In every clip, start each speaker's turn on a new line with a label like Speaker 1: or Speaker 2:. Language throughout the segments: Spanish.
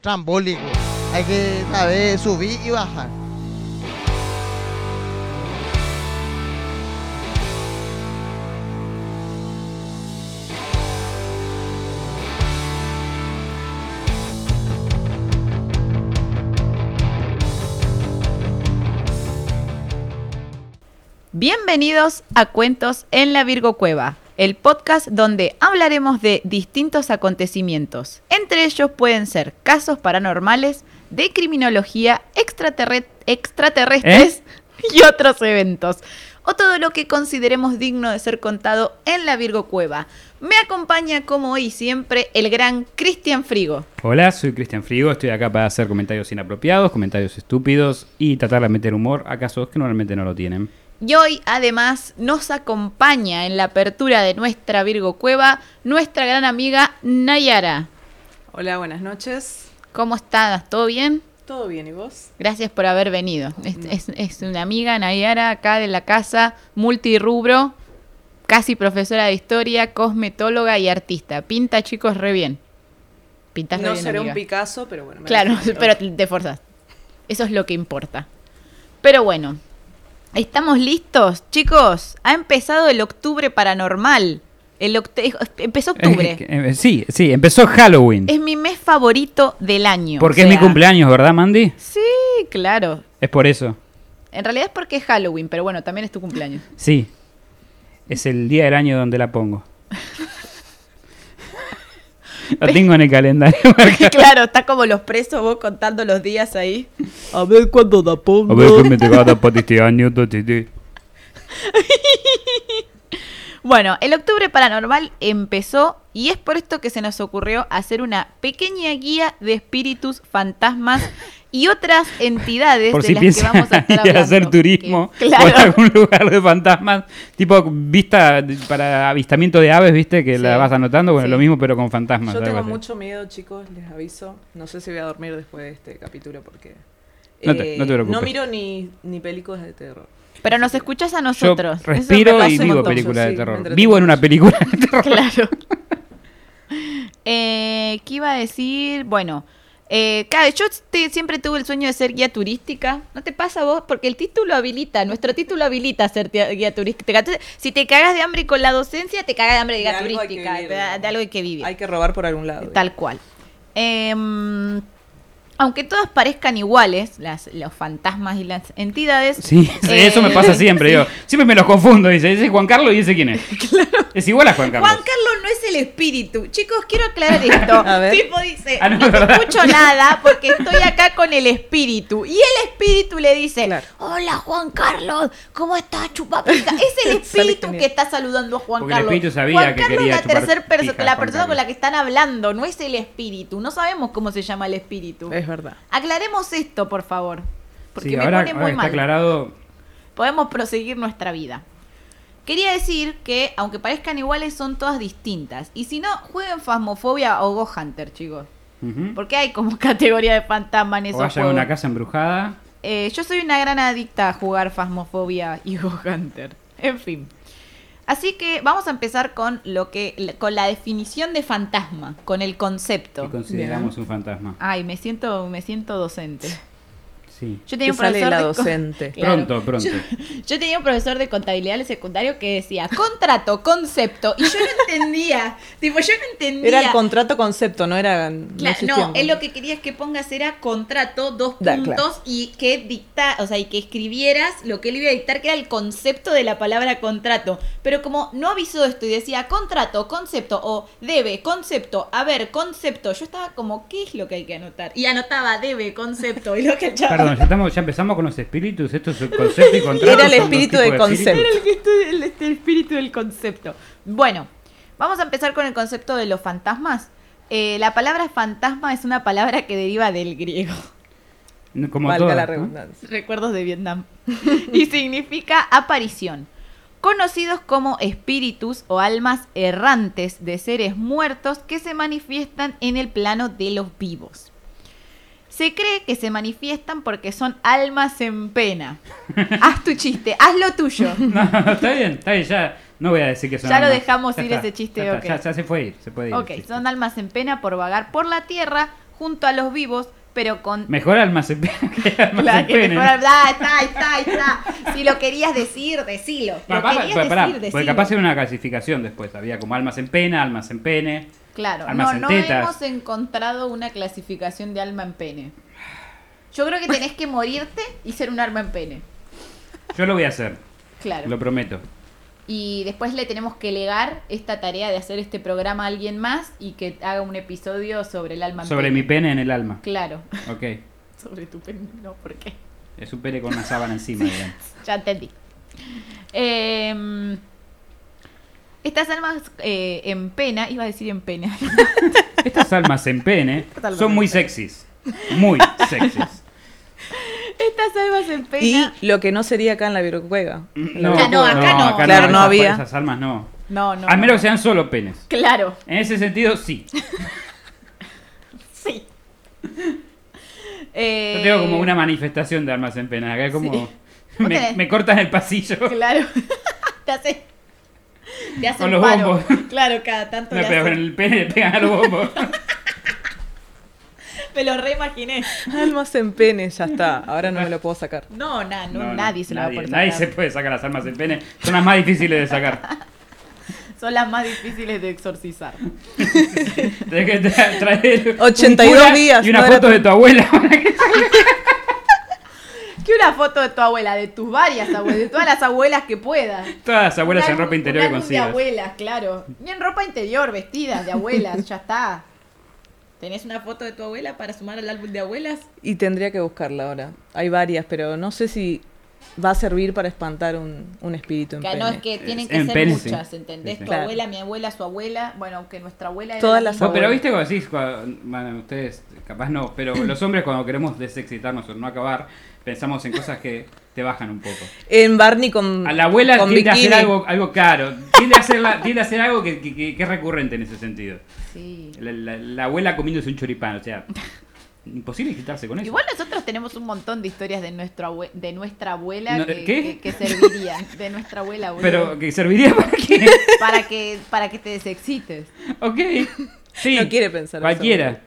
Speaker 1: trambólico. Hay que saber subir y bajar.
Speaker 2: Bienvenidos a Cuentos en la Virgo Cueva, el podcast donde hablaremos de distintos acontecimientos. Entre ellos pueden ser casos paranormales, de criminología, extraterre- extraterrestres y otros eventos. O todo lo que consideremos digno de ser contado en la Virgo Cueva. Me acompaña como hoy y siempre el gran Cristian Frigo.
Speaker 3: Hola, soy Cristian Frigo, estoy acá para hacer comentarios inapropiados, comentarios estúpidos y tratar de meter humor a casos que normalmente no lo tienen.
Speaker 2: Y hoy además nos acompaña en la apertura de nuestra Virgo Cueva nuestra gran amiga Nayara.
Speaker 4: Hola, buenas noches.
Speaker 2: ¿Cómo estás? ¿Todo bien?
Speaker 4: ¿Todo bien y vos?
Speaker 2: Gracias por haber venido. Es,
Speaker 4: Mm.
Speaker 2: es- es una amiga Nayara acá de la casa, multirrubro, casi profesora de historia, cosmetóloga y artista. Pinta chicos re bien. Pintas
Speaker 4: no
Speaker 2: bien,
Speaker 4: seré un
Speaker 2: amiga.
Speaker 4: Picasso, pero bueno. me
Speaker 2: Claro,
Speaker 4: lo hicieron.
Speaker 2: pero te te esforzás. Eso es lo que importa. Pero bueno, ¿estamos listos, chicos? Ha empezado el octubre paranormal. El octe- empezó
Speaker 3: Eh,
Speaker 2: octubre.
Speaker 3: eh, sí, sí, empezó Halloween.
Speaker 2: Es mi mes favorito del año.
Speaker 3: porque
Speaker 2: o
Speaker 3: es mi
Speaker 2: sea,
Speaker 3: cumpleaños, ¿verdad, Mandy?
Speaker 2: Sí, claro.
Speaker 3: Es por eso.
Speaker 2: En realidad es porque es Halloween, pero bueno, también es tu cumpleaños.
Speaker 3: Sí. Es el día del año donde la pongo. Lo tengo en el calendario.
Speaker 2: Porque claro, está como los presos vos contando los días ahí.
Speaker 4: A ver cuándo la
Speaker 3: A
Speaker 4: pongo.
Speaker 3: ver, ¿qué me te va a dar para este año? Totiti?
Speaker 2: Bueno, el octubre paranormal empezó y es por esto que se nos ocurrió hacer una pequeña guía de espíritus, fantasmas y otras entidades
Speaker 3: Por
Speaker 2: de
Speaker 3: si
Speaker 2: las
Speaker 3: piensas
Speaker 2: que vamos a estar
Speaker 3: ir
Speaker 2: hablando.
Speaker 3: a hacer turismo
Speaker 2: Que-
Speaker 3: o a
Speaker 2: claro.
Speaker 3: algún lugar de fantasmas, tipo vista de- para avistamiento de aves, viste, que la
Speaker 2: Sí.
Speaker 3: vas anotando, bueno,
Speaker 2: Sí.
Speaker 3: lo mismo pero con fantasmas.
Speaker 4: Yo
Speaker 3: algo
Speaker 4: tengo
Speaker 3: así.
Speaker 4: mucho miedo, chicos, les aviso. No sé si voy a dormir después de este capítulo porque. eh,
Speaker 3: No te- no te preocupes.
Speaker 4: no miro ni, ni películas de terror.
Speaker 2: Pero nos escuchas a
Speaker 3: Yo
Speaker 2: nosotros. Eso me
Speaker 3: respiro
Speaker 2: parece
Speaker 3: y
Speaker 2: un
Speaker 3: vivo
Speaker 2: montón.
Speaker 3: películas
Speaker 4: sí,
Speaker 3: de
Speaker 4: me
Speaker 3: terror.
Speaker 4: entretengo
Speaker 3: Vivo en una
Speaker 4: mucho.
Speaker 3: película de terror.
Speaker 2: Claro. Eh, ¿Qué iba a decir? Bueno, eh, claro, yo te- siempre tuve el sueño de ser guía turística. ¿No te pasa a vos? Porque el título habilita, nuestro título habilita ser tia- guía turística. Entonces, si te cagas de hambre con la docencia, te cagas de hambre de guía
Speaker 4: algo hay que
Speaker 2: turística,
Speaker 4: vivir,
Speaker 2: de,
Speaker 4: digamos.
Speaker 2: de algo hay que vivir. eh,
Speaker 4: Hay que robar por algún lado.
Speaker 2: Tal cual. Em, aunque todas parezcan iguales, las, los fantasmas y las entidades.
Speaker 3: Sí, sí,
Speaker 2: eh,
Speaker 3: eso me pasa siempre. Yo siempre me los confundo. Dice, ese es Juan Carlos y ese quién es. Es igual a Juan Carlos.
Speaker 2: Juan Carlos no es el espíritu. Chicos, quiero aclarar esto.
Speaker 4: A ver.
Speaker 2: Tipo dice,
Speaker 3: Ah, no,
Speaker 2: no, te
Speaker 3: ¿verdad?
Speaker 2: escucho nada porque estoy acá con el espíritu. Y el espíritu le dice,
Speaker 4: Claro.
Speaker 2: hola Juan Carlos, ¿cómo estás, chupapica? Es el
Speaker 4: Sale
Speaker 2: espíritu
Speaker 4: genial.
Speaker 2: que está saludando a Juan
Speaker 3: Porque el
Speaker 2: Carlos.
Speaker 3: espíritu sabía
Speaker 2: Juan
Speaker 3: que
Speaker 2: Carlos
Speaker 3: quería
Speaker 2: es la,
Speaker 3: chupar
Speaker 2: tercer perso-
Speaker 3: pija,
Speaker 2: la
Speaker 3: Juan
Speaker 2: persona con
Speaker 3: Carlos.
Speaker 2: la que están hablando, no es el espíritu. No sabemos cómo se llama el espíritu.
Speaker 4: Es verdad.
Speaker 2: Aclaremos esto, por favor. Porque
Speaker 3: Sí,
Speaker 2: me
Speaker 3: ahora,
Speaker 2: pone
Speaker 3: ahora
Speaker 2: muy
Speaker 3: está
Speaker 2: mal
Speaker 3: aclarado.
Speaker 2: podemos proseguir nuestra vida. Quería decir que, aunque parezcan iguales, son todas distintas. Y si no, jueguen Fasmofobia o Go Hunter, chicos.
Speaker 3: Ujú.
Speaker 2: Porque hay como categoría de fantasma en
Speaker 3: O
Speaker 2: esos
Speaker 3: vayan a
Speaker 2: juegos.
Speaker 3: una casa embrujada.
Speaker 2: Eh, yo soy una gran adicta a jugar Fasmofobia y Go Hunter. En fin. Así que vamos a empezar con lo que con la definición de fantasma, con el
Speaker 3: Que
Speaker 2: concepto.
Speaker 3: consideramos un fantasma.
Speaker 2: Ay, me siento me siento docente.
Speaker 3: Sí.
Speaker 2: Yo
Speaker 4: Que
Speaker 2: tenía un
Speaker 4: sale
Speaker 2: profesor
Speaker 4: la
Speaker 2: de co-
Speaker 4: docente.
Speaker 2: Claro.
Speaker 3: Pronto, pronto.
Speaker 2: Yo tenía un profesor de contabilidad en el secundario que decía contrato, concepto, y yo no entendía. tipo, yo no entendía.
Speaker 4: Era el contrato concepto, no era. No,
Speaker 2: Cla- no,
Speaker 4: existían.
Speaker 2: él lo que quería que pongas era contrato, dos
Speaker 4: Da,
Speaker 2: puntos,
Speaker 4: claro.
Speaker 2: y que dicta, o sea, y que escribieras lo que él iba a dictar, que era el concepto de la palabra contrato. Pero como no avisó esto y decía contrato, concepto, o debe, concepto, a ver, concepto, yo estaba como, ¿qué es lo que hay que anotar? Y anotaba debe, concepto, y lo que el chabón-
Speaker 3: Perdón, ya, estamos, ya empezamos con los espíritus. Esto es el concepto y contrato.
Speaker 4: Era el
Speaker 3: son dos
Speaker 4: espíritu
Speaker 3: tipos
Speaker 4: de
Speaker 3: espíritus.
Speaker 4: concepto.
Speaker 2: Era el, gesto- el- este, el espíritu del concepto. Bueno, vamos a empezar con el concepto de los fantasmas. Eh, la palabra fantasma es una palabra que deriva del griego,
Speaker 3: No, Como
Speaker 4: Valga
Speaker 3: todas,
Speaker 4: la
Speaker 3: ¿no?
Speaker 4: redundancia.
Speaker 2: recuerdos de Vietnam, y significa aparición. Conocidos como espíritus o almas errantes de seres muertos que se manifiestan en el plano de los vivos. Se cree que se manifiestan porque son almas en pena. Haz tu chiste, haz lo tuyo.
Speaker 3: No, está bien, está bien, ya. No voy a decir que son
Speaker 2: Ya lo
Speaker 3: almas.
Speaker 2: dejamos ir
Speaker 3: está,
Speaker 2: ese chiste,
Speaker 3: ya, está,
Speaker 2: ok.
Speaker 3: ya, ya se fue ir, se puede ir.
Speaker 2: Ok,
Speaker 3: sí.
Speaker 2: son almas en pena por vagar por la tierra junto a los vivos, pero con...
Speaker 3: Mejor almacén. que almacén
Speaker 2: Claro, que te
Speaker 3: pene.
Speaker 2: fuera- Ah, está, está, está. Si lo querías decir, decilo. Lo
Speaker 3: Capaz-
Speaker 2: querías
Speaker 3: pa- pará,
Speaker 2: decir,
Speaker 3: porque
Speaker 2: decilo.
Speaker 3: capaz era una clasificación después. Había como almas en pena, almas en pene.
Speaker 2: Claro,
Speaker 3: almas
Speaker 2: no,
Speaker 3: en
Speaker 2: no
Speaker 3: tetas.
Speaker 2: hemos encontrado una clasificación de alma en pene. Yo creo que tenés que morirte y ser un alma en pene.
Speaker 3: Yo lo voy a hacer,
Speaker 2: Claro.
Speaker 3: lo prometo.
Speaker 2: Y después le tenemos que legar esta tarea de hacer este programa a alguien más y que haga un episodio sobre el alma en
Speaker 3: Sobre mi pene en el alma.
Speaker 2: Claro.
Speaker 3: Ok.
Speaker 2: Sobre tu pene, no, ¿por qué?
Speaker 3: Es un pene con una sábana encima, digamos.
Speaker 2: Ya entendí. Eh, estas almas eh, en pena, iba a decir en pena.
Speaker 3: Estas almas en pene
Speaker 4: almas
Speaker 3: son
Speaker 4: en
Speaker 3: muy sexys. Muy sexys.
Speaker 2: estas almas en
Speaker 4: Y
Speaker 2: pena.
Speaker 4: lo que no sería acá en la Virocueva.
Speaker 2: Acá no, acá no.
Speaker 4: Claro, no
Speaker 3: esas-
Speaker 4: había.
Speaker 3: Esas almas no.
Speaker 2: No, no.
Speaker 3: Al
Speaker 2: no.
Speaker 3: menos que sean solo penes.
Speaker 2: Claro,
Speaker 3: En ese sentido, sí.
Speaker 2: sí.
Speaker 3: Yo
Speaker 2: Eh,
Speaker 3: tengo como una manifestación de almas en pena. Acá es como.
Speaker 2: Sí. Vos
Speaker 3: Me,
Speaker 2: tenés-
Speaker 3: me cortan el pasillo.
Speaker 2: Claro. te hace. Te hace
Speaker 3: Con
Speaker 2: un
Speaker 3: los
Speaker 2: paro.
Speaker 3: bombos.
Speaker 2: Claro, cada tanto
Speaker 3: Me
Speaker 2: le
Speaker 3: pegan
Speaker 2: hacen-
Speaker 3: el pene, le pegan a los bombos.
Speaker 2: Me lo reimaginé.
Speaker 4: Almas en pene, ya está. Ahora no me lo puedo sacar.
Speaker 2: No, na- no,
Speaker 3: No, no,
Speaker 2: nadie se lo va a poder
Speaker 3: Nadie se
Speaker 2: sacar.
Speaker 3: puede sacar las almas en pene. Son las más difíciles de sacar.
Speaker 2: Son las más difíciles de exorcizar.
Speaker 3: Tenés que tra- traer. un
Speaker 4: 82
Speaker 3: cura
Speaker 4: días,
Speaker 3: Y una
Speaker 4: no era
Speaker 3: foto
Speaker 4: tu-
Speaker 3: de tu abuela.
Speaker 2: Que una foto de tu abuela, de tus varias abuelas, de todas las abuelas que puedas.
Speaker 3: Todas las abuelas
Speaker 2: Un
Speaker 3: en ropa
Speaker 2: álbum- un
Speaker 3: interior que
Speaker 2: álbum
Speaker 3: consigas.
Speaker 2: de abuelas, claro. Ni en ropa interior, vestidas de abuelas, ya está. ¿Tenés una foto de tu abuela para sumar al álbum de abuelas?
Speaker 4: Y tendría que buscarla ahora. Hay varias, pero no sé si va a servir para espantar un, un espíritu en
Speaker 2: Que
Speaker 4: pene.
Speaker 2: no, es que tienen que
Speaker 3: En
Speaker 2: ser
Speaker 3: pene, sí.
Speaker 2: muchas, ¿entendés?
Speaker 3: Sí, sí.
Speaker 2: Tu
Speaker 4: Claro.
Speaker 2: abuela, mi abuela, su abuela, bueno, aunque nuestra abuela era
Speaker 4: Todas
Speaker 2: la
Speaker 4: las
Speaker 2: misma.
Speaker 3: Vos, pero
Speaker 4: abuelas.
Speaker 3: viste cuando decís, cuando- bueno, ustedes capaz no, pero los hombres cuando queremos desexitarnos o no acabar, pensamos en cosas que te bajan un poco.
Speaker 4: En Barney con
Speaker 3: A la abuela
Speaker 4: Mm. con
Speaker 3: tiende
Speaker 4: bikini.
Speaker 3: a hacer algo, algo caro, tiende a hacer, la- tiende a hacer algo que, que- que- que es recurrente en ese sentido.
Speaker 2: Sí.
Speaker 3: La, la- la abuela comiéndose un choripán, o sea, imposible quitarse con eso.
Speaker 2: Igual nosotros tenemos un montón de historias de, nuestro abue- de nuestra abuela
Speaker 3: No,
Speaker 2: que,
Speaker 3: ¿qué?
Speaker 2: que- que servirían. De nuestra abuela, boludo.
Speaker 3: pero que serviría para qué?
Speaker 2: Para que, para que te desexites.
Speaker 3: ok. Sí.
Speaker 4: No quiere pensar en
Speaker 3: Cualquiera.
Speaker 4: eso.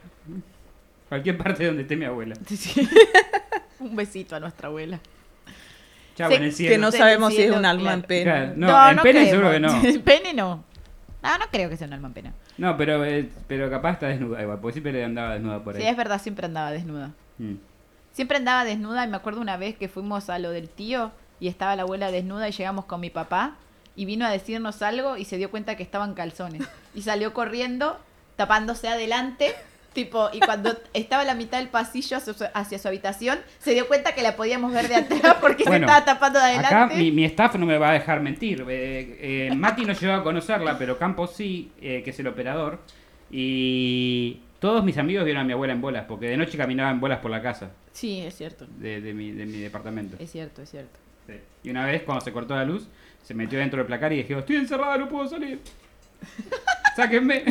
Speaker 3: Cualquier parte donde esté mi abuela.
Speaker 2: Un besito a nuestra abuela.
Speaker 3: Chau,
Speaker 2: Se-
Speaker 3: en el cielo.
Speaker 4: Que no
Speaker 2: Sí,
Speaker 4: sabemos si es
Speaker 2: sí,
Speaker 4: un
Speaker 2: no,
Speaker 4: alma en
Speaker 2: claro.
Speaker 4: pene.
Speaker 3: Claro, no, en pene seguro que no.
Speaker 2: En pene no. No, no creo que sea un alma en pena.
Speaker 3: No, pero, eh, pero capaz está desnuda igual, porque siempre le andaba desnuda por ahí.
Speaker 2: Sí, es verdad, siempre andaba desnuda.
Speaker 3: Mm.
Speaker 2: Siempre andaba desnuda y me acuerdo una vez que fuimos a lo del tío y estaba la abuela desnuda y llegamos con mi papá y vino a decirnos algo y se dio cuenta que estaban calzones y salió corriendo tapándose adelante. Tipo, y cuando estaba a la mitad del pasillo hacia su, hacia su habitación, se dio cuenta que la podíamos ver de atrás porque
Speaker 3: Bueno,
Speaker 2: se estaba tapando de adelante.
Speaker 3: Acá mi, mi staff no me va a dejar mentir. Eh, eh, Mati no llegó a conocerla, pero Campos sí, eh, que es el operador. Y todos mis amigos vieron a mi abuela en bolas, porque de noche caminaba en bolas por la casa
Speaker 2: Sí, es cierto.
Speaker 3: de, de mi, de mi departamento.
Speaker 2: Es cierto, es cierto.
Speaker 3: Sí. Y una vez, cuando se cortó la luz, se metió dentro del placar y dije, estoy encerrada, no puedo salir. Sáquenme.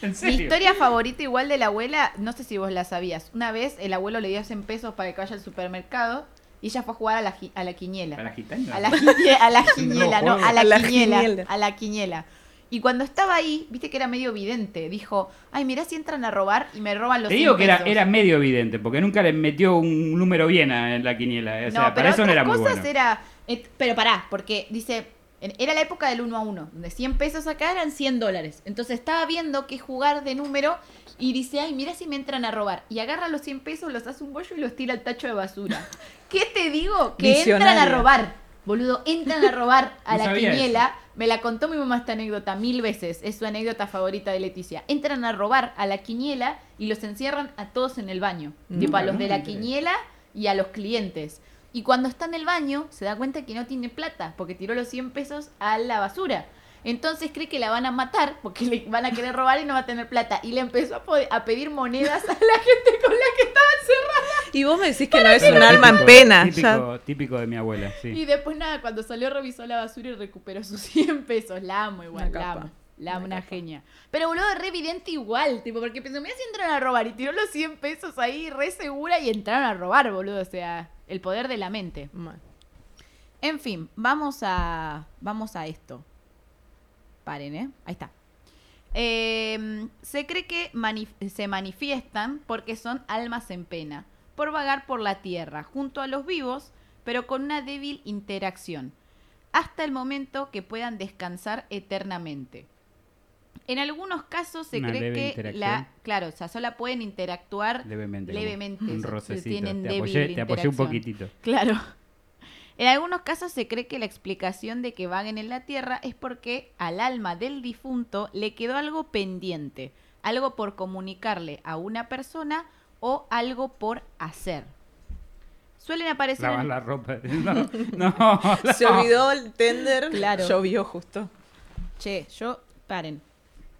Speaker 3: en
Speaker 2: Mi
Speaker 3: serio.
Speaker 2: historia favorita igual de la abuela, no sé si vos la sabías. Una vez el abuelo le dio 100 pesos para que vaya al supermercado y ella fue a jugar a la, gi- a la quiniela.
Speaker 3: ¿A la gitana?
Speaker 2: A la, giñe- a la giñela, no,
Speaker 3: No,
Speaker 2: a la,
Speaker 4: a la
Speaker 2: quiniela,
Speaker 4: giñela.
Speaker 2: A la quiniela. Y cuando estaba ahí, viste que era medio vidente. Dijo, ay, mirá si entran a robar y me roban los
Speaker 3: Te digo
Speaker 2: 100
Speaker 3: que era,
Speaker 2: pesos".
Speaker 3: era medio evidente, porque nunca le metió un número bien a- en la quiniela. eh, O sea,
Speaker 2: no,
Speaker 3: para
Speaker 2: pero
Speaker 3: eso no
Speaker 2: otras
Speaker 3: era muy
Speaker 2: cosas
Speaker 3: bueno.
Speaker 2: era... eh, Pero pará, porque dice... en- Era la época del 1 a 1, donde 100 pesos acá eran 100 dólares. Entonces estaba viendo que jugar de número y dice, ay, mira si me entran a robar. Y agarra los 100 pesos, los hace un bollo y los tira al tacho de basura. ¿Qué te digo? Que entran a
Speaker 4: Visionaria.
Speaker 2: robar, boludo, entran a robar a
Speaker 3: No
Speaker 2: la
Speaker 3: sabía
Speaker 2: quiniela. Me la contó mi mamá esta anécdota mil veces. Es su anécdota favorita de Leticia. Entran a robar a la quiniela y los encierran a todos en el baño.
Speaker 4: Mm.
Speaker 2: tipo a los de la
Speaker 3: Increíble.
Speaker 2: quiniela y a los clientes. Y cuando está en el baño, se da cuenta que no tiene plata porque tiró los 100 pesos a la basura. Entonces cree que la van a matar porque le van a querer robar y no va a tener plata. Y le empezó a, po- a pedir monedas a la gente con la que estaba encerrada.
Speaker 4: Y vos me decís que no es
Speaker 3: Bueno,
Speaker 4: un alma en
Speaker 3: típico-
Speaker 4: pena. ya.
Speaker 3: Típico, típico de mi abuela,
Speaker 2: Y
Speaker 3: sí.
Speaker 2: después nada, cuando salió revisó la basura y recuperó sus 100 pesos. La amo igual,
Speaker 4: Una
Speaker 2: la
Speaker 4: capa.
Speaker 2: amo. La amo,
Speaker 4: Una
Speaker 2: una
Speaker 4: capa.
Speaker 2: genia. Pero boludo, re evidente igual, tipo, porque pensó, mira si entraron a robar y tiró los 100 pesos ahí, re segura, y entraron a robar, boludo. O sea, el poder de la mente.
Speaker 4: Mal.
Speaker 2: En fin, vamos a. Vamos a esto. Paren, ¿eh? Ahí está. Eh, se cree que manif- se manifiestan porque son almas en pena, por vagar por la tierra, junto a los vivos, pero con una débil interacción, hasta el momento que puedan descansar eternamente. En algunos casos se
Speaker 3: Una
Speaker 2: cree
Speaker 3: leve
Speaker 2: que
Speaker 3: interacción.
Speaker 2: la, claro, o sea, solo pueden interactuar
Speaker 3: Levemente. como
Speaker 2: levemente,
Speaker 3: Un
Speaker 2: se- se
Speaker 3: rocecito.
Speaker 2: tienen
Speaker 3: Te
Speaker 2: débil
Speaker 3: apoyé, te apoyé un
Speaker 2: interacción.
Speaker 3: poquitito.
Speaker 2: Claro. En algunos casos se cree que la explicación de que vaguen en la tierra es porque al alma del difunto le quedó algo pendiente, algo por comunicarle a una persona o algo por hacer. Suelen aparecer
Speaker 3: Lavar
Speaker 2: en-
Speaker 3: la ropa. No, no.
Speaker 4: Se
Speaker 3: no.
Speaker 4: olvidó el tender.
Speaker 2: Claro.
Speaker 4: Llovió justo.
Speaker 2: Che, yo paren.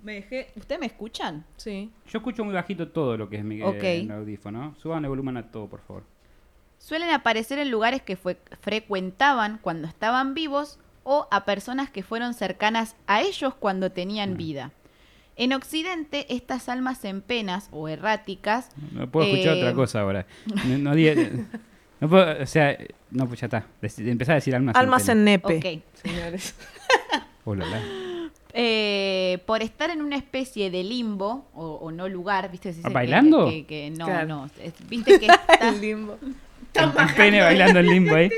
Speaker 2: Me dejé, ¿ustedes me escuchan?
Speaker 4: Sí.
Speaker 3: Yo escucho muy bajito todo lo que es mi
Speaker 2: Ok.
Speaker 3: eh, el audífono. Suban el volumen a todo, por favor.
Speaker 2: Suelen aparecer en lugares que fue- frecuentaban cuando estaban vivos o a personas que fueron cercanas a ellos cuando tenían
Speaker 3: Ah.
Speaker 2: vida. En Occidente, estas almas en penas o erráticas
Speaker 3: No puedo escuchar
Speaker 2: Eh,
Speaker 3: otra cosa ahora. No, no diga- no puedo, o sea, no, pues ya está. Dec- Empezá a decir almas. en
Speaker 4: Almas
Speaker 3: pena.
Speaker 4: en nepe.
Speaker 2: Ok.
Speaker 4: Señores.
Speaker 3: Oh, la, la.
Speaker 2: Eh, por estar en una especie de limbo o, o no lugar, ¿viste? Se dice
Speaker 3: ¿Ah,
Speaker 2: que-
Speaker 3: bailando?
Speaker 2: Que, que no,
Speaker 4: Claro.
Speaker 2: no. es- ¿Viste que está-
Speaker 4: El limbo.
Speaker 3: Un pene bailando el limbo ahí.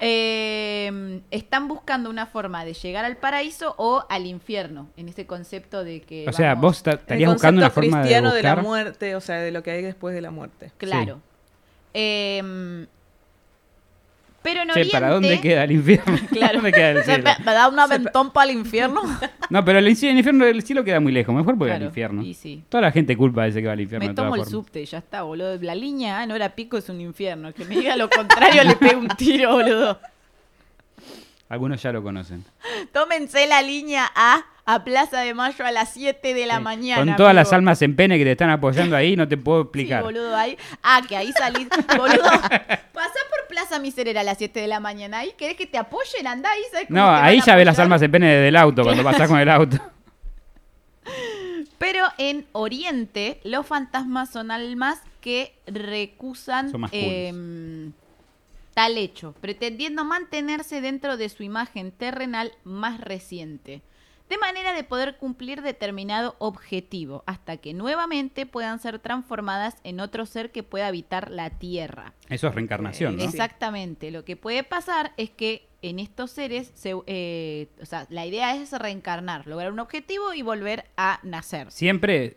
Speaker 2: eh, están buscando una forma de llegar al paraíso o al infierno, en este concepto de que.
Speaker 3: O sea,
Speaker 2: vamos-
Speaker 3: vos ta- estarías
Speaker 4: el
Speaker 3: buscando una
Speaker 4: concepto
Speaker 3: forma de
Speaker 4: cristiano de, la
Speaker 3: buscar.
Speaker 4: muerte, o sea, de lo que hay después de la muerte.
Speaker 2: Claro. Em, pero en
Speaker 3: Che,
Speaker 2: Oriente.
Speaker 3: ¿para dónde queda el infierno?
Speaker 2: ¿eh? Claro.
Speaker 3: ¿Dónde queda el
Speaker 2: Se-
Speaker 3: cielo?
Speaker 2: me, me da un aventón para el infierno.
Speaker 3: No, pero el cielo, el infierno el cielo queda muy lejos. Mejor voy al
Speaker 2: Claro,
Speaker 3: infierno.
Speaker 2: y sí.
Speaker 3: Toda la gente culpa de ese que va al infierno.
Speaker 2: Me
Speaker 3: de todas
Speaker 2: tomo el
Speaker 3: formas.
Speaker 2: subte y ya está, boludo. La línea ah, no era pico es un infierno. Que me diga lo contrario le pego un tiro, boludo.
Speaker 3: Algunos ya lo conocen.
Speaker 2: Tómense la línea A a Plaza de Mayo a las 7 de la
Speaker 3: Sí.
Speaker 2: mañana.
Speaker 3: Con todas las
Speaker 2: amigo.
Speaker 3: almas en pene que te están apoyando ahí, no te puedo
Speaker 2: Sí,
Speaker 3: explicar.
Speaker 2: boludo, ahí. Ah, que ahí salís. Boludo, pasá por Plaza Miserera a las 7 de la mañana. Ahí querés que te apoyen, andá ahí. ¿sabés cómo
Speaker 3: no,
Speaker 2: te van
Speaker 3: ahí
Speaker 2: a
Speaker 3: ya ves las
Speaker 2: apoyar?
Speaker 3: almas en pene desde el auto, cuando pasás con el auto.
Speaker 2: Pero en Oriente, los fantasmas son almas que recusan
Speaker 3: Son más
Speaker 2: em, tal hecho, pretendiendo mantenerse dentro de su imagen terrenal más reciente, de manera de poder cumplir determinado objetivo, hasta que nuevamente puedan ser transformadas en otro ser que pueda habitar la tierra.
Speaker 3: Eso es reencarnación, ¿no?
Speaker 4: Exacto.
Speaker 2: Exactamente. Lo que puede pasar es que en estos seres, se, eh, o sea, la idea es reencarnar, lograr un objetivo y volver a nacer.
Speaker 3: Siempre,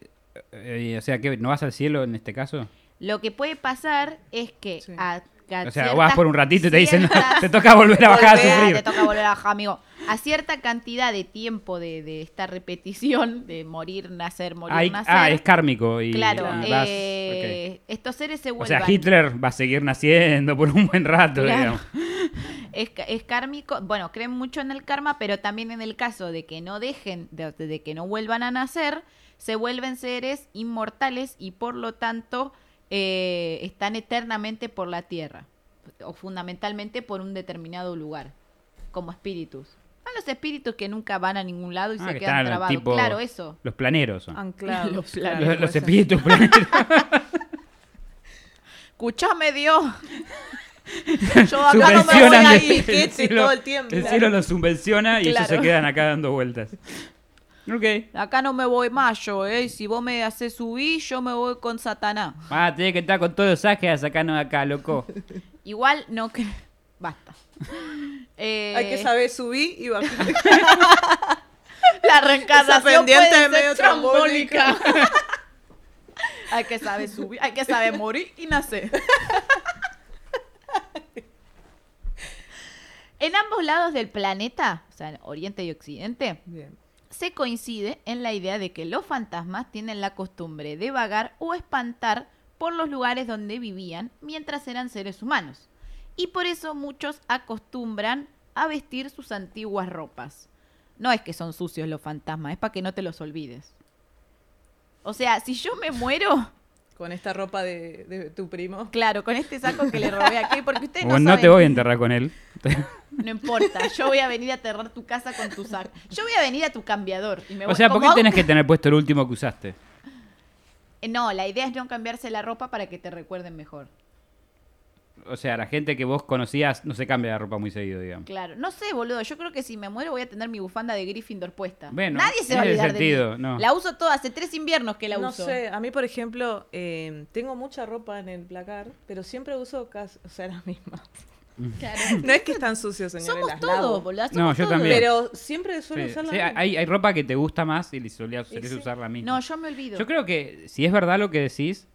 Speaker 3: eh, o sea, que no vas al cielo en este caso.
Speaker 2: Lo que puede pasar es que
Speaker 4: Sí.
Speaker 2: a, a
Speaker 3: O sea,
Speaker 2: ciertas-
Speaker 3: vas por un ratito y te dicen, no,
Speaker 2: ciertas-
Speaker 3: te toca volver a bajar a
Speaker 2: Volvé,
Speaker 3: sufrir.
Speaker 2: Te toca volver a bajar, amigo. A cierta cantidad de tiempo de, de esta repetición, de morir, nacer, morir,
Speaker 3: Ay,
Speaker 2: nacer.
Speaker 3: ah, es kármico y,
Speaker 2: claro,
Speaker 3: y vas- ok.
Speaker 2: eh, estos seres se
Speaker 3: O
Speaker 2: vuelven.
Speaker 3: sea, Hitler va a seguir naciendo por un buen rato,
Speaker 2: Claro.
Speaker 3: digamos.
Speaker 2: es, ca- es kármico. Bueno, creen mucho en el karma, pero también en el caso de que no dejen, de, de que no vuelvan a nacer, se vuelven seres inmortales y por lo tanto eh, están eternamente por la tierra. O fundamentalmente por un determinado lugar. Como espíritus. Están los espíritus que nunca van a ningún lado y
Speaker 3: Ah,
Speaker 2: se
Speaker 3: que
Speaker 2: quedan
Speaker 3: están
Speaker 2: trabados.
Speaker 3: tipo-
Speaker 2: Claro, eso.
Speaker 3: Los planeros son.
Speaker 4: Anclados.
Speaker 2: Los
Speaker 4: claro,
Speaker 2: planes.
Speaker 3: los los
Speaker 4: puede ser.
Speaker 3: espíritus planeros.
Speaker 2: Escuchame, Dios. Yo acá no me voy
Speaker 3: subvencionan
Speaker 2: a
Speaker 4: Subvencionan
Speaker 3: el-
Speaker 4: de-
Speaker 2: ir.
Speaker 4: piquete
Speaker 3: cielo-
Speaker 4: todo el tiempo.
Speaker 3: El cielo los subvenciona y ellos se
Speaker 2: Claro.
Speaker 3: quedan acá dando vueltas. Ok.
Speaker 2: Acá no me voy más yo, ¿eh? Si vos me haces subir, yo me voy con Satanás.
Speaker 3: Ah, tenés que estar con todos los ángeles sacarnos de acá, loco.
Speaker 2: Igual no cre- Basta. Eh,
Speaker 4: Hay que saber subir y bajar.
Speaker 2: La reencarnación
Speaker 4: Esa pendiente
Speaker 2: puede
Speaker 4: es medio
Speaker 2: ser trambólica. hay que saber subir, hay que saber morir y nacer. en ambos lados del planeta, o sea, en Oriente y Occidente,
Speaker 4: Bien.
Speaker 2: se coincide en la idea de que los fantasmas tienen la costumbre de vagar o espantar por los lugares donde vivían mientras eran seres humanos. Y por eso muchos acostumbran a vestir sus antiguas ropas. No es que son sucios los fantasmas, es para que no te los olvides. O sea, si yo me muero,
Speaker 4: Con esta ropa de, de tu primo.
Speaker 2: claro, con este saco que le robé aquí, porque ustedes no
Speaker 3: O no
Speaker 2: saben-
Speaker 3: te voy a enterrar con él.
Speaker 2: No importa, yo voy a venir a aterrar tu casa con tu saco. Yo voy a venir a tu cambiador. Y me
Speaker 3: O
Speaker 2: voy-
Speaker 3: sea, ¿por qué
Speaker 2: como-
Speaker 3: tenés que tener puesto el último que usaste?
Speaker 2: Eh, No, la idea es no cambiarse la ropa para que te recuerden mejor.
Speaker 3: O sea, la gente que vos conocías no se cambia la ropa muy seguido, digamos.
Speaker 2: Claro, no sé, boludo. Yo creo que si me muero voy a tener mi bufanda de Gryffindor puesta.
Speaker 3: Bueno,
Speaker 2: Nadie se va a
Speaker 3: tiene
Speaker 2: olvidar de
Speaker 3: sentido,
Speaker 2: mí.
Speaker 3: no.
Speaker 2: La uso toda, hace tres inviernos que la
Speaker 4: no
Speaker 2: uso.
Speaker 4: sé, a mí, por ejemplo, eh, tengo mucha ropa en el placar, pero siempre uso casi, o sea, la misma.
Speaker 2: Claro.
Speaker 4: No es que están sucios, señores,
Speaker 2: Somos
Speaker 4: las lavo.
Speaker 2: todos, boludo. somos
Speaker 3: No, yo
Speaker 2: todos.
Speaker 3: también.
Speaker 4: Pero siempre suelo
Speaker 3: Sí,
Speaker 4: usar la
Speaker 3: sí,
Speaker 4: misma.
Speaker 3: hay, hay ropa que te gusta más y le solías,
Speaker 4: Y
Speaker 3: solés
Speaker 4: sí.
Speaker 3: usar la misma.
Speaker 2: No, yo me olvido.
Speaker 3: Yo creo que, si es verdad lo que decís,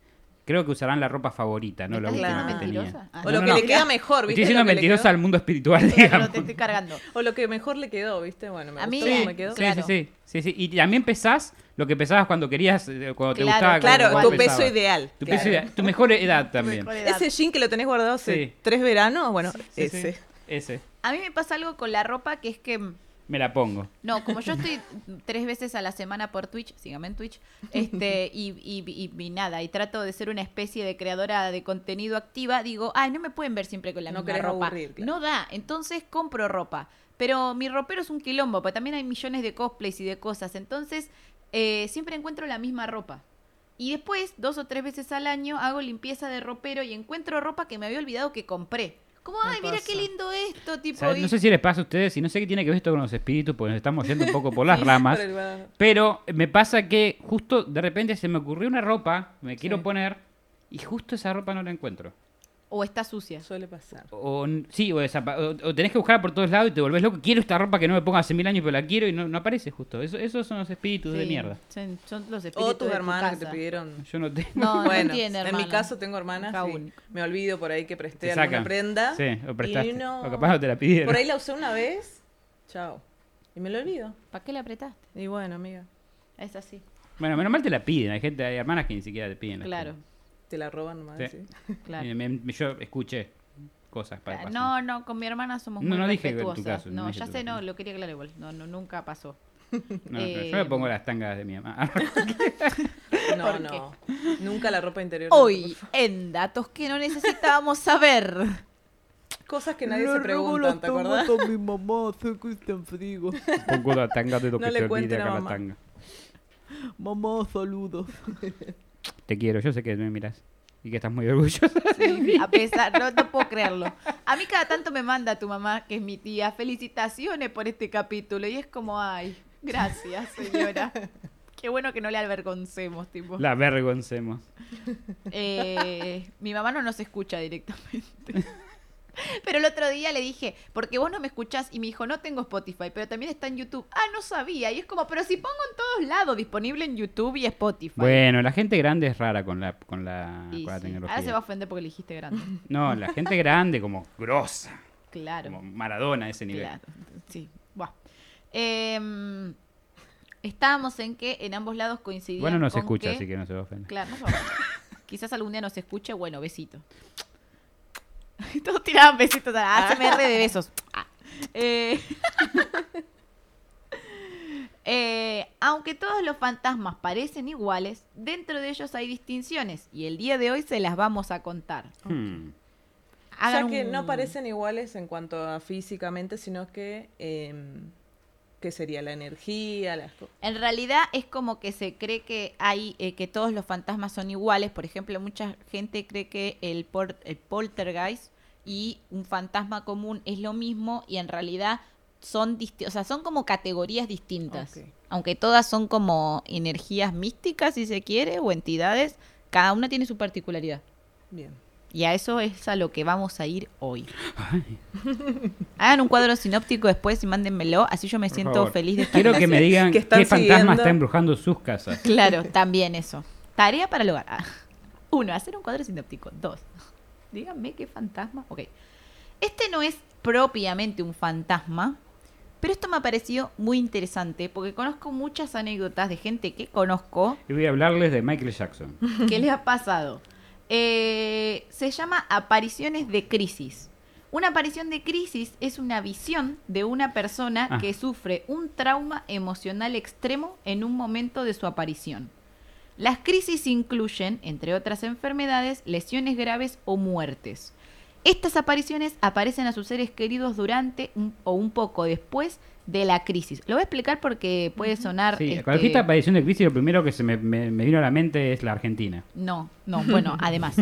Speaker 3: creo que usarán la ropa favorita, no
Speaker 2: ¿Me
Speaker 3: la
Speaker 2: estás
Speaker 3: última que tenía.
Speaker 4: diciendo
Speaker 2: mentirosa? Ah,
Speaker 4: O
Speaker 2: No,
Speaker 4: lo
Speaker 2: no,
Speaker 4: que
Speaker 2: no.
Speaker 4: le queda mejor, ¿viste?
Speaker 3: Estoy diciendo
Speaker 4: Lo que le
Speaker 3: mentirosa
Speaker 4: quedó-
Speaker 3: al mundo espiritual,
Speaker 2: Pero
Speaker 3: digamos.
Speaker 2: te estoy cargando.
Speaker 4: O lo que mejor le quedó, ¿viste? Bueno, me
Speaker 2: A mí-
Speaker 4: gustó
Speaker 2: Sí,
Speaker 4: como me quedó.
Speaker 3: Sí,
Speaker 2: Claro.
Speaker 3: sí, sí, sí, sí. Y también pesás lo que pesabas cuando querías, eh, cuando te
Speaker 2: Claro,
Speaker 3: gustaba.
Speaker 2: claro,
Speaker 3: cuando
Speaker 4: Claro, tu
Speaker 3: vos
Speaker 4: peso
Speaker 3: pesabas.
Speaker 4: ideal.
Speaker 3: Tu
Speaker 4: claro.
Speaker 3: peso ideal. Tu mejor edad también.
Speaker 2: Mejor edad.
Speaker 4: Ese jean que lo tenés guardado hace
Speaker 3: Sí.
Speaker 4: tres veranos, bueno,
Speaker 3: Sí, sí.
Speaker 4: ese.
Speaker 3: Ese.
Speaker 2: A mí me pasa algo con la ropa que es que. mm,
Speaker 3: Me la pongo.
Speaker 2: No, como yo estoy tres veces a la semana por Twitch, síganme en Twitch, este, y, y- y- y nada, y trato de ser una especie de creadora de contenido activa, digo, ay, no me pueden ver siempre con la
Speaker 4: No
Speaker 2: misma
Speaker 4: querés
Speaker 2: ropa.
Speaker 4: aburrir, claro.
Speaker 2: No da, entonces compro ropa. Pero mi ropero es un quilombo, porque también hay millones de cosplays y de cosas, entonces eh, siempre encuentro la misma ropa. Y después, dos o tres veces al año, hago limpieza de ropero y encuentro ropa que me había olvidado que compré. Como,
Speaker 4: Me
Speaker 2: ay, mira
Speaker 4: pasa.
Speaker 2: qué lindo esto,
Speaker 3: O
Speaker 2: tipo...
Speaker 3: sea, no
Speaker 2: y-
Speaker 3: sé si les pasa a ustedes y no sé qué tiene que ver esto con los espíritus, porque nos estamos yendo un poco por las ramas.
Speaker 4: Por el guardado.
Speaker 3: Pero me pasa que justo de repente se me ocurrió una ropa, me quiero poner, y justo esa ropa no la encuentro.
Speaker 2: O está sucia.
Speaker 4: Suele pasar.
Speaker 3: O n- sí, o, desapa- o- o tenés que buscarla por todos lados y te volvés loco. Quiero esta ropa que no me pongo hace mil años, pero la quiero y no, no aparece justo. Eso, esos son los espíritus de
Speaker 2: Sí,
Speaker 3: mierda.
Speaker 2: Son, son los espíritus
Speaker 4: O tus
Speaker 2: de tu
Speaker 4: hermanos que te
Speaker 2: casa.
Speaker 4: pidieron.
Speaker 3: Yo no tengo.
Speaker 2: No, no
Speaker 4: bueno,
Speaker 2: entiende,
Speaker 4: en mi
Speaker 2: hermano.
Speaker 4: caso tengo hermanas.
Speaker 2: Hija
Speaker 4: y
Speaker 2: única.
Speaker 4: me olvido por ahí que presté
Speaker 3: Te
Speaker 4: alguna
Speaker 3: sacan.
Speaker 4: prenda.
Speaker 3: Sí, o prestaste.
Speaker 4: y no-
Speaker 3: O capaz no te la pidieron.
Speaker 4: Por ahí la usé una vez. Chao. Y me lo olvido.
Speaker 2: ¿Para qué le apretaste?
Speaker 4: Y bueno, amiga,
Speaker 2: Es así,
Speaker 3: Bueno, menos mal te la piden. Hay gente, hay hermanas que ni siquiera te piden. las
Speaker 2: claro,
Speaker 4: te la roban nomás.
Speaker 3: Sí.
Speaker 4: ¿sí?
Speaker 3: cosas. Y
Speaker 2: claro.
Speaker 3: me- me- yo escuché cosas para
Speaker 2: Claro, No,
Speaker 3: pasar.
Speaker 2: no, con mi hermana somos
Speaker 3: No,
Speaker 2: muy
Speaker 3: no dije que en tu
Speaker 2: respetuosas.
Speaker 3: caso, no
Speaker 2: no,
Speaker 3: dije
Speaker 2: ya
Speaker 3: tu
Speaker 2: sé,
Speaker 3: caso.
Speaker 2: no, lo quería aclarar igual. No, no, nunca pasó.
Speaker 3: No, no,
Speaker 2: eh,
Speaker 3: yo me pongo las tangas de mi mamá.
Speaker 4: No,
Speaker 2: ¿Por
Speaker 4: no. Nunca la ropa interior. no,
Speaker 2: Hoy, en datos que no necesitábamos saber.
Speaker 4: por- Cosas que nadie se preguntan, ¿te acordás?
Speaker 1: mi mamá, sé que está en frigo.
Speaker 3: pongo las tangas de lo
Speaker 4: No
Speaker 3: que
Speaker 4: le
Speaker 3: te olvide
Speaker 4: cuenten a
Speaker 3: acá la
Speaker 4: mamá.
Speaker 3: tanga.
Speaker 1: Mamá, saludos.
Speaker 3: Te quiero, yo sé que me miras. Y que estás muy orgullosa.
Speaker 2: A pesar, no, no puedo creerlo. A mí cada tanto me manda tu mamá, que es mi tía, felicitaciones por este capítulo. Y es como, ay, gracias, señora. Qué bueno que no le avergoncemos, tipo.
Speaker 3: La avergoncemos.
Speaker 2: Eh, mi mamá no nos escucha directamente. Pero el otro día le dije, porque vos no me escuchás, y me dijo, no tengo Spotify, pero también está en YouTube. Ah, no sabía. Y es como, pero si pongo en todos lados, disponible en YouTube y Spotify.
Speaker 3: Bueno, la gente grande es rara con la, con la,
Speaker 2: Y
Speaker 3: con la
Speaker 2: sí.
Speaker 3: tecnología.
Speaker 2: Ahora se va a ofender porque le dijiste grande.
Speaker 3: No, la gente grande como grosa,
Speaker 2: Claro.
Speaker 3: como Maradona a ese nivel.
Speaker 2: Claro, sí. Buah. Em, estábamos en que en ambos lados coincidían.
Speaker 3: Bueno, no se
Speaker 2: con
Speaker 3: escucha, así que no se ofende.
Speaker 2: Claro, no se va. Quizás algún día nos escuche, bueno, besito. Todos tiraban besitos ah, a ASMR de besos. Ah. Eh, eh, aunque todos los fantasmas parecen iguales, dentro de ellos hay distinciones y el día de hoy se las vamos a contar.
Speaker 3: Hmm.
Speaker 2: Hagan
Speaker 4: ya que no
Speaker 2: un-
Speaker 4: parecen iguales en cuanto a físicamente, sino que. em, ¿Qué sería? La energía, las cosas.
Speaker 2: En realidad es como que se cree que hay eh, que todos los fantasmas son iguales. Por ejemplo, mucha gente cree que el, por- el poltergeist y un fantasma común es lo mismo y en realidad son disti- o sea, son como categorías distintas.
Speaker 4: Ok.
Speaker 2: Aunque todas son como energías místicas, si se quiere, o entidades, cada una tiene su particularidad.
Speaker 4: Bien.
Speaker 2: Y a eso es a lo que vamos a ir hoy. Hagan un cuadro sinóptico después y mándenmelo, así yo me
Speaker 3: Por
Speaker 2: siento
Speaker 3: favor.
Speaker 2: feliz de estar
Speaker 3: Quiero
Speaker 2: en
Speaker 3: que me digan
Speaker 4: Que
Speaker 3: qué
Speaker 4: están
Speaker 3: fantasma
Speaker 4: siguiendo.
Speaker 3: está embrujando sus casas.
Speaker 2: Claro, también eso. Tarea para el hogar. Ah. Uno, hacer un cuadro sinóptico. Dos, díganme qué fantasma. Ok. Este no es propiamente un fantasma, pero esto me ha parecido muy interesante porque conozco muchas anécdotas de gente que conozco
Speaker 3: Y voy a hablarles de Michael Jackson.
Speaker 2: ¿Qué le ha pasado? Eh, se llama apariciones de crisis. Una aparición de crisis es una visión de una persona
Speaker 3: Ah.
Speaker 2: que sufre un trauma emocional extremo en un momento de su aparición. Las crisis incluyen, entre otras enfermedades, lesiones graves o muertes. Estas apariciones aparecen a sus seres queridos durante un- o un poco después de la crisis. Lo voy a explicar porque puede sonar...
Speaker 3: Sí,
Speaker 2: este,
Speaker 3: cuando dijiste aparición de crisis, lo primero que se me, me- me vino a la mente es la Argentina.
Speaker 2: No, no, bueno, además.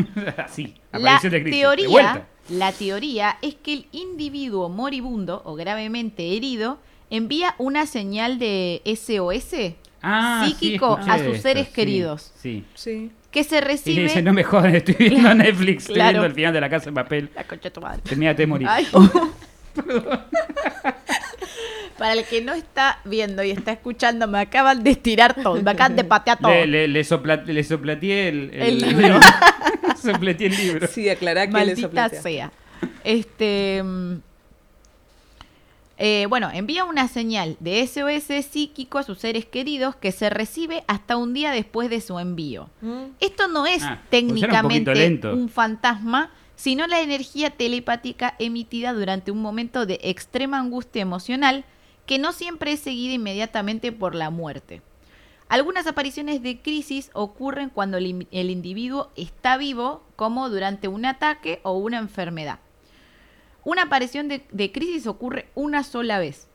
Speaker 3: sí,
Speaker 2: La
Speaker 3: aparición de crisis. de
Speaker 2: teoría,
Speaker 3: vuelta.
Speaker 2: la teoría es que el individuo moribundo o gravemente herido envía una señal de SOS
Speaker 3: Ah, sí,
Speaker 2: psíquico
Speaker 3: escuché
Speaker 2: a
Speaker 3: de
Speaker 2: sus
Speaker 3: esto,
Speaker 2: seres
Speaker 3: sí,
Speaker 2: queridos
Speaker 3: Sí.
Speaker 4: Sí.
Speaker 2: que se
Speaker 3: Y le
Speaker 2: recibe...
Speaker 3: dice, no me jodan, estoy viendo Netflix, estoy
Speaker 2: Claro.
Speaker 3: viendo el final de la casa de papel.
Speaker 2: La concha de tu madre.
Speaker 3: Terminate de morir.
Speaker 2: Ay. Para el que no está viendo y está escuchando, me acaban de estirar todo, me acaban de patear todo.
Speaker 3: Le, le, le, sopla- le soplateé el,
Speaker 2: El libro.
Speaker 3: soplateé el libro.
Speaker 4: Sí, aclará que le
Speaker 2: Maldita
Speaker 4: soplatea.
Speaker 2: sea. Este. mm, eh, bueno, envía una señal de SOS psíquico a sus seres queridos que se recibe hasta un día después de su envío.
Speaker 4: Mm.
Speaker 2: Esto no es
Speaker 3: Ah, pusieron un poquito
Speaker 2: técnicamente
Speaker 3: lento.
Speaker 2: un, fantasma, sino la energía telepática emitida durante un momento de extrema angustia emocional que no siempre es seguida inmediatamente por la muerte. Algunas apariciones de crisis ocurren cuando el, in- el individuo está vivo, como durante un ataque o una enfermedad. Una aparición de, de crisis ocurre una sola vez.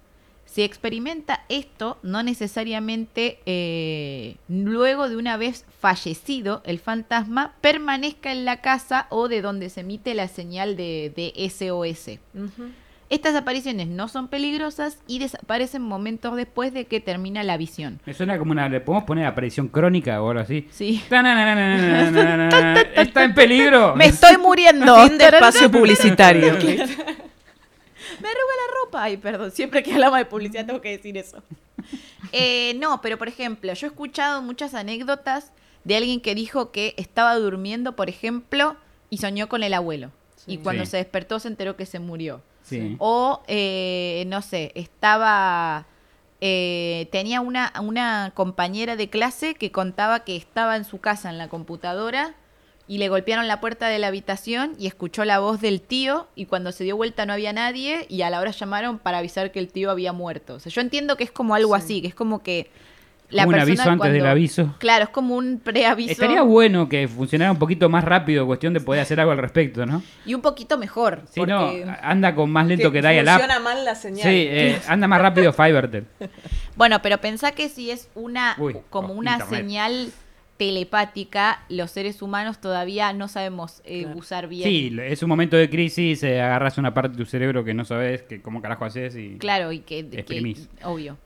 Speaker 2: Si experimenta esto, no necesariamente eh, luego de una vez fallecido el fantasma permanezca en la casa o de donde se emite la señal de, de SOS.
Speaker 4: Ujú.
Speaker 2: Estas apariciones no son peligrosas y desaparecen momentos después de que termina la visión.
Speaker 3: Me suena como una. ¿Le podemos poner aparición crónica o algo así?
Speaker 2: Sí.
Speaker 3: Tananananananana. ¡Está en peligro!
Speaker 2: Me estoy muriendo.
Speaker 4: Fin de espacio publicitario.
Speaker 2: Me arruga la ropa. Ay, perdón, siempre que hablamos de publicidad tengo que decir eso. Eh, no, pero por ejemplo, yo he escuchado muchas anécdotas de alguien que dijo que estaba durmiendo, por ejemplo, y soñó con el abuelo.
Speaker 4: Sí.
Speaker 2: Y cuando
Speaker 3: Sí.
Speaker 2: se despertó se enteró que se murió.
Speaker 3: Sí.
Speaker 2: O, eh, no sé, estaba... eh, tenía una, una compañera de clase que contaba que estaba en su casa en la computadora y le golpearon la puerta de la habitación y escuchó la voz del tío y cuando se dio vuelta no había nadie y a la hora llamaron para avisar que el tío había muerto. O sea, yo entiendo que es como algo
Speaker 4: Sí.
Speaker 2: así, que es como que...
Speaker 3: Como un aviso antes del aviso.
Speaker 2: Claro, es como un preaviso
Speaker 3: Estaría bueno que funcionara un poquito más rápido, cuestión de poder hacer algo al respecto, ¿no?
Speaker 2: y un poquito mejor.
Speaker 3: Si
Speaker 2: porque-
Speaker 3: no, anda con más lento que, Dial Up.
Speaker 4: funciona mal la
Speaker 3: Sí,
Speaker 4: señal.
Speaker 3: eh, anda más rápido E Fivertel.
Speaker 2: Bueno, pero pensá que si es una
Speaker 3: Uy,
Speaker 2: como
Speaker 3: oh,
Speaker 2: una
Speaker 3: internet.
Speaker 2: señal telepática, los seres humanos todavía no sabemos eh,
Speaker 4: Claro.
Speaker 2: usar bien.
Speaker 3: Sí, es un momento de crisis, eh, agarras una parte de tu cerebro que no sabes que cómo carajo haces y...
Speaker 2: Claro, y que, que-
Speaker 3: Exprimís.
Speaker 2: obvio.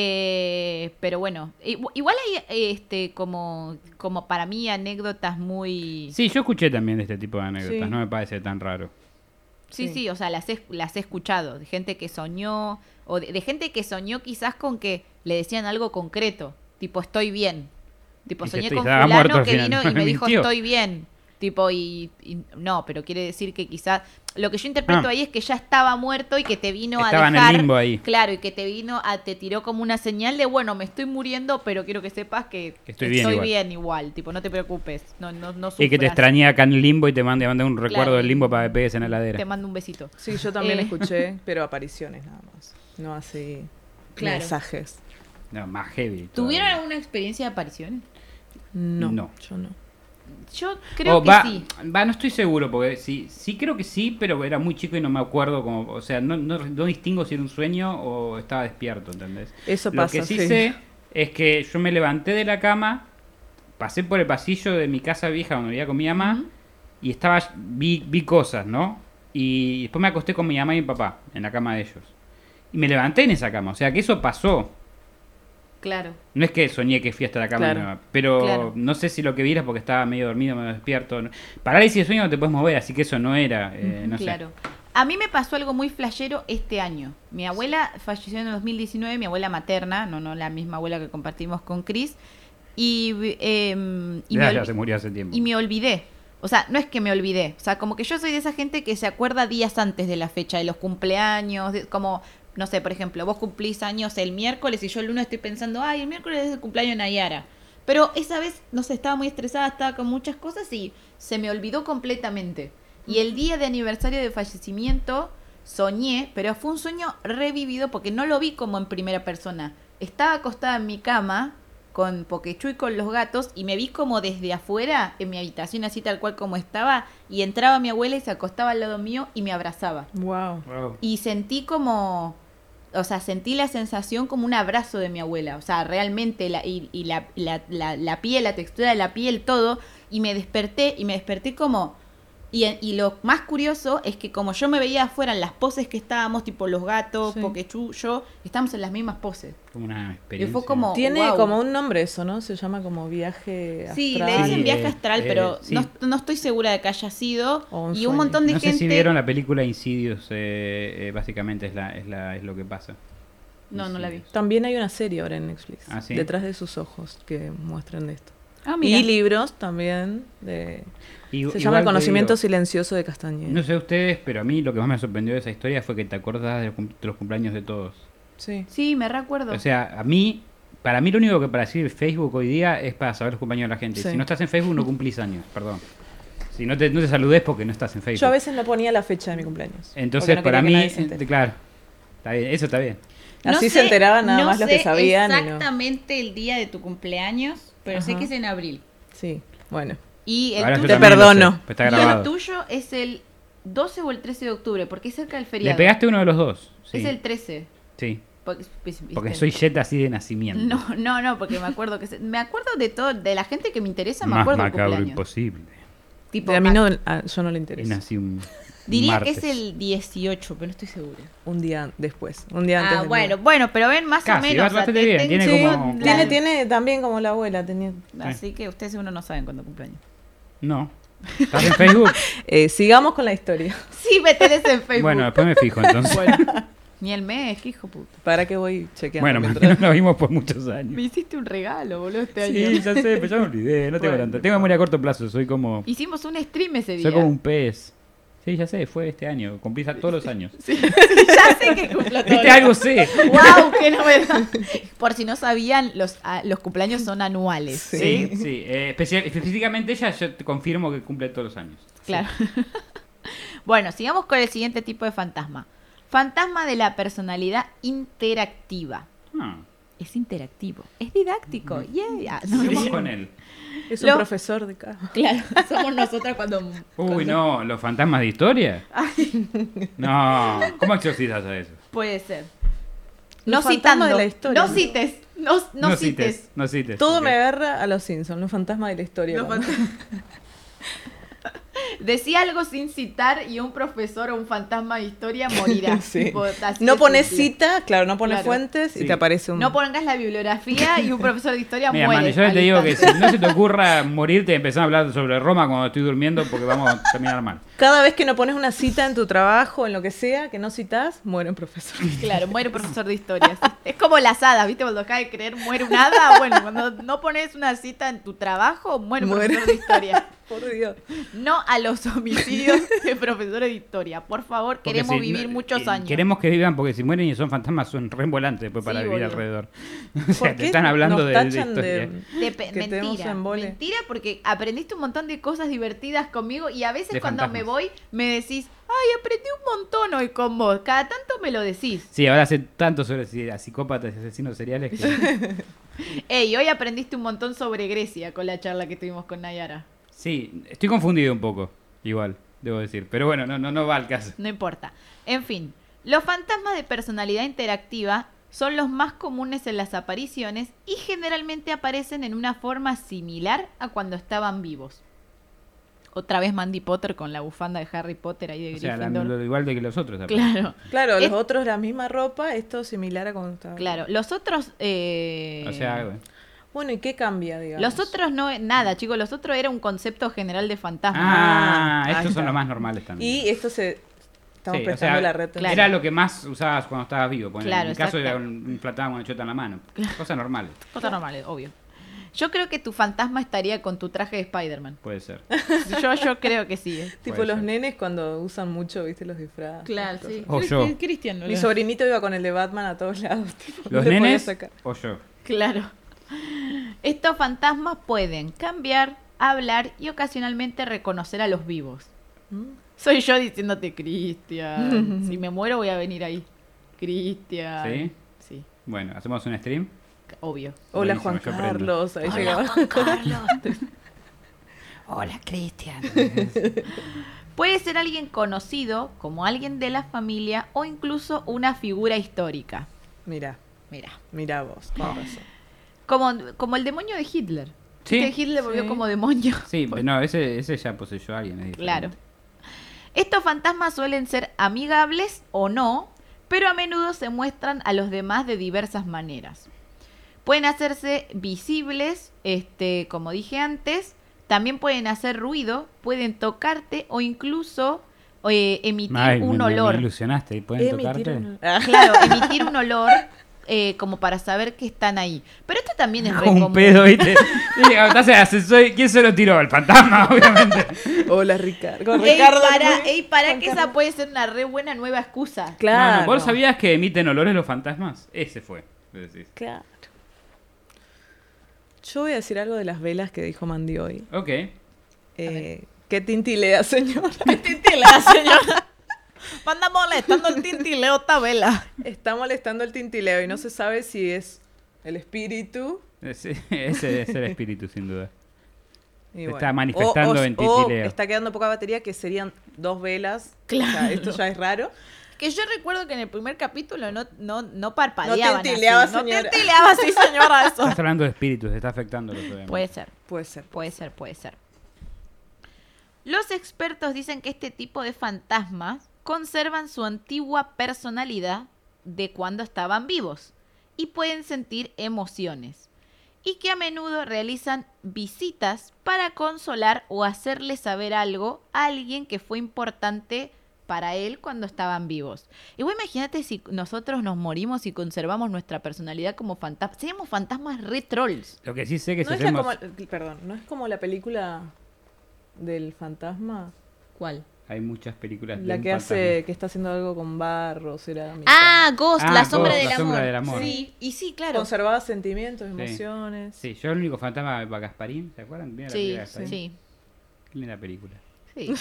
Speaker 2: Eh, pero bueno, igu- igual hay eh, este como como para mí anécdotas muy sí
Speaker 3: Sí, yo escuché también de este tipo de anécdotas,
Speaker 4: Sí.
Speaker 3: no me parece tan raro.
Speaker 2: sí,
Speaker 4: sí.
Speaker 2: o sea, las he, las he escuchado de gente que soñó o de, de gente que soñó quizás con que le decían algo concreto, tipo estoy bien. Tipo
Speaker 3: Y que
Speaker 2: soñé
Speaker 3: te-
Speaker 2: con
Speaker 3: estaba muerto
Speaker 2: fulano
Speaker 3: al
Speaker 2: que
Speaker 3: final,
Speaker 2: vino y
Speaker 3: me
Speaker 2: me dijo
Speaker 3: mintió.
Speaker 2: estoy bien. Tipo y, y- no, pero quiere decir que quizás lo que yo interpreto
Speaker 3: Ah.
Speaker 2: ahí es que ya estaba muerto y que te vino
Speaker 3: Estaba
Speaker 2: a
Speaker 3: en el
Speaker 2: dejar
Speaker 3: limbo ahí.
Speaker 2: Claro, y que te vino a, te tiró como una señal de, bueno, me estoy muriendo, pero quiero que sepas que
Speaker 3: Que estoy bien igual.
Speaker 2: igual, tipo, no te preocupes, no, no, no
Speaker 3: Y que te
Speaker 2: sufras.
Speaker 3: extrañé acá en Limbo y te mande, mande un recuerdo
Speaker 2: Claro.
Speaker 3: del Limbo para que pegues en la
Speaker 2: Te
Speaker 3: heladera.
Speaker 2: mando un besito.
Speaker 4: Sí, yo también
Speaker 2: Eh.
Speaker 4: escuché, pero apariciones nada más. No así
Speaker 2: Claro.
Speaker 4: mensajes.
Speaker 3: No, más heavy.
Speaker 2: ¿Tuvieron
Speaker 3: todavía.
Speaker 2: alguna experiencia de apariciones?
Speaker 4: No,
Speaker 3: No.
Speaker 4: yo no.
Speaker 2: Yo creo
Speaker 3: Oh,
Speaker 2: que
Speaker 3: va,
Speaker 2: sí.
Speaker 3: va, no estoy seguro, porque sí, sí creo que sí, pero era muy chico y no me acuerdo como, o sea, no, no- no distingo si era un sueño o estaba despierto, ¿entendés?
Speaker 4: Eso
Speaker 3: Lo
Speaker 4: pasa,
Speaker 3: que sí,
Speaker 4: sí.
Speaker 3: sé es que yo me levanté de la cama, pasé por el pasillo de mi casa vieja donde vivía con mi mamá
Speaker 2: Ujú.
Speaker 3: y estaba vi, vi cosas, ¿no? Y después me acosté con mi mamá y mi papá en la cama de ellos. Y me levanté en esa cama, o sea, que eso pasó.
Speaker 2: Claro.
Speaker 3: No es que soñé que fui hasta la cama,
Speaker 4: Claro.
Speaker 3: no, pero
Speaker 2: Claro.
Speaker 3: no sé si lo que vi era porque estaba medio dormido, medio despierto. no- Parálisis de sueño no te puedes mover, así que eso no era, eh, no sé.
Speaker 2: claro. A mí me pasó algo muy flashero este año. Mi abuela falleció en el 2019, mi abuela materna, no, no la misma abuela que compartimos con Chris. Y, eh, y
Speaker 3: Ya,
Speaker 2: me
Speaker 3: ya
Speaker 2: olvi-
Speaker 3: se murió hace tiempo.
Speaker 2: y me olvidé. O sea, no es que me olvidé. O sea, como que yo soy de esa gente que se acuerda días antes de la fecha, de los cumpleaños, de- como, no sé, por ejemplo, vos cumplís años el miércoles y yo el lunes estoy pensando, ay, el miércoles es el cumpleaños de Nayara. Pero esa vez, no sé, estaba muy estresada, estaba con muchas cosas y se me olvidó completamente. Y el día de aniversario de fallecimiento soñé, pero fue un sueño revivido porque no lo vi como en primera persona. Estaba acostada en mi cama con Pokechú y con los gatos y me vi como desde afuera, en mi habitación, así tal cual como estaba, y entraba mi abuela y se acostaba al lado mío y me abrazaba.
Speaker 4: Wow.
Speaker 3: Wow.
Speaker 2: Y sentí como, o sea, sentí la sensación como un abrazo de mi abuela, o sea, realmente, la, y, y la, la, la- la piel, la textura de la piel, todo, y me desperté, y me desperté como... Y, y lo más curioso es que como yo me veía afuera en las poses que estábamos, tipo los gatos,
Speaker 4: Sí.
Speaker 2: Pokechú, yo, estábamos en las mismas poses.
Speaker 3: Como una experiencia.
Speaker 2: como-
Speaker 4: Oh, Tiene
Speaker 2: Wow.
Speaker 4: como un nombre eso, ¿no? Se llama como viaje
Speaker 2: Sí,
Speaker 4: astral.
Speaker 2: le dicen
Speaker 3: Sí,
Speaker 2: viaje
Speaker 3: eh,
Speaker 2: astral,
Speaker 3: eh,
Speaker 2: pero
Speaker 3: sí.
Speaker 2: no, no estoy segura de que haya sido.
Speaker 4: O un
Speaker 2: y
Speaker 4: sueño.
Speaker 2: un montón de
Speaker 3: no sé
Speaker 2: gente.
Speaker 3: si vieron la película Insidious, eh, eh, básicamente es, la, es, la, es lo que pasa.
Speaker 2: No, no la vi.
Speaker 4: También hay una serie ahora en Netflix,
Speaker 3: Ah, ¿sí?
Speaker 4: detrás de sus ojos, que muestran de esto.
Speaker 2: Ah,
Speaker 4: Y
Speaker 2: mira.
Speaker 4: libros también. De...
Speaker 3: I-
Speaker 4: Se
Speaker 3: igual
Speaker 4: llama El
Speaker 3: te
Speaker 4: conocimiento
Speaker 3: digo,
Speaker 4: silencioso de Castañeda.
Speaker 3: No sé ustedes, pero a mí lo que más me sorprendió de esa historia fue que te acordás de los, cum- de los cumpleaños de todos.
Speaker 4: Sí.
Speaker 2: Sí, me recuerdo.
Speaker 3: O sea, a mí, para mí lo único que para decir Facebook hoy día es para saber los cumpleaños de la gente.
Speaker 4: Sí.
Speaker 3: Si no estás en Facebook no cumplís años, perdón. Si no te, no te saludes porque no estás en Facebook.
Speaker 4: Yo a veces no ponía la fecha de mi cumpleaños. porque
Speaker 3: Entonces,
Speaker 4: no
Speaker 3: para
Speaker 4: quería que
Speaker 3: mí,
Speaker 4: nadie se entere.
Speaker 3: eh, claro, está bien, eso está bien.
Speaker 4: Así se enteraban nada
Speaker 2: no
Speaker 4: más los que
Speaker 2: sé
Speaker 4: sabían. y no-
Speaker 2: Exactamente el día de tu cumpleaños, pero sé
Speaker 4: Ajá.
Speaker 2: que es en abril.
Speaker 4: Sí, bueno.
Speaker 2: Y el
Speaker 3: Ahora yo
Speaker 2: tuyo,
Speaker 4: Te
Speaker 3: también lo
Speaker 4: perdono.
Speaker 3: sé, pero
Speaker 2: y
Speaker 3: está
Speaker 2: el
Speaker 3: grabado.
Speaker 2: tuyo es el 12 o el 13 de octubre, porque es cerca del
Speaker 3: Le
Speaker 2: feriado.
Speaker 3: pegaste uno de los dos. Sí,
Speaker 2: Es el 13.
Speaker 3: sí.
Speaker 2: Porque, pues,
Speaker 3: Porque
Speaker 2: viste.
Speaker 3: soy jet así de nacimiento.
Speaker 2: No, no, no, porque me acuerdo que se- me acuerdo de todo, de la gente que me interesa, me
Speaker 3: Más
Speaker 2: acuerdo de
Speaker 3: macabro
Speaker 2: cumpleaños.
Speaker 3: imposible.
Speaker 2: Tipo,
Speaker 4: A mí no, a- yo no le
Speaker 3: Y
Speaker 4: interesa.
Speaker 3: nací un
Speaker 2: diría
Speaker 3: martes.
Speaker 2: que es el 18, pero no estoy segura.
Speaker 4: Un día an- después. Un día antes.
Speaker 2: Ah,
Speaker 4: del
Speaker 2: bueno,
Speaker 4: mío.
Speaker 2: bueno, pero ven, más
Speaker 3: Casi,
Speaker 2: o menos.
Speaker 3: va bastante bien, tiene
Speaker 4: Sí,
Speaker 3: como-
Speaker 2: la-
Speaker 4: tiene, tiene también como la abuela. Tenía...
Speaker 2: Así que ustedes uno no saben cuándo cumpleaños.
Speaker 3: No. ¿Estás en Facebook?
Speaker 4: Eh, sigamos con la historia.
Speaker 2: Sí, me tenés en Facebook.
Speaker 3: bueno, después me fijo entonces.
Speaker 2: Ni el mes, que hijo puta.
Speaker 4: ¿Para qué voy chequeando?
Speaker 3: Bueno,
Speaker 4: mientras-
Speaker 3: nos vimos por muchos años.
Speaker 2: Me hiciste un regalo, boludo, este
Speaker 3: Sí,
Speaker 2: año.
Speaker 3: ya sé, pero ya me olvidé, no tengo
Speaker 4: Bueno.
Speaker 3: tanto. Tengo memoria a corto plazo, soy como.
Speaker 2: Hicimos un stream ese día.
Speaker 3: Soy como un pez. Sí, ya sé, fue este año, cumplí a- todos los años.
Speaker 2: Sí, sí, ya sé que cumplo todo.
Speaker 3: ¿Viste algo? sé
Speaker 2: ¡Wow! ¡Qué novedad! Por si no sabían, los, ah, los cumpleaños son anuales.
Speaker 4: Sí.
Speaker 3: Sí, sí. eh, especi- específicamente ella, yo te confirmo que cumple todos los años.
Speaker 2: Claro. bueno, sigamos con el siguiente tipo de fantasma. Fantasma de la personalidad interactiva.
Speaker 3: Ah,
Speaker 2: Es interactivo, es didáctico. Yeah. Ah, no,
Speaker 3: sigamos
Speaker 2: sí.
Speaker 3: con él.
Speaker 4: Es un
Speaker 2: Lo-
Speaker 4: profesor de casa.
Speaker 2: Claro, somos nosotras cuando.
Speaker 3: Uy, no, los fantasmas de historia. No, ¿cómo exorcizas a eso?
Speaker 2: Puede ser. No
Speaker 4: Los fantasmas
Speaker 2: citando.
Speaker 4: de la historia,
Speaker 2: no
Speaker 4: ¿no?
Speaker 2: cites. No, no cites.
Speaker 3: No cites.
Speaker 4: Todo
Speaker 3: ok.
Speaker 4: me agarra a los Simpsons, los fantasmas de la historia.
Speaker 2: Los
Speaker 4: ¿no?
Speaker 2: Decía algo sin citar y un profesor o un fantasma de historia morirá.
Speaker 4: Sí.
Speaker 2: Tipo, así
Speaker 4: No
Speaker 2: de
Speaker 4: pones
Speaker 2: sencillo.
Speaker 4: cita, claro, no pones
Speaker 2: Claro.
Speaker 4: fuentes y
Speaker 3: Sí.
Speaker 4: te aparece un.
Speaker 2: No pongas la bibliografía y un profesor de historia
Speaker 3: Mira,
Speaker 2: muere.
Speaker 3: Manu, yo
Speaker 2: al
Speaker 3: te digo que si
Speaker 2: instante.
Speaker 3: no se te ocurra morirte, empezás a hablar sobre Roma cuando estoy durmiendo porque vamos a terminar mal.
Speaker 4: Cada vez que no pones una cita en tu trabajo, en lo que sea, que no citas, muere un profesor.
Speaker 2: Claro, muere un profesor de historia. sí. Es como las hadas, ¿viste? Cuando acá de creer muere un hada. Bueno, cuando no pones una cita en tu trabajo, muere un
Speaker 4: Muere.
Speaker 2: profesor de historia.
Speaker 4: Por Dios.
Speaker 2: No a los homicidios de profesores de historia. Por favor,
Speaker 3: Porque
Speaker 2: queremos
Speaker 3: si-
Speaker 2: vivir
Speaker 3: no,
Speaker 2: muchos
Speaker 3: eh,
Speaker 2: años.
Speaker 3: Queremos que vivan porque si mueren y son fantasmas son re volantes después para
Speaker 2: Sí,
Speaker 3: vivir
Speaker 2: boludo.
Speaker 3: alrededor. O sea,
Speaker 4: ¿Por
Speaker 3: te
Speaker 4: qué
Speaker 3: están hablando
Speaker 4: nos
Speaker 3: de, de
Speaker 4: tachan
Speaker 3: historia.
Speaker 2: Depe-
Speaker 4: que te demos
Speaker 2: mentira,
Speaker 4: embole.
Speaker 2: mentira porque aprendiste un montón de cosas divertidas conmigo y a veces
Speaker 3: De
Speaker 2: cuando me
Speaker 3: fantasmas.
Speaker 2: voy me decís, ay, aprendí un montón hoy con vos, cada tanto me lo decís.
Speaker 3: Sí, ahora hace tanto sobre si- a psicópatas y asesinos seriales que...
Speaker 2: Ey, hoy aprendiste un montón sobre Grecia con la charla que tuvimos con Nayara.
Speaker 3: Sí, estoy confundido un poco, igual, debo decir. Pero bueno, no, no, no va al caso.
Speaker 2: No importa. En fin, los fantasmas de personalidad interactiva son los más comunes en las apariciones y generalmente aparecen en una forma similar a cuando estaban vivos. Otra vez Mandy Potter con la bufanda de Harry Potter ahí de
Speaker 3: O sea, la-
Speaker 2: Gryffindor.
Speaker 3: lo- igual de que los otros. aparte.
Speaker 2: Claro,
Speaker 4: Claro,
Speaker 2: Es-
Speaker 4: los otros la misma ropa, esto similar a cuando estaba.
Speaker 2: claro. Los otros... eh,
Speaker 3: O sea, bueno.
Speaker 4: Bueno, ¿y qué cambia, digamos?
Speaker 2: Los otros no... Nada, chicos, los otros era un concepto general de fantasma.
Speaker 3: Ah,
Speaker 4: ahí
Speaker 3: estos
Speaker 4: está.
Speaker 3: son los más normales también.
Speaker 4: Y esto se. Estamos
Speaker 3: Sí, o
Speaker 4: prestando
Speaker 3: sea,
Speaker 4: la red.
Speaker 2: claro.
Speaker 3: Era lo que más usabas cuando estabas vivo. ponele.
Speaker 2: Claro,
Speaker 3: en mi caso
Speaker 2: exacto.
Speaker 3: era un, un platado con una chota en la mano. Cosas normales,
Speaker 2: Cosas normales, obvio. Yo creo que tu fantasma estaría con tu traje de Spider-Man.
Speaker 3: puede ser.
Speaker 2: Yo, yo creo que sí. eh.
Speaker 4: Tipo
Speaker 3: Puede
Speaker 4: los
Speaker 3: ser.
Speaker 4: nenes cuando usan mucho, viste, los disfraces.
Speaker 2: Claro,
Speaker 4: esas
Speaker 2: sí.
Speaker 4: cosas.
Speaker 3: O Oh, yo.
Speaker 2: Cristian no
Speaker 4: Mi
Speaker 2: lo-
Speaker 4: sobrinito iba con el de Batman a todos lados. tipo, no
Speaker 3: ¿Los
Speaker 4: le podía
Speaker 3: nenes
Speaker 4: sacar.
Speaker 3: o yo?
Speaker 2: Claro. Estos fantasmas pueden cambiar, hablar y ocasionalmente reconocer a los vivos.
Speaker 4: Mm.
Speaker 2: Soy yo diciéndote, Cristian. si me muero voy a venir ahí. Cristian.
Speaker 3: ¿Sí?
Speaker 2: Sí.
Speaker 3: Bueno, ¿hacemos un stream?
Speaker 2: obvio.
Speaker 4: Hola
Speaker 3: Buenísimo,
Speaker 4: Juan
Speaker 3: yo aprendo.
Speaker 4: Carlos, ahí llegaba.
Speaker 2: Hola, Cristian. Puede ser alguien conocido, como alguien de la familia o incluso una figura histórica.
Speaker 4: Mirá,
Speaker 2: Mira,
Speaker 4: mirá vos,
Speaker 3: Ah.
Speaker 4: con razón.
Speaker 2: como, como el demonio de Hitler.
Speaker 3: Sí.
Speaker 2: Que Hitler volvió
Speaker 4: Sí.
Speaker 2: como demonio.
Speaker 3: Sí, pues no, ese, ese ya poseyó a alguien. es diferente.
Speaker 2: Claro. Estos fantasmas suelen ser amigables o no, pero a menudo se muestran a los demás de diversas maneras. Pueden hacerse visibles, este, como dije antes, también pueden hacer ruido, pueden tocarte o incluso eh, emitir
Speaker 3: Ay, me-
Speaker 2: un
Speaker 3: me-
Speaker 2: olor.
Speaker 3: Me ilusionaste. ¿Pueden
Speaker 4: Emitir
Speaker 3: tocarte?
Speaker 4: un- Ah,
Speaker 2: claro, emitir un olor eh, como para saber que están ahí. Pero esto también es re
Speaker 3: Como un
Speaker 2: común.
Speaker 3: pedo, ¿viste? Y llega, estás en el ascensor y ¿quién se lo tiró? El fantasma, obviamente.
Speaker 4: Hola Ricardo.
Speaker 2: Ey,
Speaker 4: Ricardo,
Speaker 2: para,
Speaker 4: muy-
Speaker 2: ey, para que esa puede ser una re buena nueva excusa.
Speaker 4: Claro.
Speaker 3: No, no, ¿Vos sabías que emiten olores los fantasmas? Ese fue. decís.
Speaker 4: Claro. Yo voy a decir algo de las velas que dijo Mandy hoy.
Speaker 3: Ok.
Speaker 4: Eh, ¿Qué tintilea, señora?
Speaker 2: tintilea, señora. Manda molestando el tintileo esta vela.
Speaker 4: Está molestando el tintileo y no se sabe si es el espíritu.
Speaker 3: Ese, ese debe ser espíritu, sin duda.
Speaker 4: y
Speaker 3: Se está manifestando
Speaker 4: o, o-
Speaker 3: en
Speaker 4: o
Speaker 3: tintileo.
Speaker 4: está quedando poca batería, que serían dos velas.
Speaker 2: Claro.
Speaker 4: O sea, esto ya es raro.
Speaker 2: Que yo recuerdo que en el primer capítulo no, no, no parpadeaban
Speaker 4: No tintileaba,
Speaker 2: así, No
Speaker 4: señora.
Speaker 2: tintileaba así, señora, eso.
Speaker 3: Estás hablando de espíritus, está afectándolo obviamente.
Speaker 4: Pues,
Speaker 2: Puede ser,
Speaker 4: Puede ser.
Speaker 2: puede ser, puede ser. Los expertos dicen que este tipo de fantasmas conservan su antigua personalidad de cuando estaban vivos y pueden sentir emociones y que a menudo realizan visitas para consolar o hacerle saber algo a alguien que fue importante para él cuando estaban vivos. Y vos imagínate si nosotros nos morimos y conservamos nuestra personalidad como fantasmas. Seríamos fantasmas re trolls.
Speaker 3: Lo que sí sé que
Speaker 4: ¿No
Speaker 3: si
Speaker 4: es, la
Speaker 3: hacemos...
Speaker 4: como- perdón, ¿No es como la película del fantasma?
Speaker 2: ¿Cuál?
Speaker 3: Hay muchas películas de
Speaker 4: La
Speaker 3: un
Speaker 4: que hace, que está haciendo algo con barro, cerámica.
Speaker 2: Ah, Ghost,
Speaker 3: Ah,
Speaker 2: la, sombra,
Speaker 3: Ghost,
Speaker 2: del
Speaker 3: La
Speaker 2: amor.
Speaker 3: Sombra del Amor.
Speaker 2: Sí, y sí, claro.
Speaker 4: Conservaba sentimientos, emociones.
Speaker 3: Sí, yo el único fantasma de Gasparín, ¿se acuerdan? Mira la
Speaker 2: Sí,
Speaker 3: película de Gasparín.
Speaker 2: sí,
Speaker 3: Qué linda película.
Speaker 2: sí.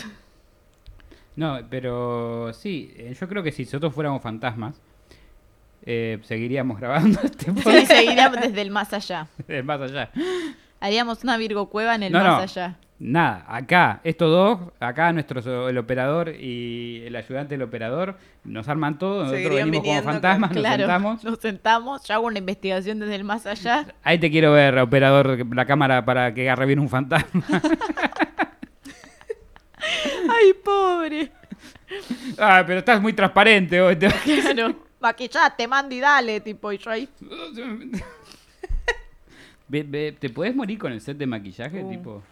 Speaker 3: No, pero sí, eh, yo creo que si nosotros fuéramos fantasmas, eh, seguiríamos grabando este
Speaker 2: Sí,
Speaker 3: podcast
Speaker 2: seguiríamos desde el más allá.
Speaker 3: de más allá.
Speaker 2: Haríamos una Virgo Cueva en el
Speaker 3: No,
Speaker 2: más
Speaker 3: no.
Speaker 2: allá.
Speaker 3: Nada, acá, estos dos, acá nuestros, el operador y el ayudante del operador, nos arman todo, nosotros
Speaker 4: Seguirían
Speaker 3: venimos como
Speaker 4: viniendo,
Speaker 3: fantasmas,
Speaker 2: Claro,
Speaker 3: nos sentamos.
Speaker 2: nos sentamos, yo hago una investigación desde el más allá.
Speaker 3: Ahí te quiero ver, operador, la cámara para que agarre bien un fantasma.
Speaker 2: Ay, pobre.
Speaker 3: Ah, pero estás muy transparente hoy. te-
Speaker 2: Claro. Maquillate, Mandy, dale, tipo, y yo ahí.
Speaker 3: Ve- ve, ¿Te puedes morir con el set de maquillaje?
Speaker 4: Uh.
Speaker 3: Tipo,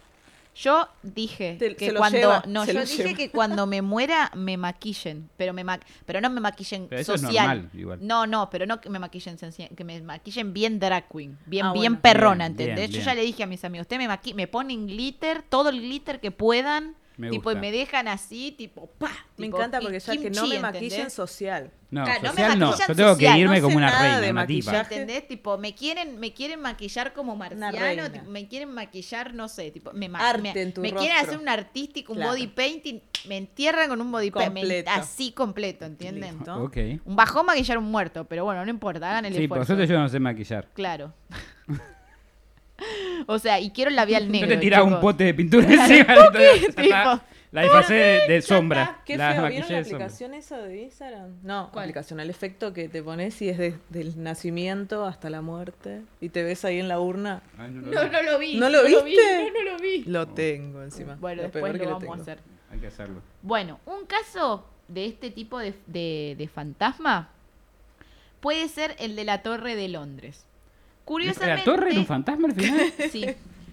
Speaker 2: Yo dije
Speaker 4: Te-
Speaker 2: que
Speaker 4: se lo
Speaker 2: cuando
Speaker 4: lleva,
Speaker 2: no,
Speaker 4: se
Speaker 2: yo
Speaker 4: lo
Speaker 2: dije
Speaker 4: lleva.
Speaker 2: que cuando me muera me maquillen, pero me ma- pero no me maquillen
Speaker 3: Pero eso es
Speaker 2: social.
Speaker 3: normal, igual.
Speaker 2: No, no, pero no que me maquillen senci- que me maquillen bien drag queen, bien
Speaker 4: Ah,
Speaker 2: bien
Speaker 4: bueno.
Speaker 2: perrona,
Speaker 3: Bien,
Speaker 2: ¿entendés?
Speaker 3: bien,
Speaker 2: yo
Speaker 3: bien.
Speaker 2: ya le dije a mis amigos, ustedes me maqui- me ponen glitter, todo el glitter que puedan,
Speaker 3: Me
Speaker 2: tipo y
Speaker 3: gusta.
Speaker 2: me dejan así, tipo, pa.
Speaker 4: Me
Speaker 2: tipo,
Speaker 4: encanta
Speaker 2: y
Speaker 4: porque ya que
Speaker 2: kimchi,
Speaker 4: no me
Speaker 2: ¿entendés?
Speaker 4: maquillen social.
Speaker 3: no,
Speaker 2: Claro, no me
Speaker 3: social no,
Speaker 2: maquillan
Speaker 3: yo tengo
Speaker 2: social,
Speaker 3: que irme
Speaker 4: no
Speaker 3: como
Speaker 4: sé
Speaker 3: una
Speaker 4: nada
Speaker 3: reina,
Speaker 4: de
Speaker 3: una tipa.
Speaker 4: maquillaje.
Speaker 2: ¿Entendés? Tipo, me quieren, me quieren maquillar como marciano,
Speaker 4: reina.
Speaker 2: tipo, me quieren maquillar, no sé, tipo, me ma-
Speaker 4: Arte
Speaker 2: me,
Speaker 4: en tu
Speaker 2: me quieren
Speaker 4: rostro.
Speaker 2: hacer un artístico, un
Speaker 4: Claro.
Speaker 2: body painting, me entierran con un body painting
Speaker 4: Completo.
Speaker 2: así completo, ¿entienden?
Speaker 4: Listo.
Speaker 3: Ok.
Speaker 2: Un bajón maquillar un muerto, pero bueno, no importa, hagan el
Speaker 3: Sí, por
Speaker 2: esfuerzo.
Speaker 3: suerte yo no sé maquillar.
Speaker 2: Claro. o sea, y quiero el labial negro.
Speaker 3: yo te tiraba un
Speaker 2: chicos.
Speaker 3: pote de pintura encima. entonces, ya está.
Speaker 2: tipo,
Speaker 3: la disfracé de, de
Speaker 4: Ya
Speaker 3: sombra.
Speaker 4: está. Ah, Qué
Speaker 3: la
Speaker 4: feo.
Speaker 3: maquillé
Speaker 4: ¿Vieron la
Speaker 3: de sombra.
Speaker 4: aplicación esa de Instagram? No,
Speaker 2: ¿Cuál?
Speaker 4: aplicación. El efecto que te pones y es desde el nacimiento hasta la muerte. Y te ves ahí en la urna.
Speaker 3: Ay, no, no,
Speaker 2: No,
Speaker 3: no.
Speaker 2: no lo vi.
Speaker 4: ¿No lo
Speaker 2: vi,
Speaker 4: viste?
Speaker 2: no, no lo vi.
Speaker 4: Lo tengo encima.
Speaker 2: Bueno,
Speaker 4: Lo peor
Speaker 2: después
Speaker 4: que
Speaker 2: lo vamos
Speaker 4: tengo.
Speaker 2: a hacer.
Speaker 3: Hay que hacerlo.
Speaker 2: Bueno, un caso de este tipo de, de- de fantasma puede ser el de la Torre de Londres. Curiosamente.
Speaker 3: ¿La torre era un fantasma al final?
Speaker 2: Sí.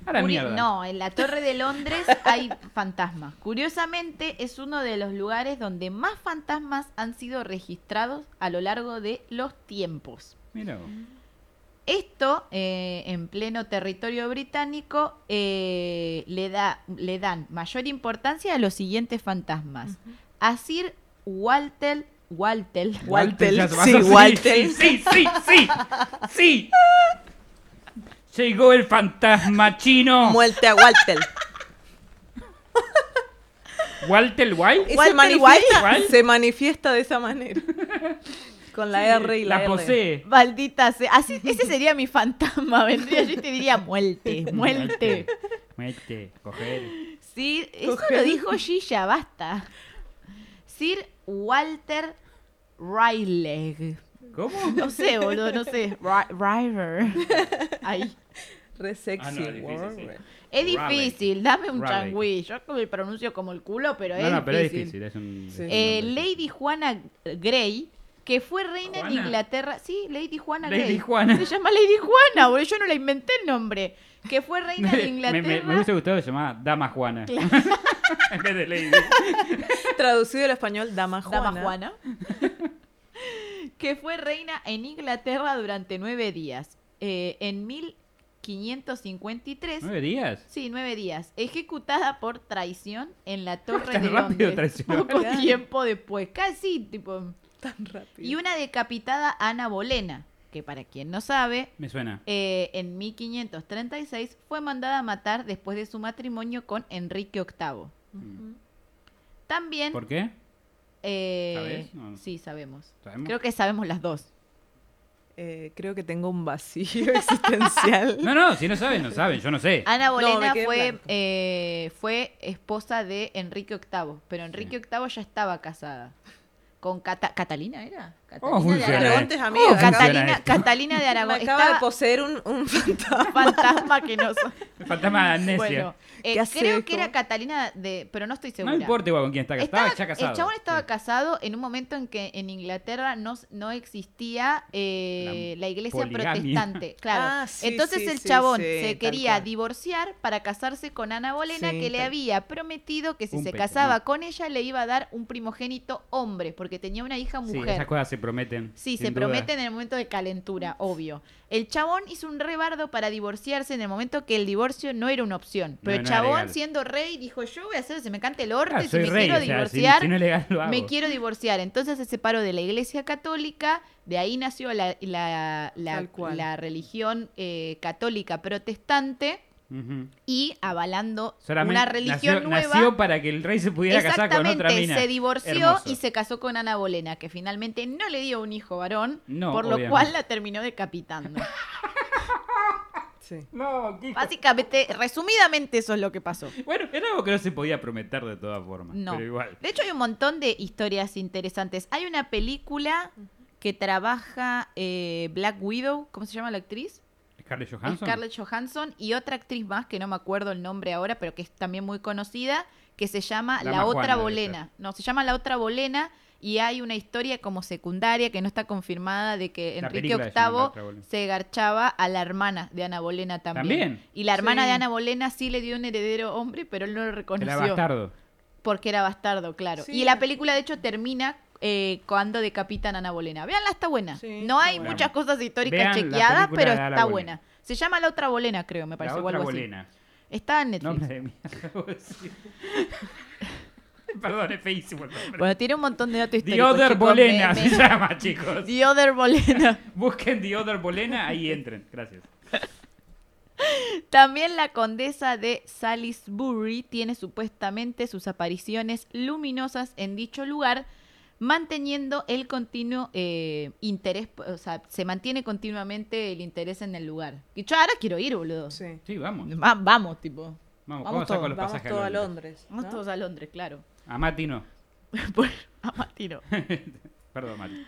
Speaker 3: A la
Speaker 2: Curi-
Speaker 3: mierda.
Speaker 2: No, en la Torre de Londres hay fantasmas. Curiosamente, es uno de los lugares donde más fantasmas han sido registrados a lo largo de los tiempos.
Speaker 3: Mira. vos.
Speaker 2: Esto, eh, en pleno territorio británico, eh, le, da, le dan mayor importancia a los siguientes fantasmas. A Sir Walter, Walter,
Speaker 4: Walter,
Speaker 3: ya se
Speaker 4: sí,
Speaker 3: pasó.
Speaker 4: Walter.
Speaker 3: Sí, sí, sí, sí. sí. Llegó el fantasma chino.
Speaker 4: Muerte a Walter.
Speaker 3: Walter White.
Speaker 4: Y se,
Speaker 2: Walter
Speaker 4: manifiesta,
Speaker 3: White.
Speaker 4: se manifiesta de esa manera. Con la R y la,
Speaker 3: La
Speaker 4: L.
Speaker 3: posee.
Speaker 2: Maldita sea. Así, ese sería mi fantasma. Vendría yo y te diría muerte, muerte.
Speaker 3: Muerte, coger.
Speaker 2: Sir, eso
Speaker 4: Coger.
Speaker 2: lo dijo Gilla, basta. Sir Walter Riley.
Speaker 3: ¿Cómo?
Speaker 2: No sé, boludo, no sé. Ri- River. Ahí.
Speaker 4: Re sexy.
Speaker 3: Ah, no, es difícil,
Speaker 4: word,
Speaker 3: sí.
Speaker 4: re.
Speaker 2: Es
Speaker 3: Riley.
Speaker 2: difícil, dame un changüí.
Speaker 3: Riley.
Speaker 2: Yo me pronuncio como el culo, pero,
Speaker 3: No,
Speaker 2: es,
Speaker 3: no, pero es
Speaker 2: difícil.
Speaker 3: difícil. Es un,
Speaker 4: Sí.
Speaker 3: es un
Speaker 2: Eh,
Speaker 3: nombre.
Speaker 2: Lady Juana Grey, que fue reina de
Speaker 3: ¿Juana?
Speaker 2: Inglaterra. Sí, Lady Juana
Speaker 3: Lady
Speaker 2: Grey.
Speaker 3: Juana.
Speaker 2: Se llama Lady Juana, boludo. Yo no la inventé el nombre. Que fue reina de
Speaker 3: Me, me,
Speaker 2: Inglaterra.
Speaker 3: me hubiese gustado llamar Dama Juana. en vez de Lady.
Speaker 4: Traducido al español, dama Juana.
Speaker 2: Dama Juana. que fue reina en Inglaterra durante nueve días. Eh, en 1553.
Speaker 3: ¿Nueve días?
Speaker 2: Sí, nueve días. Ejecutada por traición en la Torre
Speaker 3: Tan
Speaker 2: de
Speaker 3: rápido
Speaker 2: Londres.
Speaker 3: traicionó.
Speaker 2: Poco
Speaker 4: Claro.
Speaker 2: tiempo después. Casi, tipo.
Speaker 4: Tan rápido.
Speaker 2: Y una decapitada Ana Bolena, que para quien no sabe,
Speaker 3: Me suena.
Speaker 2: eh, en 1536 fue mandada a matar después de su matrimonio con Enrique VIII. También...
Speaker 3: ¿Por qué?
Speaker 2: eh,
Speaker 3: ¿Sabés? No.
Speaker 2: Sí, sabemos.
Speaker 3: ¿Sabemos?
Speaker 2: Creo que sabemos las dos.
Speaker 4: Eh, creo que tengo un vacío existencial.
Speaker 3: No, no, si no saben, no saben. Yo no sé.
Speaker 2: Ana
Speaker 4: me
Speaker 2: Bolena
Speaker 4: quedé en
Speaker 2: fue,
Speaker 4: blanco.
Speaker 2: eh, fue esposa de Enrique VIII, pero Enrique VIII ya estaba casada. Con Cata- Catalina, ¿era? Catalina
Speaker 3: ¿Cómo
Speaker 2: de
Speaker 3: funciona eh.
Speaker 2: Aragón.
Speaker 4: Preguntes,
Speaker 3: esto?
Speaker 4: amigo,
Speaker 3: ¿Cómo
Speaker 4: acá.
Speaker 3: funciona
Speaker 2: Catalina,
Speaker 3: esto?
Speaker 2: Catalina de
Speaker 4: Me
Speaker 2: Aragón.
Speaker 4: acaba de
Speaker 2: Estaba
Speaker 4: poseer un, un fantasma.
Speaker 2: un fantasma que no so-
Speaker 3: Fantasma de amnesia.
Speaker 2: Bueno, eh,
Speaker 4: ¿Qué hace?
Speaker 2: creo que era
Speaker 4: ¿Cómo?
Speaker 2: Catalina de, pero no estoy segura.
Speaker 3: no importa igual con quién está casado. Estaba ya
Speaker 2: Estaba-
Speaker 3: casado.
Speaker 2: El chabón estaba
Speaker 3: Sí.
Speaker 2: casado en un momento en que en Inglaterra no, s- no existía eh, la,
Speaker 3: La
Speaker 2: iglesia
Speaker 3: poligamia.
Speaker 2: protestante. Claro.
Speaker 4: Ah, sí,
Speaker 2: Entonces
Speaker 4: sí,
Speaker 2: el
Speaker 4: sí,
Speaker 2: chabón
Speaker 4: sí,
Speaker 2: se
Speaker 4: tal
Speaker 2: quería
Speaker 4: cual.
Speaker 2: divorciar para casarse con Ana Bolena,
Speaker 4: Sí,
Speaker 2: que le
Speaker 4: tal-
Speaker 2: había prometido que si
Speaker 3: Un
Speaker 2: se
Speaker 3: pecho,
Speaker 2: casaba
Speaker 3: ¿no?
Speaker 2: con ella le iba a dar un primogénito hombre, porque tenía una hija
Speaker 3: Sí,
Speaker 2: mujer.
Speaker 3: esas cosas se prometen.
Speaker 2: Sí,
Speaker 3: sin
Speaker 2: se
Speaker 3: duda.
Speaker 2: prometen en el momento de calentura, obvio. El chabón hizo un rebardo para divorciarse en el momento que el divorcio no era una opción. Pero
Speaker 3: No,
Speaker 2: el
Speaker 3: no era
Speaker 2: chabón,
Speaker 3: legal.
Speaker 2: siendo rey, dijo: Yo voy a hacer, se me cante el orte,
Speaker 3: Claro,
Speaker 2: si
Speaker 3: Ah,
Speaker 2: me
Speaker 3: soy rey,
Speaker 2: quiero
Speaker 3: o sea, si-
Speaker 2: divorciar,
Speaker 3: si no es legal, lo hago.
Speaker 2: me quiero divorciar. Entonces se separó de la iglesia católica, de ahí nació la, la- la-
Speaker 4: Tal cual.
Speaker 2: la religión eh, católica protestante
Speaker 3: Ujú.
Speaker 2: y avalando
Speaker 3: Solamente
Speaker 2: una religión
Speaker 3: nació,
Speaker 2: nueva.
Speaker 3: nació para que el rey se pudiera casar con otra
Speaker 2: Exactamente,
Speaker 3: mina.
Speaker 2: se divorció
Speaker 3: Hermoso.
Speaker 2: y se casó con Ana Bolena, que finalmente no le dio un hijo varón,
Speaker 3: No,
Speaker 2: por lo
Speaker 3: obviamente.
Speaker 2: cual la terminó decapitando.
Speaker 4: Sí.
Speaker 3: No, qué hijo-
Speaker 2: Básicamente, resumidamente, eso es lo que pasó.
Speaker 3: Bueno, era algo que no se podía prometer de todas formas.
Speaker 2: No.
Speaker 3: Pero igual.
Speaker 2: De hecho, hay un montón de historias interesantes. Hay una película que trabaja eh, Black Widow, ¿cómo se llama la actriz?
Speaker 3: Scarlett Johansson.
Speaker 2: Scarlett Johansson y otra actriz más que no me acuerdo el nombre ahora, pero que es también muy conocida, que se llama
Speaker 3: Dama
Speaker 2: La otra
Speaker 3: Juana, debe
Speaker 2: bolena. No, se llama La otra bolena y hay una historia como secundaria que no está confirmada de que
Speaker 3: La
Speaker 2: Enrique
Speaker 3: película se llama La otra
Speaker 2: VIII
Speaker 3: bolena.
Speaker 2: se garchaba a la hermana de Ana Bolena también.
Speaker 3: ¿También?
Speaker 2: Y la hermana
Speaker 4: Sí.
Speaker 2: de Ana Bolena sí le dio un heredero hombre, pero él no lo reconoció
Speaker 3: Era bastardo.
Speaker 2: porque era bastardo, claro.
Speaker 4: Sí.
Speaker 2: Y la película, de hecho, termina eh, cuando decapitan a Ana Bolena. Veanla, está buena.
Speaker 4: Sí,
Speaker 2: no hay
Speaker 4: está buena.
Speaker 2: muchas cosas históricas
Speaker 3: Vean la
Speaker 2: chequeadas,
Speaker 3: película
Speaker 2: pero
Speaker 3: de Ana
Speaker 2: está
Speaker 3: Bolena.
Speaker 2: buena. Se llama La Otra Bolena, creo, me parece.
Speaker 3: la
Speaker 2: o
Speaker 3: otra
Speaker 2: algo así.
Speaker 3: bolena.
Speaker 2: Está en Netflix.
Speaker 3: Nombre de mierda. vos decís. Perdón, es feísimo el nombre.
Speaker 2: Bueno, tiene un montón de datos
Speaker 3: The
Speaker 2: históricos.
Speaker 3: Other
Speaker 2: chicos,
Speaker 3: Bolena
Speaker 2: me-
Speaker 3: se
Speaker 2: me-
Speaker 3: llama, chicos.
Speaker 2: The Other Bolena.
Speaker 3: Busquen The Other Bolena, ahí entren. Gracias.
Speaker 2: También la condesa de Salisbury tiene supuestamente sus apariciones luminosas en dicho lugar, manteniendo el continuo eh, interés, o sea, se mantiene continuamente el interés en el lugar. Y yo ahora quiero ir, boludo.
Speaker 4: Sí.
Speaker 3: Sí, vamos. Vamos,
Speaker 2: Va- vamos, tipo.
Speaker 3: vamos,
Speaker 2: Vamos
Speaker 3: saco
Speaker 2: todos,
Speaker 3: los
Speaker 4: Vamos
Speaker 3: pasajes
Speaker 4: todo a Londres.
Speaker 2: Vamos
Speaker 4: ¿no?
Speaker 2: todos a Londres, claro.
Speaker 3: A Mati no.
Speaker 2: Bueno, a Mati no.
Speaker 3: Perdón, Mati.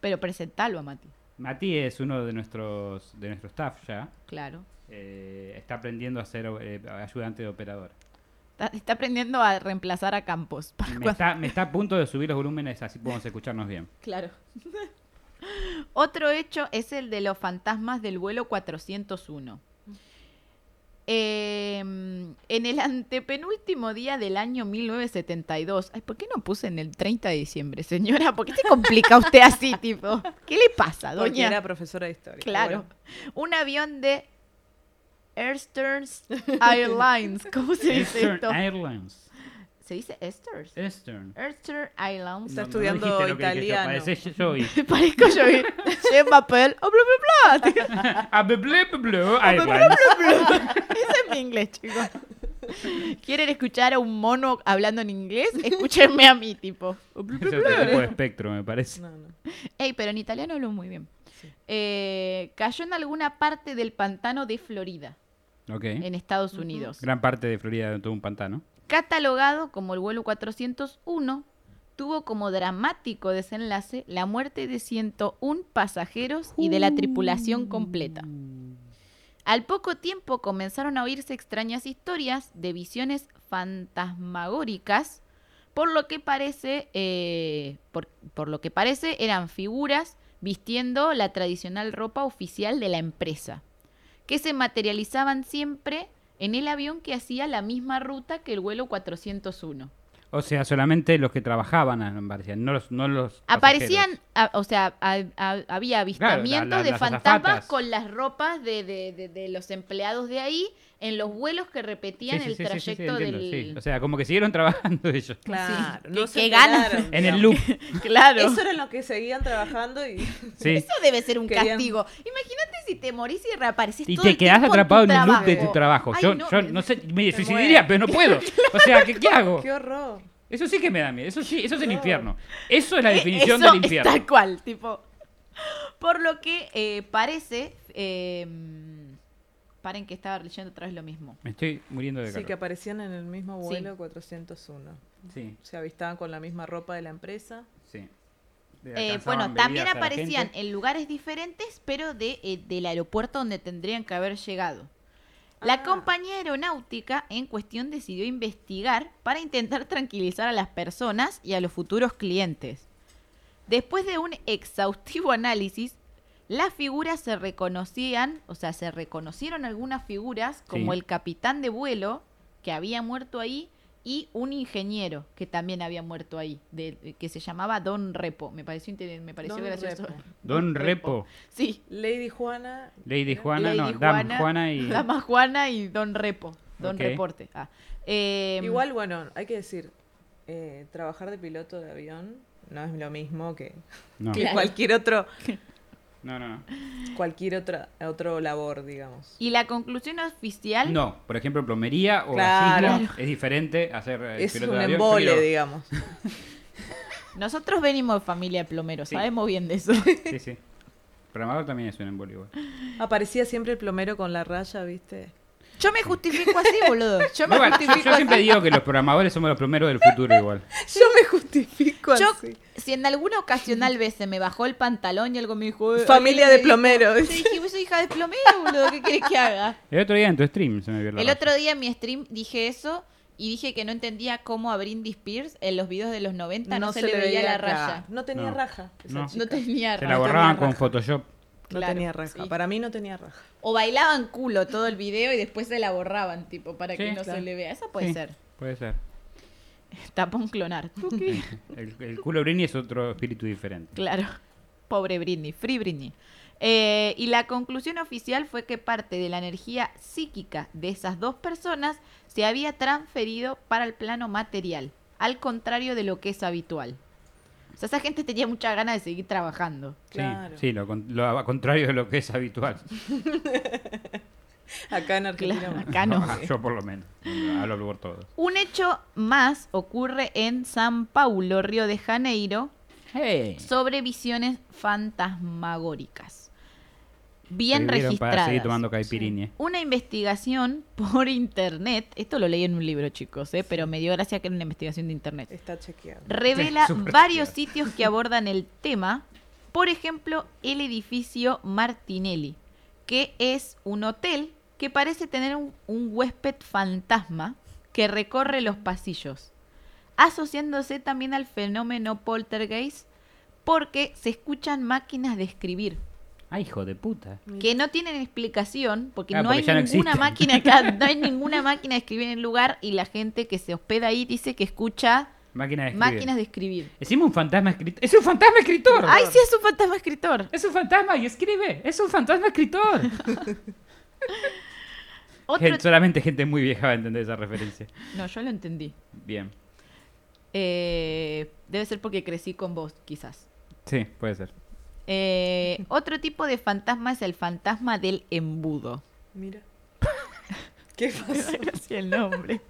Speaker 2: Pero presentalo a Mati,
Speaker 3: Mati es uno de nuestros, de nuestro staff ya.
Speaker 2: claro.
Speaker 3: Eh, está aprendiendo a ser eh, ayudante de operador.
Speaker 2: Está, está aprendiendo a reemplazar a Campos. para
Speaker 3: Me
Speaker 2: cuando-
Speaker 3: está, me está a punto de subir los volúmenes, así podemos escucharnos bien.
Speaker 2: Claro. Otro hecho es el de los fantasmas del vuelo 401. Eh, en el antepenúltimo día del año 1972. Ay, ¿por qué no puse en el 30 de diciembre, señora? ¿Por qué se complica usted así, tipo? ¿Qué le pasa,
Speaker 4: Porque
Speaker 2: doña?
Speaker 4: era profesora de historia.
Speaker 2: Claro.
Speaker 4: Bueno,
Speaker 2: Un avión de Eastern Airlines. ¿Cómo se dice
Speaker 3: Eastern
Speaker 2: esto?
Speaker 3: Airlines. Eh.
Speaker 2: ¿Se dice Eastern?
Speaker 3: Eastern.
Speaker 2: Eastern Airlines.
Speaker 4: Está estudiando
Speaker 3: dijiste lo que dije yo,
Speaker 4: italiano.
Speaker 3: Parece Joey.
Speaker 2: Parezco yo. Che, papel. Oh, bla, bla, bla.
Speaker 3: A ble, ble, ble, ble, Airlines.
Speaker 2: Ese es mi inglés, chicos. ¿Quieren escuchar a un mono hablando en inglés? Escúchenme a mí, tipo.
Speaker 3: Es otro tipo de espectro, me parece.
Speaker 4: no, no.
Speaker 2: Ey, pero en italiano hablo muy bien. Eh, cayó en alguna parte del pantano de Florida,
Speaker 3: Ok.
Speaker 2: en Estados Unidos.
Speaker 3: Gran parte de Florida de todo un pantano.
Speaker 2: Catalogado como el vuelo 401, tuvo como dramático desenlace la muerte de 101 pasajeros y de la tripulación completa. Al poco tiempo comenzaron a oírse extrañas historias de visiones fantasmagóricas, por lo que parece, eh, por, por lo que parece eran figuras vistiendo la tradicional ropa oficial de la empresa, que se materializaban siempre en el avión que hacía la misma ruta que el vuelo 401.
Speaker 3: O sea, solamente los que trabajaban aparecían, no los, no los
Speaker 2: Aparecían,
Speaker 3: pasajeros.
Speaker 2: a- o sea, a- a- había avistamientos
Speaker 3: la-
Speaker 2: de
Speaker 3: las
Speaker 2: fantasmas
Speaker 3: azafatas.
Speaker 2: con las ropas de, de- de- de los empleados de ahí en los vuelos que
Speaker 3: Sí,
Speaker 2: repetían
Speaker 3: sí,
Speaker 2: el
Speaker 3: sí, sí, sí, sí,
Speaker 2: trayecto
Speaker 3: entiendo,
Speaker 2: del...
Speaker 3: sí. O sea, como que siguieron trabajando ellos.
Speaker 4: Claro,
Speaker 2: Sí.
Speaker 4: no
Speaker 2: Que-
Speaker 4: se
Speaker 2: que ganas.
Speaker 4: enteraron,
Speaker 3: En el
Speaker 4: digamos.
Speaker 3: loop.
Speaker 2: Claro.
Speaker 4: Eso era en lo que seguían trabajando y
Speaker 3: Sí.
Speaker 2: Eso debe ser un
Speaker 4: Querían-
Speaker 2: castigo. Imagínate si te morís y reaparecís
Speaker 3: Y
Speaker 2: todo
Speaker 3: te
Speaker 2: el
Speaker 3: quedás
Speaker 2: tiempo
Speaker 3: atrapado en
Speaker 2: tu
Speaker 3: el loop de tu trabajo.
Speaker 2: Ay,
Speaker 3: yo,
Speaker 2: no,
Speaker 3: yo
Speaker 2: me-
Speaker 3: no sé, me
Speaker 4: muero.
Speaker 3: suicidaría, pero no puedo. O sea, ¿qué, qué hago?
Speaker 4: qué horror.
Speaker 3: Eso sí que me da miedo. Eso sí, eso es el infierno. Eso es la
Speaker 2: Eh,
Speaker 3: definición
Speaker 2: eso
Speaker 3: del
Speaker 2: es
Speaker 3: infierno.
Speaker 2: tal cual, tipo. Por lo que eh, parece... eh, paren que estaba leyendo otra vez lo mismo.
Speaker 3: Me estoy muriendo de
Speaker 4: Sí, que
Speaker 3: calor.
Speaker 4: aparecían en el mismo
Speaker 2: Sí.
Speaker 4: vuelo 401.
Speaker 3: Sí,
Speaker 4: Se avistaban con la misma ropa de la empresa.
Speaker 3: sí.
Speaker 2: Eh, bueno, también aparecían en lugares diferentes, pero de, eh, del aeropuerto donde tendrían que haber llegado. La
Speaker 4: Ah.
Speaker 2: compañía aeronáutica en cuestión decidió investigar para intentar tranquilizar a las personas y a los futuros clientes. Después de un exhaustivo análisis, las figuras se reconocían, o sea, se reconocieron algunas figuras como
Speaker 3: Sí.
Speaker 2: el capitán de vuelo que había muerto ahí y un ingeniero que también había muerto ahí, de- eh, que se llamaba Don Repo. Me pareció, inter- me pareció
Speaker 4: Don
Speaker 2: gracioso.
Speaker 4: Repo.
Speaker 3: Don Repo,
Speaker 2: Sí.
Speaker 4: Lady Juana.
Speaker 3: Lady
Speaker 4: ¿era?
Speaker 3: Juana,
Speaker 2: Lady
Speaker 3: no, Dame Juana, y.
Speaker 2: Dama Juana y Don Repo. Don
Speaker 3: Ok.
Speaker 2: Reporte. Ah. Eh,
Speaker 4: Igual, bueno, hay que decir, eh, trabajar de piloto de avión no es lo mismo que,
Speaker 3: No,
Speaker 4: que
Speaker 2: Claro.
Speaker 4: cualquier otro
Speaker 3: no, no. no.
Speaker 4: cualquier otra otro labor, digamos.
Speaker 2: Y la conclusión oficial.
Speaker 3: No, por ejemplo, plomería o
Speaker 4: Claro.
Speaker 3: gasismo es diferente a ser eh,
Speaker 4: Es
Speaker 3: piloto
Speaker 4: un
Speaker 3: de avión.
Speaker 4: embole,
Speaker 3: Yo quiero-
Speaker 4: digamos.
Speaker 2: Nosotros venimos de familia de plomeros,
Speaker 3: Sí.
Speaker 2: sabemos bien de eso.
Speaker 3: Sí, sí. Programador también es un embole igual.
Speaker 4: Aparecía siempre el plomero con la raya, ¿viste?
Speaker 2: Yo me justifico así, boludo. Yo me
Speaker 3: Igual, yo,
Speaker 2: justifico
Speaker 3: yo siempre
Speaker 2: así.
Speaker 3: digo que los programadores somos los primeros del futuro igual.
Speaker 4: Yo me justifico
Speaker 2: Yo,
Speaker 4: así.
Speaker 2: si en alguna ocasional vez se me bajó el pantalón y algo me dijo. eh,
Speaker 4: Familia de
Speaker 2: alguien me
Speaker 4: plomero.
Speaker 2: dijo- Yo dije, vos soy hija de plomero, boludo, ¿qué querés que haga?
Speaker 3: El otro día en tu stream se me vio la
Speaker 2: El
Speaker 3: raya.
Speaker 2: otro día en mi stream dije eso y dije que no entendía cómo a Britney Spears en los videos de los 90 no, se, le veía, la
Speaker 4: acá.
Speaker 2: raya.
Speaker 4: No tenía
Speaker 3: No.
Speaker 4: raja. esa
Speaker 3: No.
Speaker 4: chica.
Speaker 2: No tenía
Speaker 3: Se
Speaker 2: raya.
Speaker 3: la
Speaker 4: tenía
Speaker 3: borraban con
Speaker 4: raja.
Speaker 3: Photoshop.
Speaker 4: No
Speaker 2: Claro,
Speaker 4: tenía raja.
Speaker 2: sí.
Speaker 4: Para mí no tenía raja.
Speaker 2: O bailaban culo todo el video y después se la borraban, tipo, para que
Speaker 3: Sí,
Speaker 2: no
Speaker 4: claro.
Speaker 2: se le vea. Eso puede
Speaker 3: Sí,
Speaker 2: ser.
Speaker 3: Puede ser.
Speaker 2: Tapón clonar. Tuki.
Speaker 3: El, el culo Brini es otro espíritu diferente.
Speaker 2: claro. Pobre Britney, free Britney. Eh, y la conclusión oficial fue que parte de la energía psíquica de esas dos personas se había transferido para el plano material, al contrario de lo que es habitual. O sea, esa gente tenía mucha ganas de seguir trabajando.
Speaker 3: Sí,
Speaker 4: Claro.
Speaker 3: sí lo, con- lo a- contrario de lo que es habitual.
Speaker 4: Acá en Argentina.
Speaker 2: Claro,
Speaker 4: bueno.
Speaker 2: acá Ah, no.
Speaker 3: Yo por lo menos. Hablo por todos.
Speaker 2: Un hecho más ocurre en San Paulo, Río de Janeiro, sobre visiones fantasmagóricas. Bien
Speaker 3: Prohibieron Para seguir
Speaker 2: registradas.
Speaker 3: tomando caipirinha.
Speaker 2: Una investigación por internet, esto lo leí en un libro, chicos, eh, pero me dio gracia que era una investigación de internet.
Speaker 4: Está chequeado.
Speaker 2: Revela
Speaker 3: Súper
Speaker 2: varios
Speaker 3: claro.
Speaker 2: sitios que abordan el tema, por ejemplo, el edificio Martinelli, que es un hotel que parece tener un, un huésped fantasma que recorre los pasillos, asociándose también al fenómeno poltergeist porque se escuchan máquinas de escribir
Speaker 3: Ay, hijo de puta.
Speaker 2: que no tienen explicación porque
Speaker 3: Ah,
Speaker 2: no
Speaker 3: porque
Speaker 2: hay
Speaker 3: ya no
Speaker 2: ninguna
Speaker 3: existen.
Speaker 2: máquina claro, no hay ninguna máquina de escribir en el lugar y la gente que se hospeda ahí dice que escucha
Speaker 3: Máquina de escribir.
Speaker 2: máquinas de escribir.
Speaker 3: Decime un fantasma escritor. ¡Es un fantasma escritor!
Speaker 2: Ay, sí, es un fantasma escritor.
Speaker 3: Es un fantasma y escribe. ¡Es un fantasma escritor!
Speaker 2: Otro...
Speaker 3: Gen- solamente gente muy vieja va a entender esa referencia.
Speaker 2: No, yo lo entendí.
Speaker 3: Bien.
Speaker 2: Eh, debe ser porque crecí con vos, quizás.
Speaker 3: Sí, puede ser.
Speaker 2: Eh, otro tipo de fantasma es el fantasma del embudo.
Speaker 4: Mira. ¿Qué pasó?
Speaker 2: Así el nombre.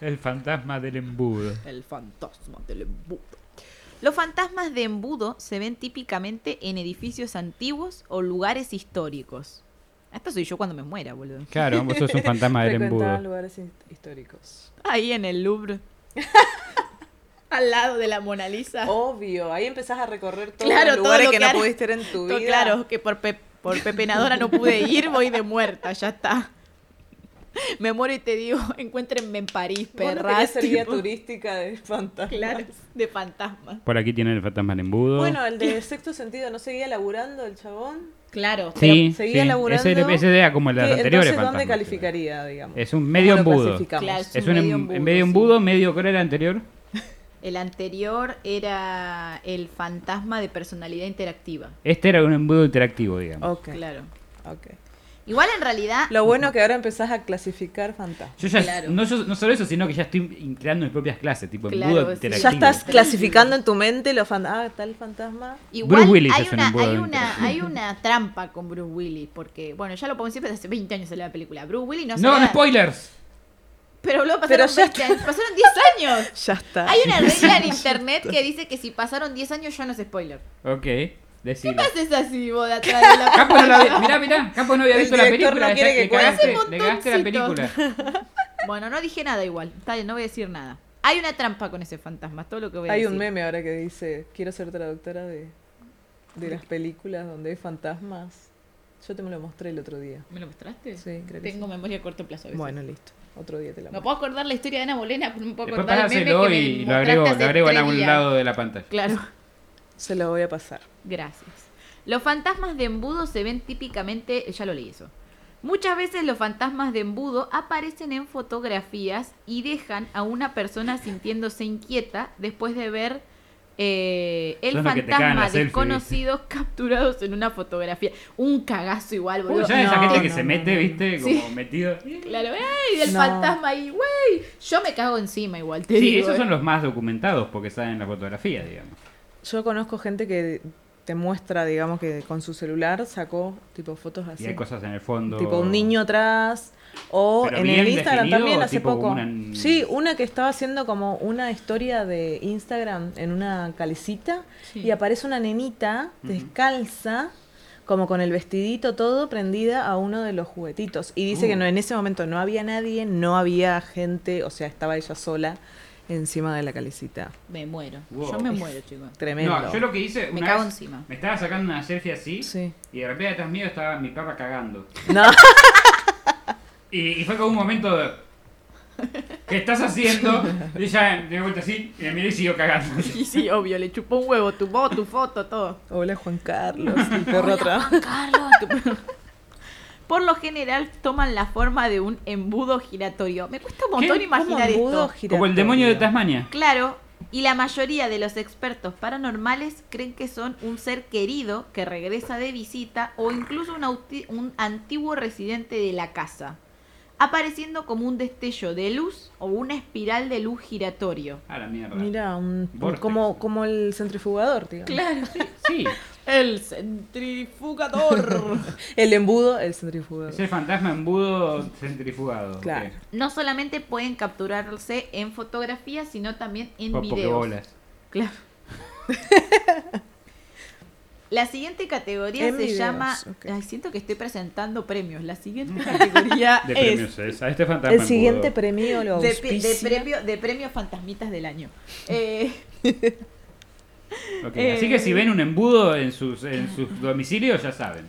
Speaker 3: El fantasma del embudo.
Speaker 2: El fantasma del embudo. Los fantasmas de embudo se ven típicamente en edificios antiguos o lugares históricos. Esto soy yo cuando me muera, boludo.
Speaker 3: Claro, vos sos un fantasma del
Speaker 4: Frecuentaba
Speaker 3: embudo.
Speaker 4: lugares hi- históricos.
Speaker 2: Ahí en el Louvre. Al lado de la Mona Lisa.
Speaker 4: Obvio, ahí empezás a recorrer todos
Speaker 2: Ah. Claro,
Speaker 4: los
Speaker 2: todo
Speaker 4: lugares
Speaker 2: lo
Speaker 4: que,
Speaker 2: que
Speaker 4: no
Speaker 2: ahora-
Speaker 4: pudiste ir en tu
Speaker 2: To-
Speaker 4: vida.
Speaker 2: Claro, que por, pe- por pepenadora no pude ir, voy de muerta, ya está. Me muero y te digo, encuéntrenme en París,
Speaker 4: Vos no
Speaker 2: perras.
Speaker 4: querías ser guía
Speaker 2: tipo,
Speaker 4: turística de fantasmas.
Speaker 2: claro, de fantasmas.
Speaker 3: Por aquí tienen el fantasma del embudo.
Speaker 4: Bueno, el de sexto sentido, ¿no seguía laburando el chabón?
Speaker 2: Claro.
Speaker 3: sí,
Speaker 4: seguía
Speaker 3: sí.
Speaker 4: laburando.
Speaker 3: Ese, ese era como el de las
Speaker 4: ¿Qué-
Speaker 3: anteriores.
Speaker 4: Entonces, ¿dónde
Speaker 3: fantasmas.
Speaker 4: calificaría, digamos?
Speaker 3: Es un medio
Speaker 4: ¿Cómo lo
Speaker 3: embudo.
Speaker 4: clasificamos?
Speaker 2: Claro,
Speaker 3: Es un em- medio embudo, medio, ¿cuál era el anterior?
Speaker 2: El anterior era el fantasma de personalidad interactiva.
Speaker 3: Este era un embudo interactivo, digamos.
Speaker 4: Ok,
Speaker 2: Claro.
Speaker 4: ok.
Speaker 2: Igual en realidad.
Speaker 4: Lo bueno que ahora empezás a clasificar fantasmas.
Speaker 3: Yo ya,
Speaker 2: Claro.
Speaker 3: no, yo- no solo eso, sino que ya estoy in- creando mis propias clasificaciones, tipo
Speaker 2: Claro,
Speaker 3: embudo
Speaker 2: sí.
Speaker 4: Ya
Speaker 3: interactivo.
Speaker 4: estás clasificando en tu mente los fantasmas. Ah, tal fantasma.
Speaker 2: Igual
Speaker 3: Bruce Willis
Speaker 2: hay,
Speaker 3: es un
Speaker 2: una,
Speaker 3: embudo
Speaker 2: hay, una,
Speaker 3: interactivo.
Speaker 2: hay una trampa con Bruce Willis, porque, bueno, ya lo podemos decir, pero hace 20 años salió la película. Bruce Willis no
Speaker 3: No,
Speaker 2: salía-
Speaker 3: no spoilers.
Speaker 2: Pero luego
Speaker 4: Pero
Speaker 2: pasaron,
Speaker 4: ya
Speaker 2: 20 años, pasaron 10 años.
Speaker 4: Ya está.
Speaker 2: Hay una regla en internet que dice que si pasaron 10 años ya no es spoiler.
Speaker 3: Ok, decilo.
Speaker 2: ¿Qué haces así vos de atrás de la
Speaker 4: Ah,
Speaker 3: Capo
Speaker 4: pues
Speaker 3: no la vi- mirá, mirá, Capo no había
Speaker 4: El
Speaker 3: visto la
Speaker 4: director
Speaker 3: película.
Speaker 4: no
Speaker 3: ya-
Speaker 4: quiere que
Speaker 3: le, cagaste,
Speaker 2: cuente.
Speaker 3: le cagaste la película.
Speaker 2: Montoncito. Bueno, no dije nada igual. Está bien, no voy a decir nada. Hay una trampa con ese fantasma, es todo lo que voy a
Speaker 4: Hay
Speaker 2: decir.
Speaker 4: un meme ahora que dice, quiero ser traductora de, de las películas donde hay fantasmas. Yo te me lo mostré el otro día.
Speaker 2: ¿Me lo mostraste?
Speaker 4: Sí, creo que sí.
Speaker 2: Tengo memoria a corto plazo. a veces.
Speaker 4: Bueno, listo. Otro día te
Speaker 2: Me
Speaker 4: la muestro.
Speaker 2: puedo acordar la historia de Ana Bolena, pero no me puedo
Speaker 3: Después
Speaker 2: acordar el meme que
Speaker 3: pasáselo
Speaker 2: me
Speaker 3: y lo
Speaker 2: mostraste
Speaker 3: agrego,
Speaker 2: hace
Speaker 3: lo agrego en
Speaker 2: tres
Speaker 3: algún
Speaker 2: días.
Speaker 3: lado de la pantalla.
Speaker 2: Claro.
Speaker 4: Se lo voy a pasar.
Speaker 2: Gracias. Los fantasmas de embudo se ven típicamente, ya lo leí eso. Muchas veces los fantasmas de embudo aparecen en fotografías y dejan a una persona sintiéndose inquieta después de ver eh, el
Speaker 3: Son los que te cagan
Speaker 2: fantasma
Speaker 3: la selfie,
Speaker 2: desconocido capturados en una fotografía. Un cagazo igual,
Speaker 3: Uy,
Speaker 2: boludo.
Speaker 3: ¿sabes esa
Speaker 4: No,
Speaker 3: gente que
Speaker 4: no,
Speaker 3: se
Speaker 4: no,
Speaker 3: mete,
Speaker 4: no.
Speaker 3: viste?
Speaker 2: Sí.
Speaker 3: Como metido.
Speaker 2: Claro, ¡ay! Del
Speaker 4: No.
Speaker 2: fantasma ahí, güey. Yo me cago encima igual, te
Speaker 3: Sí,
Speaker 2: digo,
Speaker 3: esos
Speaker 2: eh.
Speaker 3: son los más documentados porque salen la fotografía, digamos.
Speaker 4: Yo conozco gente que te muestra, digamos, que con su celular sacó tipo fotos así.
Speaker 3: Y hay cosas en el fondo.
Speaker 4: Tipo un niño atrás. O
Speaker 3: Pero
Speaker 4: en
Speaker 3: bien
Speaker 4: el Instagram
Speaker 3: definido,
Speaker 4: también hace
Speaker 3: tipo
Speaker 4: poco.
Speaker 3: una-
Speaker 4: Sí, una que estaba haciendo como una historia de Instagram en una calecita
Speaker 2: Sí.
Speaker 4: y aparece una nenita
Speaker 3: Ujú.
Speaker 4: descalza, como con el vestidito todo, prendida a uno de los juguetitos. Y dice
Speaker 3: Uh.
Speaker 4: que no, en ese momento no había nadie, no había gente, o sea, estaba ella sola encima de la calecita.
Speaker 2: Me muero.
Speaker 3: Wow.
Speaker 2: Yo me muero, chicos.
Speaker 4: Tremendo.
Speaker 3: No, yo lo que hice.
Speaker 2: Me
Speaker 3: una
Speaker 2: cago
Speaker 3: vez,
Speaker 2: encima.
Speaker 3: Me estaba sacando una selfie así.
Speaker 4: Sí.
Speaker 3: Y de repente atrás mío estaba mi perra cagando.
Speaker 4: No,
Speaker 3: Y, y fue como un momento de. ¿Qué estás haciendo? Y ella de vuelta así. Y me miré y siguió cagando.
Speaker 2: Y sí, obvio, le chupó un huevo, tu voz, tu foto, todo.
Speaker 4: Hola Juan Carlos, el perro atrás.
Speaker 2: Por lo general toman la forma de un embudo giratorio. Me cuesta un montón
Speaker 3: ¿Qué?
Speaker 2: imaginar
Speaker 4: ¿Cómo embudo
Speaker 2: esto.
Speaker 3: Como el demonio de
Speaker 4: giratorio?
Speaker 3: Tasmania.
Speaker 2: Claro, y la mayoría de los expertos paranormales creen que son un ser querido que regresa de visita o incluso un, auti- un antiguo residente de la casa, apareciendo como un destello de luz o una espiral de luz giratorio.
Speaker 3: A la mierda.
Speaker 4: Mira, un, un-
Speaker 3: Vortex.
Speaker 4: como, como el centrifugador, digamos.
Speaker 2: Claro,
Speaker 3: Sí,
Speaker 2: el centrifugador.
Speaker 4: El embudo, el
Speaker 3: es
Speaker 4: centrifugador.
Speaker 3: el fantasma embudo centrifugado.
Speaker 4: Claro.
Speaker 2: No solamente pueden capturarse en fotografías, sino también en
Speaker 3: O
Speaker 2: videos.
Speaker 3: pokebolas.
Speaker 2: Claro. La siguiente categoría
Speaker 4: En
Speaker 2: se
Speaker 4: videos,
Speaker 2: llama.
Speaker 4: ok.
Speaker 2: Ay, siento que estoy presentando premios. La siguiente categoría
Speaker 3: De
Speaker 2: es
Speaker 3: premios es. A este fantasma
Speaker 4: El siguiente
Speaker 3: embudo.
Speaker 4: premio lo
Speaker 2: de, pe- de
Speaker 4: auspicia-
Speaker 2: premio- de premios fantasmitas del año. Eh,
Speaker 3: Ok, Así
Speaker 4: Eh.
Speaker 3: que si ven un embudo en sus, en sus domicilios, ya saben.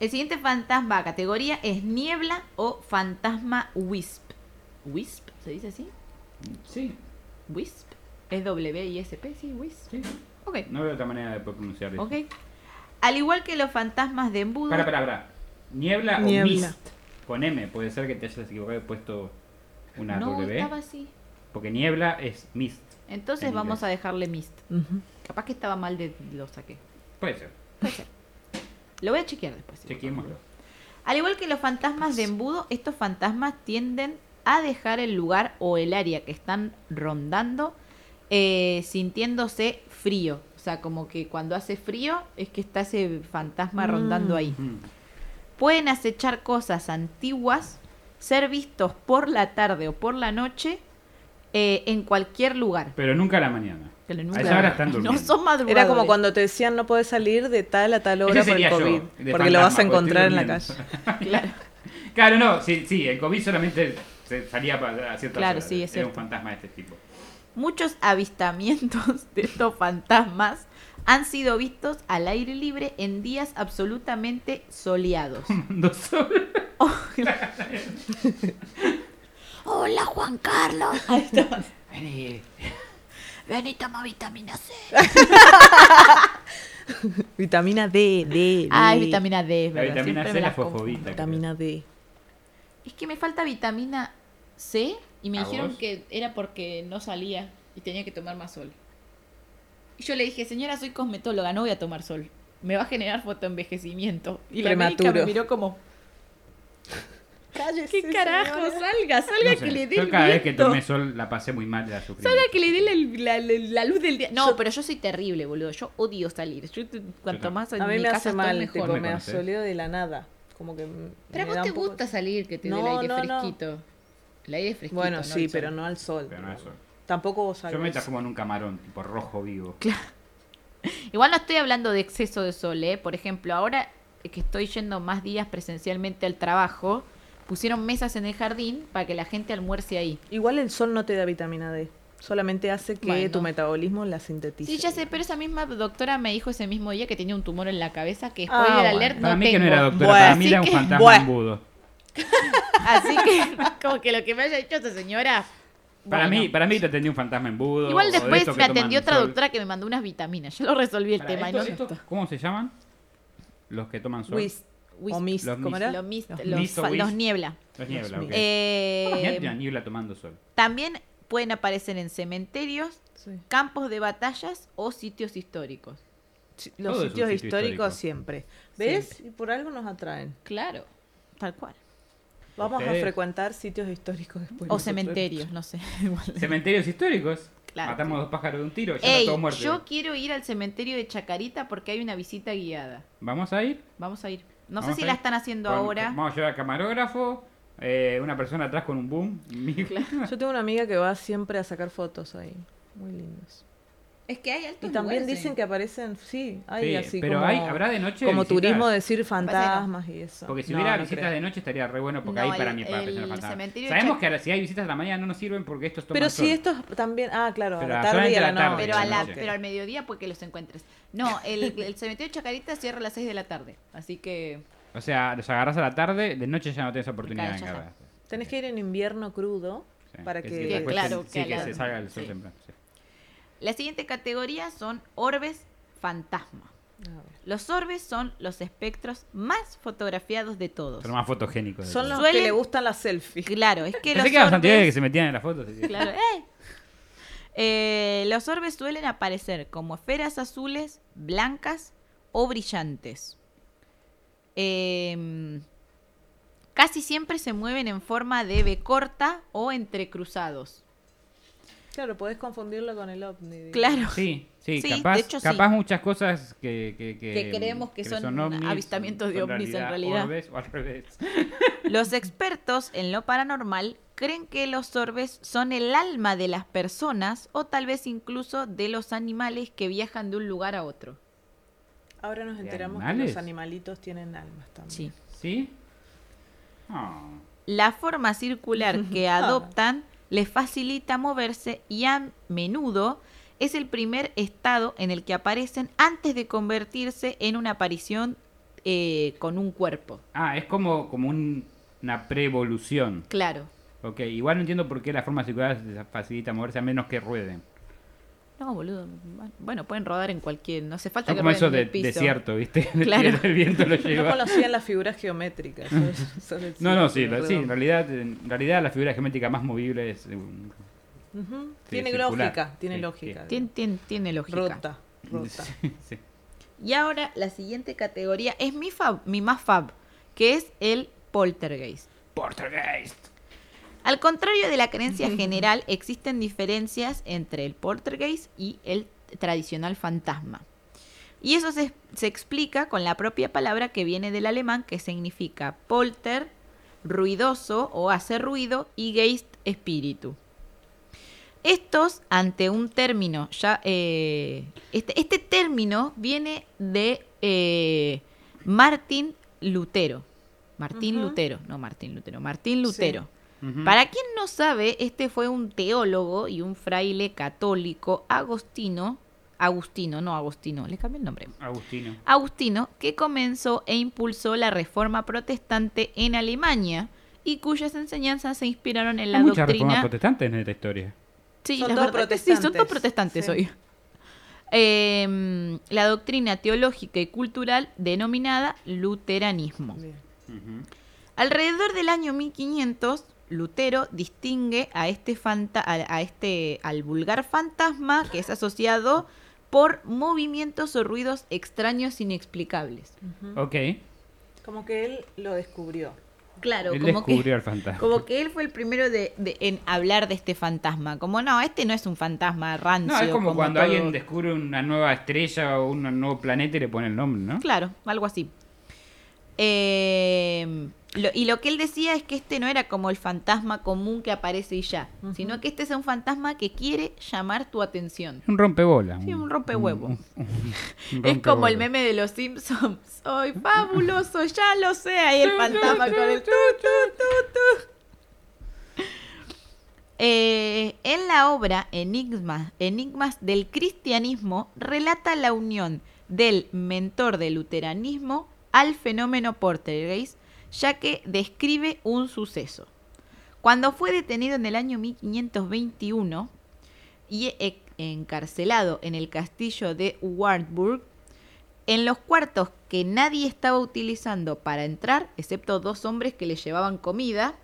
Speaker 2: el siguiente fantasma categoría es niebla o fantasma wisp. ¿Wisp? ¿Se dice así?
Speaker 3: Sí,
Speaker 2: ¿Wisp? ¿Es W-I-S-P? Sí, wisp.
Speaker 3: sí.
Speaker 2: Ok.
Speaker 3: No veo otra manera de pronunciar eso.
Speaker 2: Ok. Al igual que los fantasmas de embudo.
Speaker 3: Para, para, para. ¿Niebla,
Speaker 4: Niebla.
Speaker 3: o mist? Poneme, puede ser que te hayas equivocado y puesto una
Speaker 2: no,
Speaker 3: W.
Speaker 2: estaba así.
Speaker 3: Porque niebla es mist.
Speaker 2: Entonces
Speaker 3: En
Speaker 2: vamos
Speaker 3: inglés.
Speaker 2: a dejarle mist.
Speaker 4: Ujú.
Speaker 2: Capaz que estaba mal de lo saqué.
Speaker 3: Puede ser.
Speaker 2: Lo voy a chequear después. igual.
Speaker 3: Chequémoslo.
Speaker 2: Al igual que los fantasmas de embudo, estos fantasmas tienden a dejar el lugar o el área que están rondando eh, sintiéndose frío. O sea, como que cuando hace frío es que está ese fantasma
Speaker 4: Mm.
Speaker 2: rondando ahí.
Speaker 3: Mm.
Speaker 2: Pueden acechar cosas antiguas, ser vistos por la tarde o por la noche eh, en cualquier lugar.
Speaker 3: Pero nunca a la mañana.
Speaker 2: Te lo
Speaker 3: A
Speaker 2: nunca-
Speaker 3: esa hora están durmiendo.
Speaker 2: No son madrugadores.
Speaker 4: Era como cuando te decían no podés salir de tal a tal
Speaker 3: Ese
Speaker 4: hora por
Speaker 3: sería
Speaker 4: el
Speaker 3: yo,
Speaker 4: COVID.
Speaker 3: de
Speaker 4: Porque
Speaker 3: fantasma,
Speaker 4: lo vas a
Speaker 3: porque
Speaker 4: encontrar en
Speaker 3: estoy
Speaker 4: la calle.
Speaker 3: durmiendo.
Speaker 2: Claro.
Speaker 3: Claro, no, sí, sí, el COVID solamente se salía para- a ciertas
Speaker 2: Claro,
Speaker 3: horas.
Speaker 2: sí, es
Speaker 3: Era un
Speaker 2: cierto.
Speaker 3: fantasma de este tipo.
Speaker 2: Muchos avistamientos de estos fantasmas han sido vistos al aire libre en días absolutamente soleados.
Speaker 3: Cuando sol-
Speaker 5: Hola Juan Carlos,
Speaker 2: Ahí está.
Speaker 3: Vení.
Speaker 5: ven y toma vitamina C.
Speaker 4: Vitamina D, D, D.
Speaker 2: Ay, vitamina D, Ah, es
Speaker 3: La
Speaker 2: verdad,
Speaker 3: vitamina
Speaker 2: siempre
Speaker 3: C
Speaker 2: me
Speaker 3: la
Speaker 2: las confundo.
Speaker 3: fosfobita.
Speaker 4: Vitamina D.
Speaker 2: Es que me falta vitamina C y me
Speaker 3: ¿A
Speaker 2: dijeron
Speaker 3: vos?
Speaker 2: que era porque no salía y tenía que tomar más sol. Y yo le dije, señora, soy cosmetóloga, no voy a tomar sol. Me va a generar fotoenvejecimiento. Y la médica me
Speaker 4: Prematuro.
Speaker 2: miró como,
Speaker 4: Cállese,
Speaker 2: ¿qué carajo? Salga, salga
Speaker 3: No sé,
Speaker 2: que le dé
Speaker 3: yo
Speaker 2: el
Speaker 3: cada vez que
Speaker 2: viento.
Speaker 3: tomé sol la pasé muy mal de la sufrí
Speaker 2: Salga que le dé la, la- la- la luz del día. No,
Speaker 4: Yo-
Speaker 2: pero yo soy terrible, boludo. Yo odio salir. Yo, te- cuanto
Speaker 3: también.
Speaker 2: más en
Speaker 4: A mí
Speaker 2: mi
Speaker 4: me
Speaker 2: casa
Speaker 4: hace
Speaker 2: estoy,
Speaker 4: mal,
Speaker 2: mejor.
Speaker 4: tipo, me
Speaker 3: conoces.
Speaker 4: asoleo de la nada. Como que. m-
Speaker 2: Pero a
Speaker 4: me
Speaker 2: vos
Speaker 4: da
Speaker 2: te
Speaker 4: un poco-
Speaker 2: gusta salir, que te dé el
Speaker 4: No,
Speaker 2: aire
Speaker 4: no, no.
Speaker 2: fresquito. El aire fresquito.
Speaker 4: Bueno,
Speaker 2: no
Speaker 4: sí,
Speaker 2: el sol.
Speaker 4: pero no al sol.
Speaker 3: Pero no al sol.
Speaker 4: Tampoco vos
Speaker 3: Yo me
Speaker 4: salís.
Speaker 3: transformo en un camarón, tipo rojo vivo.
Speaker 2: Igual no estoy hablando de exceso de sol, ¿eh? Por ejemplo, ahora que estoy yendo más días presencialmente al trabajo, pusieron mesas en el jardín para que la gente almuerce ahí.
Speaker 4: Igual el sol no te da vitamina D. Solamente hace que
Speaker 2: Bueno.
Speaker 4: tu metabolismo la sintetice.
Speaker 2: Sí, ya sé, pero esa misma doctora me dijo ese mismo día que tenía un tumor en la cabeza que spoiler
Speaker 4: Ah, bueno.
Speaker 2: alert
Speaker 3: para
Speaker 2: no
Speaker 3: mí
Speaker 2: tengo.
Speaker 3: que no era doctora,
Speaker 4: Bueno,
Speaker 3: para mí
Speaker 2: así
Speaker 3: era un
Speaker 2: que-
Speaker 3: fantasma
Speaker 4: bueno.
Speaker 3: embudo.
Speaker 2: Así que como que lo que me haya dicho esa señora.
Speaker 3: Para
Speaker 2: bueno.
Speaker 3: mí, para mí te atendió un fantasma embudo. o
Speaker 2: Igual
Speaker 3: de
Speaker 2: después
Speaker 3: estos que
Speaker 2: me atendió
Speaker 3: toman
Speaker 2: otra
Speaker 3: sol.
Speaker 2: doctora que me mandó unas vitaminas. Yo lo resolví el
Speaker 3: Pará,
Speaker 2: tema. y
Speaker 3: estos-
Speaker 2: no-
Speaker 3: estos, ¿Cómo se llaman? Los que toman sol.
Speaker 4: Whis.
Speaker 2: Whisk.
Speaker 4: O mist.
Speaker 3: Los
Speaker 4: ¿Cómo
Speaker 3: mist.
Speaker 4: era?
Speaker 2: Lo mist-
Speaker 4: Los
Speaker 2: los,
Speaker 3: mist o
Speaker 2: fa-
Speaker 3: whisk.
Speaker 2: los niebla.
Speaker 3: Los niebla,
Speaker 4: Los
Speaker 3: ok. Ah,
Speaker 2: Eh,
Speaker 3: Imagínate una niebla tomando sol.
Speaker 2: también pueden aparecer en cementerios,
Speaker 4: Sí.
Speaker 2: campos de batallas o sitios históricos.
Speaker 4: Sí, Los
Speaker 3: Todo es un
Speaker 4: sitios
Speaker 3: sitio
Speaker 4: históricos
Speaker 3: histórico.
Speaker 4: siempre. ¿Ves? Y por algo nos atraen.
Speaker 2: Claro, tal cual.
Speaker 4: Vamos
Speaker 3: Ustedes.
Speaker 4: a frecuentar sitios históricos después.
Speaker 2: O
Speaker 4: nosotros.
Speaker 2: cementerios, no sé. igual.
Speaker 3: Cementerios históricos.
Speaker 2: Claro.
Speaker 3: Matamos dos pájaros de un tiro, ya
Speaker 2: Ey,
Speaker 3: está todo muerto.
Speaker 2: yo quiero ir al cementerio de Chacarita porque hay una visita guiada.
Speaker 3: Vamos a ir.
Speaker 2: Vamos a ir. No sé
Speaker 3: Vamos
Speaker 2: si
Speaker 3: a
Speaker 2: la
Speaker 3: ir.
Speaker 2: están haciendo
Speaker 3: Con-
Speaker 2: ahora.
Speaker 3: Vamos a llevar camarógrafo, eh, una persona atrás con un boom.
Speaker 4: Yo tengo una amiga que va siempre a sacar fotos ahí. Muy lindas.
Speaker 2: Es que hay altos
Speaker 4: Y también
Speaker 2: lugares eh.
Speaker 4: dicen
Speaker 2: en-
Speaker 4: que aparecen, sí, hay
Speaker 3: Sí,
Speaker 4: así
Speaker 3: pero
Speaker 4: como,
Speaker 3: hay- habrá de noche
Speaker 4: como
Speaker 3: visitas.
Speaker 4: turismo decir
Speaker 2: que no.
Speaker 4: fantasmas y eso.
Speaker 3: Porque si
Speaker 4: No,
Speaker 3: hubiera
Speaker 4: no
Speaker 3: visitas
Speaker 4: creo.
Speaker 3: de noche estaría re bueno porque
Speaker 2: No,
Speaker 3: ahí para
Speaker 2: el-
Speaker 3: mí para pensar
Speaker 2: el
Speaker 3: en fantasma.
Speaker 2: cementerio de
Speaker 3: Sabemos
Speaker 2: Chac-
Speaker 3: que ahora, si hay visitas a la mañana no nos sirven porque estos toman
Speaker 4: Pero si
Speaker 3: sol.
Speaker 4: estos también, ah, claro,
Speaker 3: Pero
Speaker 4: a la
Speaker 3: solamente
Speaker 4: tarde y a
Speaker 3: a
Speaker 4: la
Speaker 3: la tarde,
Speaker 4: noche.
Speaker 2: Pero, a la,
Speaker 3: noche.
Speaker 2: pero al mediodía porque los encuentres. No, el, el cementerio de Chacarita cierra a las 6 de la tarde. Así que
Speaker 3: O sea, los agarras a la tarde, de noche ya no tenés oportunidad
Speaker 2: Claro,
Speaker 3: de
Speaker 2: ya
Speaker 3: encarar.
Speaker 4: Tenés que ir en invierno crudo
Speaker 3: Sí,
Speaker 4: para que,
Speaker 3: se
Speaker 2: Que
Speaker 3: acuesten-
Speaker 2: claro, que
Speaker 3: sí,
Speaker 2: a
Speaker 3: que
Speaker 2: la-
Speaker 3: se salga el sol
Speaker 2: sí.
Speaker 3: temprano. sí.
Speaker 2: la siguiente categoría son orbes fantasma.
Speaker 4: A ver.
Speaker 2: Los orbes son los espectros más fotografiados de todos.
Speaker 3: Son los más fotogénicos. de
Speaker 4: Son
Speaker 3: todos.
Speaker 4: los
Speaker 2: Suelen-
Speaker 4: que le gustan las selfies.
Speaker 2: Claro, es que los
Speaker 3: Pensé que eran santidades que
Speaker 2: orbes...
Speaker 3: se metían en las fotos. sí, sí.
Speaker 2: Claro, ¡eh! Eh, los orbes suelen aparecer como esferas azules, blancas o brillantes. Em, casi siempre se mueven en forma de V corta o entrecruzados.
Speaker 4: Claro, podés confundirlo con el ovni. digo.
Speaker 2: Claro.
Speaker 3: Sí, sí,
Speaker 2: Sí,
Speaker 3: capaz,
Speaker 2: de hecho, sí.
Speaker 3: capaz muchas cosas que, que, que,
Speaker 2: Que creemos que son
Speaker 3: ovnis,
Speaker 2: avistamientos de ovnis en realidad.
Speaker 3: orbes o al revés.
Speaker 2: Los expertos en lo paranormal creen que los orbes son el alma de las personas o tal vez incluso de los animales que viajan de un lugar a otro.
Speaker 4: Ahora nos
Speaker 3: ¿De
Speaker 4: enteramos que
Speaker 3: animales?
Speaker 4: los animalitos tienen almas
Speaker 2: Sí.
Speaker 4: también.
Speaker 3: ¿Sí? Ah.
Speaker 2: La forma circular que adoptan les facilita moverse y a menudo es el primer estado en el que aparecen antes de convertirse en una aparición eh, con un cuerpo.
Speaker 3: Ah, es como, como un- una preevolución.
Speaker 2: Claro.
Speaker 3: Ok, igual no entiendo por qué la forma circular les facilita moverse a menos que rueden.
Speaker 2: No, boludo. Bueno, pueden rodar en cualquier. No hace falta
Speaker 3: Son
Speaker 2: que
Speaker 3: como
Speaker 2: rueden
Speaker 3: esos
Speaker 2: en
Speaker 3: de
Speaker 2: el piso.
Speaker 3: desierto, ¿viste?
Speaker 2: Claro.
Speaker 3: el viento lo
Speaker 4: No
Speaker 3: lleva.
Speaker 4: conocían las figuras geométricas. solo- solo el
Speaker 3: Mm. No, no, sí,
Speaker 4: círculo
Speaker 3: lo- sí, en
Speaker 4: redondo.
Speaker 3: realidad, en realidad la figura geométrica más movible es un-
Speaker 4: Ujú.
Speaker 3: Sí,
Speaker 4: Tiene
Speaker 3: circular.
Speaker 4: lógica, tiene
Speaker 3: Sí,
Speaker 4: lógica.
Speaker 2: Tien- tien- tiene lógica.
Speaker 4: Rota, rota.
Speaker 3: Sí, sí.
Speaker 2: Y ahora la siguiente categoría es mi, fab, mi más fab, que es el poltergeist.
Speaker 3: Poltergeist.
Speaker 2: Al contrario de la creencia general, existen diferencias entre el poltergeist y el tradicional fantasma. Y eso se, se explica con la propia palabra que viene del alemán que significa polter, ruidoso o hacer ruido y geist, espíritu. Estos, ante un término, ya. eh, este, este término viene de eh, Martín Lutero. Martín
Speaker 4: Ujú.
Speaker 2: Lutero, no Martín Lutero, Martín Lutero.
Speaker 3: Ujú.
Speaker 2: Para quien no sabe, este fue un teólogo y un fraile católico agostino, agustino, no agostino, le cambié el nombre.
Speaker 3: Agustino.
Speaker 2: Agustino, que comenzó e impulsó la reforma protestante en Alemania y cuyas enseñanzas se inspiraron en la
Speaker 3: Hay muchas reformas
Speaker 2: doctrina.
Speaker 3: protestantes en esta historia.
Speaker 2: Sí,
Speaker 4: Son
Speaker 2: la
Speaker 4: todos
Speaker 2: verdad que sí, son todos
Speaker 4: protestantes,
Speaker 2: protestantes
Speaker 4: sí.
Speaker 2: hoy. Em, la doctrina teológica y cultural denominada luteranismo.
Speaker 4: Bien.
Speaker 3: Ujú.
Speaker 2: Alrededor del año 1500, Lutero distingue a este, fanta- a, a este al vulgar fantasma que es asociado por movimientos o ruidos extraños inexplicables.
Speaker 4: Ujú.
Speaker 3: Ok.
Speaker 4: Como que él lo descubrió.
Speaker 2: Claro,
Speaker 3: Él
Speaker 2: como
Speaker 3: descubrió
Speaker 2: que
Speaker 3: al fantasma.
Speaker 2: como que él fue el primero de, de- en hablar de este fantasma. Como no, este no es un fantasma rancio.
Speaker 3: No, es como, cuando
Speaker 2: todo".
Speaker 3: alguien descubre una nueva estrella o un nuevo planeta y le pone el nombre, ¿no?
Speaker 2: Claro, algo así. Eh, lo- y lo que él decía es que este no era como el fantasma común que aparece y ya,
Speaker 4: Ujú.
Speaker 2: sino que este es un fantasma que quiere llamar tu atención.
Speaker 3: Un rompebola.
Speaker 2: Sí, un rompehuevo.
Speaker 3: un- un- un
Speaker 2: Es como el
Speaker 3: rompebola.
Speaker 2: meme de los Simpsons. Soy fabuloso, ya lo sé. Ahí el fantasma con el tu, tu, tu, tu. Eh, en la obra Enigmas, Enigmas del Cristianismo relata la unión del mentor del luteranismo al fenómeno Portergeist, ya que describe un suceso. Cuando fue detenido en el año 1521 y e- encarcelado en el castillo de Wartburg, en los cuartos que nadie estaba utilizando para entrar, excepto dos hombres que le llevaban comida,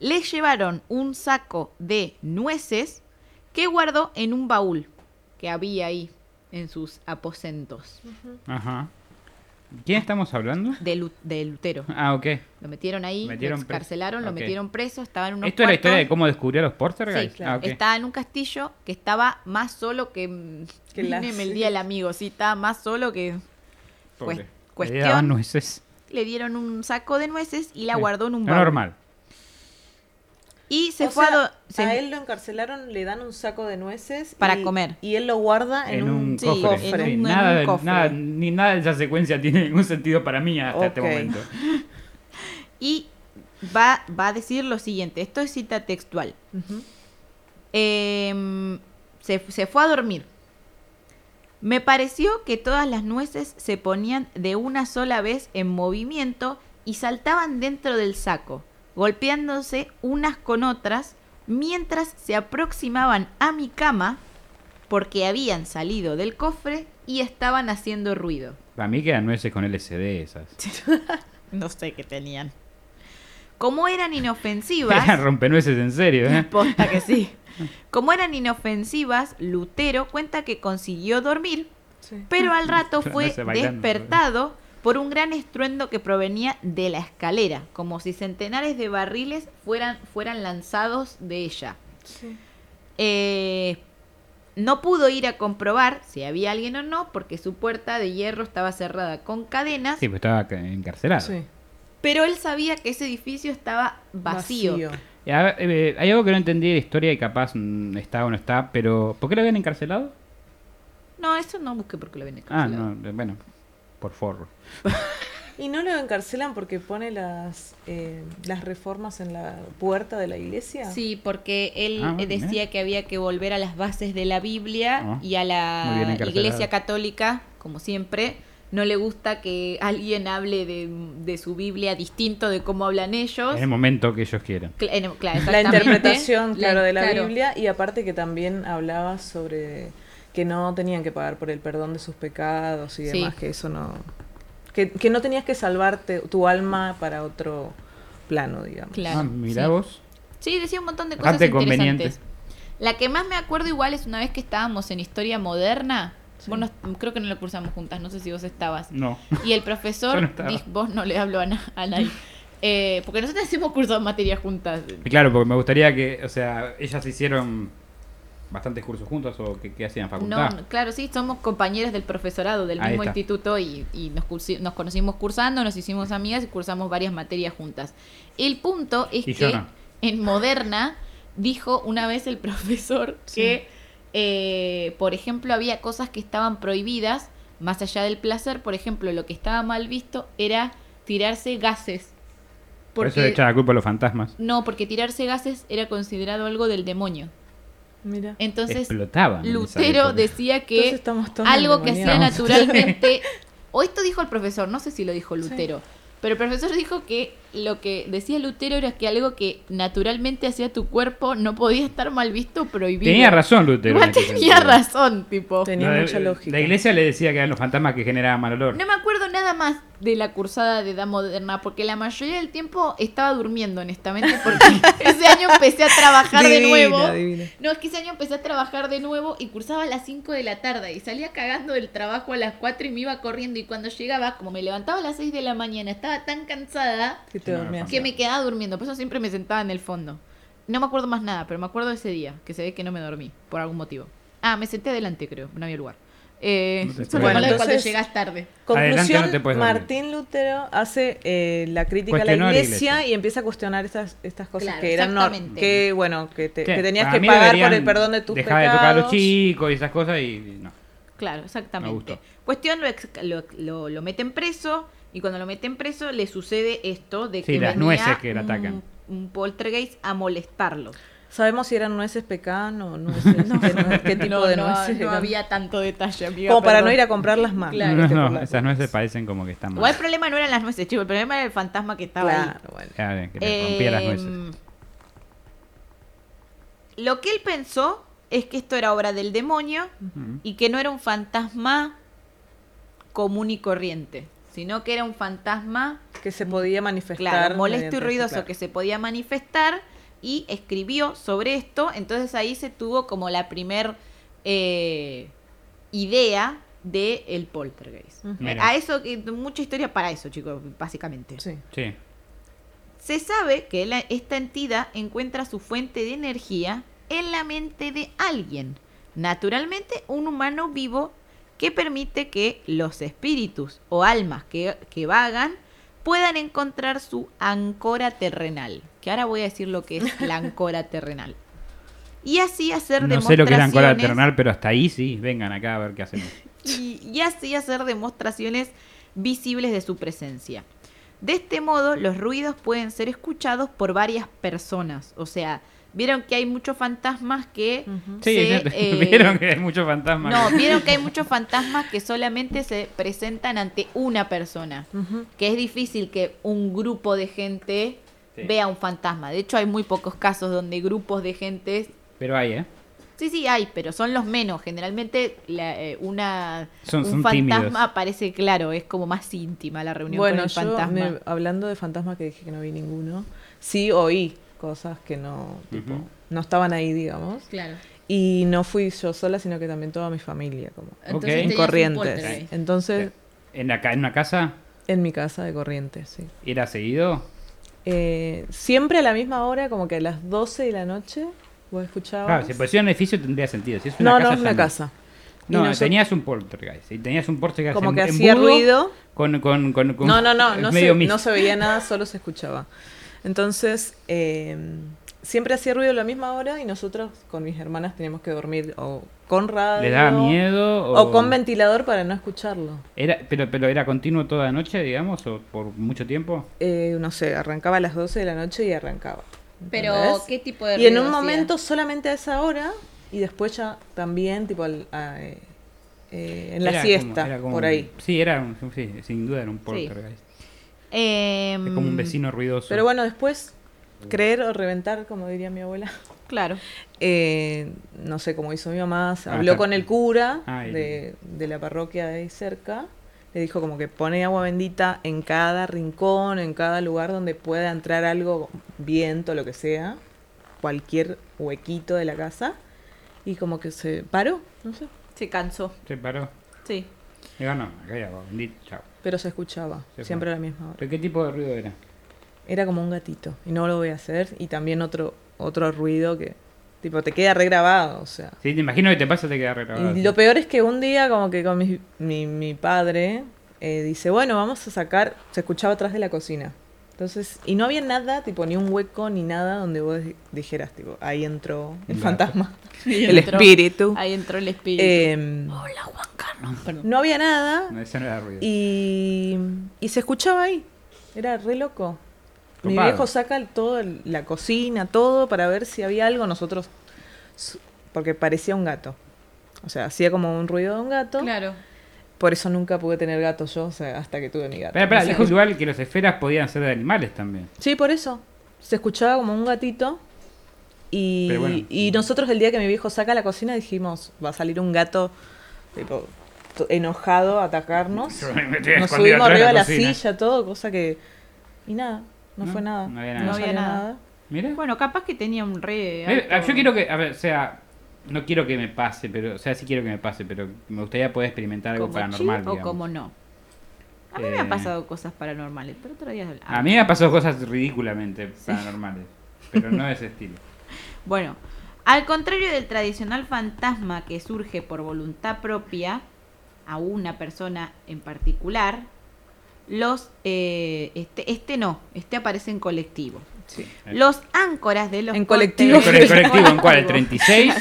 Speaker 2: le llevaron un saco de nueces que guardó en un baúl que había ahí en sus aposentos
Speaker 3: Ajá. ¿Quién estamos hablando?
Speaker 2: de, Lu- de Lutero.
Speaker 3: Ah, ok.
Speaker 2: Lo metieron ahí,
Speaker 3: Metieron
Speaker 2: lo
Speaker 3: preso.
Speaker 2: excarcelaron, lo
Speaker 3: Ok.
Speaker 2: metieron preso, estaba en unos
Speaker 3: ¿Esto es la historia de
Speaker 2: cuartos.
Speaker 3: cómo descubrió a los Portergeist?
Speaker 2: Sí,
Speaker 3: Ah, ok.
Speaker 2: Estaba en un castillo que estaba más solo que. mm,
Speaker 4: Que la-
Speaker 2: Dime el día del amigo, sí, estaba más solo que. cues-
Speaker 3: Pobre. Le
Speaker 2: cuestión.
Speaker 3: daban nueces.
Speaker 2: Le dieron un saco de nueces y la
Speaker 3: Sí.
Speaker 2: guardó en un
Speaker 3: No
Speaker 2: baúl.
Speaker 3: normal.
Speaker 2: Y se
Speaker 4: O
Speaker 2: fue
Speaker 4: sea,
Speaker 2: a. do- se-
Speaker 4: él lo encarcelaron, le dan un saco de nueces.
Speaker 2: Para
Speaker 4: y-
Speaker 2: comer.
Speaker 4: Y él lo guarda en,
Speaker 3: En un
Speaker 2: sí,
Speaker 3: cofre.
Speaker 2: en
Speaker 3: Sí,
Speaker 2: un- en
Speaker 3: nada,
Speaker 2: un
Speaker 3: de-
Speaker 2: cofre.
Speaker 3: nada- ni nada de esa secuencia tiene ningún sentido para mí hasta este
Speaker 4: Ok.
Speaker 3: momento.
Speaker 2: Y va, va a decir lo siguiente: esto es cita textual.
Speaker 4: Ujú.
Speaker 2: Em, se, se fue a dormir. Me pareció que todas las nueces se ponían de una sola vez en movimiento y saltaban dentro del saco, golpeándose unas con otras mientras se aproximaban a mi cama porque habían salido del cofre y estaban haciendo ruido.
Speaker 3: Para mí quedan nueces con LSD esas.
Speaker 2: No sé qué tenían. Como eran inofensivas...
Speaker 3: Eran rompenueces en serio, ¿eh?
Speaker 2: Posta que sí. Como eran inofensivas, Lutero cuenta que consiguió dormir,
Speaker 4: Sí.
Speaker 2: pero al rato
Speaker 3: No
Speaker 2: fue
Speaker 3: sé, bailando.
Speaker 2: despertado por un gran estruendo que provenía de la escalera, como si centenares de barriles fueran, fueran lanzados de ella.
Speaker 4: Sí.
Speaker 2: Eh, no pudo ir a comprobar si había alguien o no, porque su puerta de hierro estaba cerrada con cadenas,
Speaker 3: Sí, pues estaba ca- encarcelado.
Speaker 4: Sí.
Speaker 2: pero él sabía que ese edificio estaba vacío.
Speaker 3: Y a ver, eh, hay algo que no entendí de la historia y capaz mm, está o no está, pero ¿por qué lo habían encarcelado?
Speaker 2: No, eso no busqué porque lo ven
Speaker 3: Ah, no, eh, bueno, por forro.
Speaker 4: Y no lo encarcelan porque pone las, eh, las reformas en la puerta de la iglesia.
Speaker 2: Sí, porque él
Speaker 3: Ah,
Speaker 2: eh,
Speaker 3: bueno,
Speaker 2: decía
Speaker 3: mira.
Speaker 2: que había que volver a las bases de la Biblia
Speaker 3: Ah,
Speaker 2: y a
Speaker 3: muy bien
Speaker 2: la
Speaker 3: encarcelado.
Speaker 2: Iglesia Católica, como siempre. No le gusta que alguien hable de, de su Biblia distinto de cómo hablan ellos.
Speaker 3: En el momento que ellos quieran.
Speaker 2: Cla- en- claro,
Speaker 4: La
Speaker 2: exactamente.
Speaker 4: interpretación,
Speaker 2: La-
Speaker 4: claro, de la
Speaker 2: claro.
Speaker 4: Biblia. Y aparte que también hablaba sobre que no tenían que pagar por el perdón de sus pecados y
Speaker 2: Sí.
Speaker 4: demás, que eso no... Que, que no tenías que salvarte tu alma para otro plano, digamos.
Speaker 2: Claro,
Speaker 3: ah, mirá
Speaker 2: sí.
Speaker 3: vos.
Speaker 2: Sí, decía un montón de cosas
Speaker 3: Bastante conveniente.
Speaker 2: interesantes. La que más me acuerdo igual es una vez que estábamos en Historia Moderna. Vos no- creo que no lo cursamos juntas, no sé si vos estabas.
Speaker 3: No.
Speaker 2: Y el
Speaker 3: Yo
Speaker 2: profesor
Speaker 3: no estaba.
Speaker 2: dijo, vos no le hablo a, na- a nadie. Eh, porque nosotros hacemos cursos de materia juntas.
Speaker 3: Y claro, porque me gustaría que, o sea, ellas hicieron bastantes cursos juntas o que, que hacían
Speaker 2: No,
Speaker 3: facultad.
Speaker 2: no, claro, sí, somos compañeros del profesorado del
Speaker 3: Ahí
Speaker 2: mismo
Speaker 3: está.
Speaker 2: instituto y, y nos, cursi- nos conocimos cursando, nos hicimos amigas y cursamos varias materias juntas. El punto es
Speaker 3: Y
Speaker 2: que
Speaker 3: yo no.
Speaker 2: en Moderna dijo una vez el profesor que, eh, por ejemplo, había cosas que estaban prohibidas, más allá del placer, por ejemplo, lo que estaba mal visto era tirarse gases.
Speaker 3: Por eso le echan la culpa a los fantasmas.
Speaker 2: no, porque tirarse gases era considerado algo del demonio.
Speaker 4: Mira.
Speaker 2: Entonces,
Speaker 3: Explotaban. en esa
Speaker 2: Lutero
Speaker 3: época.
Speaker 2: decía que
Speaker 4: Entonces estamos todos
Speaker 2: algo que sea
Speaker 4: endemoniados.
Speaker 2: naturalmente. O esto dijo el profesor, no sé si lo dijo Lutero. Pero el profesor dijo que lo que decía Lutero era que algo que naturalmente hacía tu cuerpo no podía estar mal visto o prohibido.
Speaker 3: Tenía razón Lutero.
Speaker 2: Igual
Speaker 3: en ese
Speaker 2: tenía
Speaker 3: sentido.
Speaker 2: razón, tipo.
Speaker 4: Tenía
Speaker 3: No, de-
Speaker 4: mucha lógica.
Speaker 3: La iglesia le decía que eran los fantasmas que generaban mal olor.
Speaker 2: No me acuerdo nada más de la cursada de edad moderna, porque la mayoría del tiempo estaba durmiendo, honestamente, porque ese año empecé a trabajar de
Speaker 4: Divina,
Speaker 2: nuevo.
Speaker 4: divina.
Speaker 2: No, es que ese año empecé a trabajar de nuevo y cursaba a las 5 de la tarde y salía cagando del trabajo a las 4 y me iba corriendo y cuando llegaba, como me levantaba a las 6 de la mañana, estaba tan cansada
Speaker 4: Que
Speaker 3: Sí,
Speaker 4: te
Speaker 3: no,
Speaker 4: dormías.
Speaker 2: que me quedaba durmiendo, por eso siempre me sentaba en el fondo. No me acuerdo más nada, pero me acuerdo de ese día, que se ve que no me dormí, por algún motivo. Ah, me senté adelante, creo, no había lugar. Eh,
Speaker 3: No te
Speaker 2: solo
Speaker 3: acuerdas.
Speaker 2: me acuerdo de cuando
Speaker 4: Entonces-
Speaker 2: llegas tarde.
Speaker 3: Adelante, no
Speaker 4: Conclusión,
Speaker 3: te puedes dormir.
Speaker 4: Martín Lutero hace eh, la crítica a la
Speaker 3: Cuestionó a la
Speaker 4: iglesia,
Speaker 3: iglesia.
Speaker 4: y empieza a cuestionar estas, estas cosas
Speaker 2: Claro,
Speaker 4: que eran nor-
Speaker 2: exactamente.
Speaker 4: que bueno, que, te-
Speaker 3: Sí,
Speaker 4: que tenías
Speaker 3: para
Speaker 4: que
Speaker 3: mí
Speaker 4: pagar por
Speaker 3: deberían
Speaker 4: el perdón de tus
Speaker 3: Dejar de
Speaker 4: pecados.
Speaker 3: tocar a los chicos y esas cosas y no.
Speaker 2: Claro, exactamente.
Speaker 3: Me gustó.
Speaker 2: Cuestión, lo, ex- lo, lo- lo meten preso y cuando lo meten preso le sucede esto de
Speaker 3: Sí,
Speaker 2: que
Speaker 3: las
Speaker 2: venía
Speaker 3: nueces que le
Speaker 2: un-
Speaker 3: atacan.
Speaker 2: un poltergeist a molestarlo.
Speaker 4: Sabemos si eran nueces pecanas o nueces, qué, nue- qué tipo
Speaker 2: no,
Speaker 4: de
Speaker 2: no,
Speaker 4: nueces.
Speaker 2: no
Speaker 4: eran.
Speaker 2: había tanto detalle, amiga.
Speaker 4: Como para
Speaker 2: perdón.
Speaker 4: no ir a comprarlas más.
Speaker 2: Claro. este
Speaker 4: ¿viste?
Speaker 3: No,
Speaker 4: Por la-
Speaker 3: esas nueces parecen como que están
Speaker 2: Igual el
Speaker 3: mal.
Speaker 2: problema no eran las nueces, chicos. El problema era el fantasma que estaba ahí.
Speaker 4: Claro, bueno.
Speaker 3: Claro, que le rompía las nueces.
Speaker 2: Em, Lo que él pensó es que esto era obra del demonio
Speaker 3: Mm.
Speaker 2: y que no era un fantasma común y corriente, sino que era un fantasma
Speaker 4: Que se podía manifestar.
Speaker 2: Claro, molesto y
Speaker 4: mediante
Speaker 2: ruidoso
Speaker 4: esto, claro.
Speaker 2: que se podía manifestar y escribió sobre esto, entonces ahí se tuvo como la primer eh, idea del el poltergeist.
Speaker 4: Ujú.
Speaker 3: Mira.
Speaker 2: A eso, que- mucha historia para eso, chicos, básicamente.
Speaker 4: Sí.
Speaker 3: Sí.
Speaker 2: Se sabe que la- esta entidad encuentra su fuente de energía en la mente de alguien, naturalmente un humano vivo que permite que los espíritus o almas que, que vagan puedan encontrar su ancora terrenal. Que ahora voy a decir lo que es la ancora terrenal. Y así hacer
Speaker 3: No sé
Speaker 2: demostraciones.
Speaker 3: lo que eran cola terrenal, pero hasta ahí sí. Vengan acá a ver qué hacemos.
Speaker 2: y, y así hacer demostraciones visibles de su presencia. De este modo, los ruidos pueden ser escuchados por varias personas. O sea, vieron que hay muchos fantasmas que...
Speaker 4: Ujú.
Speaker 3: Sí,
Speaker 2: se,
Speaker 3: yo-
Speaker 2: eh,
Speaker 3: vieron que hay muchos fantasmas.
Speaker 2: No, vieron que hay muchos fantasmas que solamente se presentan ante una persona.
Speaker 4: Ujú.
Speaker 2: Que es difícil que un grupo de gente
Speaker 3: Sí.
Speaker 2: vea un fantasma. De hecho, hay muy pocos casos donde grupos de gente...
Speaker 3: Pero hay, ¿eh?
Speaker 2: Sí, sí, hay, pero son los menos. Generalmente la, eh, una,
Speaker 3: Son-
Speaker 2: un
Speaker 3: son
Speaker 2: fantasma
Speaker 3: tímidos.
Speaker 2: parece claro, es como más íntima la reunión
Speaker 4: Bueno,
Speaker 2: con el
Speaker 4: yo,
Speaker 2: fantasma.
Speaker 4: me- hablando de fantasmas que dije que no vi ninguno, sí oí cosas que no, tipo,
Speaker 3: Ujú.
Speaker 4: no estaban ahí, digamos.
Speaker 2: Claro.
Speaker 4: Y no fui yo sola, sino que también toda mi familia, como
Speaker 3: Ok.
Speaker 2: tenías Este
Speaker 4: en
Speaker 2: un
Speaker 4: Corrientes.
Speaker 2: poltergeist.
Speaker 4: Entonces,
Speaker 3: eh, En, la, ca- en una casa
Speaker 4: en mi casa de Corrientes, sí.
Speaker 3: era seguido.
Speaker 4: Eh, siempre a la misma hora, como que a las 12 de la noche, vos escuchabas...
Speaker 3: Claro, si fuese un edificio tendría sentido. Si es una
Speaker 4: no,
Speaker 3: casa,
Speaker 4: no, es
Speaker 3: ya
Speaker 4: una casa. Y
Speaker 3: No,
Speaker 4: nosotros-
Speaker 3: tenías un poltergeist. Y tenías un poltergeist
Speaker 4: Como
Speaker 3: en-
Speaker 4: que
Speaker 3: en
Speaker 4: hacía
Speaker 3: Burgos
Speaker 4: ruido.
Speaker 3: Con, con, con, con-
Speaker 4: No, no, no, no
Speaker 3: medio
Speaker 4: se,
Speaker 3: mix.
Speaker 4: no se veía nada, solo se escuchaba. Entonces, eh, siempre hacía ruido a la misma hora y nosotros con mis hermanas teníamos que dormir o con radio.
Speaker 3: ¿Le daba miedo?
Speaker 4: O con ventilador para no escucharlo.
Speaker 3: Era, pero, pero era continuo toda la noche, digamos, o por mucho tiempo.
Speaker 4: Eh, no sé, arrancaba a las 12 de la noche y arrancaba.
Speaker 2: Pero,
Speaker 4: ¿entendés?
Speaker 2: ¿qué tipo de
Speaker 4: Y en
Speaker 2: ruido
Speaker 4: un
Speaker 2: hacía?
Speaker 4: momento solamente a esa hora y después ya también, tipo, al- a, eh, eh, en la
Speaker 3: Era como-
Speaker 4: siesta,
Speaker 3: era como
Speaker 4: por
Speaker 3: un-
Speaker 4: ahí.
Speaker 3: Sí, era un- sí, sin duda era un poltergeist.
Speaker 2: Eh,
Speaker 3: Es como un vecino ruidoso.
Speaker 4: Mm. Pero bueno, después, creer o reventar, como diría mi abuela.
Speaker 2: Claro.
Speaker 4: Eh, no sé cómo hizo mi mamá, se
Speaker 3: Ah,
Speaker 4: habló
Speaker 3: está.
Speaker 4: con el cura
Speaker 3: Ah, el-
Speaker 4: de, de la parroquia de ahí cerca. Le dijo como que pone agua bendita en cada rincón, en cada lugar donde pueda entrar algo, viento, lo que sea, cualquier huequito de la casa. Y como que se paró, no sé,
Speaker 2: Se cansó.
Speaker 3: Se paró.
Speaker 2: Sí.
Speaker 3: Digo, no, acá ya va, bendito, chao.
Speaker 4: pero se escuchaba,
Speaker 3: Se
Speaker 4: siempre
Speaker 3: fue.
Speaker 4: a la misma hora.
Speaker 3: ¿Pero qué tipo de ruido era?
Speaker 4: Era como un gatito, y no lo voy a hacer. Y también otro, otro ruido que, tipo, te queda regrabado, o sea.
Speaker 3: Sí, te imagino que te pasa, te queda retrabado.
Speaker 4: Y lo peor es que un día, como que con mi, mi, mi padre, eh, dice, bueno, vamos a sacar, se escuchaba atrás de la cocina, Entonces, y no había nada, tipo, ni un hueco ni nada donde vos dijeras, tipo, ahí entró el
Speaker 3: Gato.
Speaker 4: fantasma,
Speaker 2: Ahí
Speaker 4: el
Speaker 2: entró-
Speaker 4: espíritu.
Speaker 2: Ahí entró el espíritu.
Speaker 4: Em,
Speaker 5: Hola, Juan Carlos.
Speaker 2: Perdón.
Speaker 4: no había nada
Speaker 3: No, ese no era ruido.
Speaker 4: y, y se escuchaba ahí. Era re loco. Mi
Speaker 3: Copado.
Speaker 4: viejo saca el- todo, el- la cocina, todo, para ver si había algo. Nosotros, s- porque parecía un gato. O sea, hacía como un ruido de un gato.
Speaker 2: Claro.
Speaker 4: Por eso nunca pude tener gato yo, o sea, hasta que tuve mi gato.
Speaker 3: Espera, espera,
Speaker 4: O sea,
Speaker 3: dijo un lugar que las esferas podían ser de animales también.
Speaker 4: Sí, por eso. Se escuchaba como un gatito. Y,
Speaker 3: Pero bueno.
Speaker 4: y nosotros el día que mi viejo saca a la cocina dijimos, va a salir un gato tipo, to- enojado a atacarnos.
Speaker 3: Yo me metí escondido
Speaker 4: Nos subimos
Speaker 3: atrás de
Speaker 4: arriba de la
Speaker 3: cocina.
Speaker 4: silla, todo, cosa que... Y nada, no,
Speaker 3: No,
Speaker 4: fue nada.
Speaker 3: no había nada. No
Speaker 2: había
Speaker 4: salió
Speaker 2: nada.
Speaker 3: Mira.
Speaker 2: Bueno, capaz que tenía un re.
Speaker 3: Mira,
Speaker 2: alto-
Speaker 3: Eh, Yo quiero que, a ver, o sea, no quiero que me pase, pero, o sea, sí quiero que me pase, pero me gustaría poder experimentar algo
Speaker 2: como
Speaker 3: paranormal.
Speaker 2: sí o
Speaker 3: digamos.
Speaker 2: como no. A mí me han
Speaker 3: Eh.
Speaker 2: pasado cosas paranormales, pero otro día.
Speaker 3: A mí me han pasado cosas ridículamente paranormales, pero no de ese estilo.
Speaker 2: Bueno, al contrario del tradicional fantasma que surge por voluntad propia a una persona en particular, los eh, este, este no, este aparece en colectivo.
Speaker 4: Sí.
Speaker 2: Los áncoras de los
Speaker 4: En
Speaker 2: cortes-
Speaker 4: colectivo.
Speaker 3: ¿En cuál- Eh. en colectivo? ¿En cuál? ¿El 36?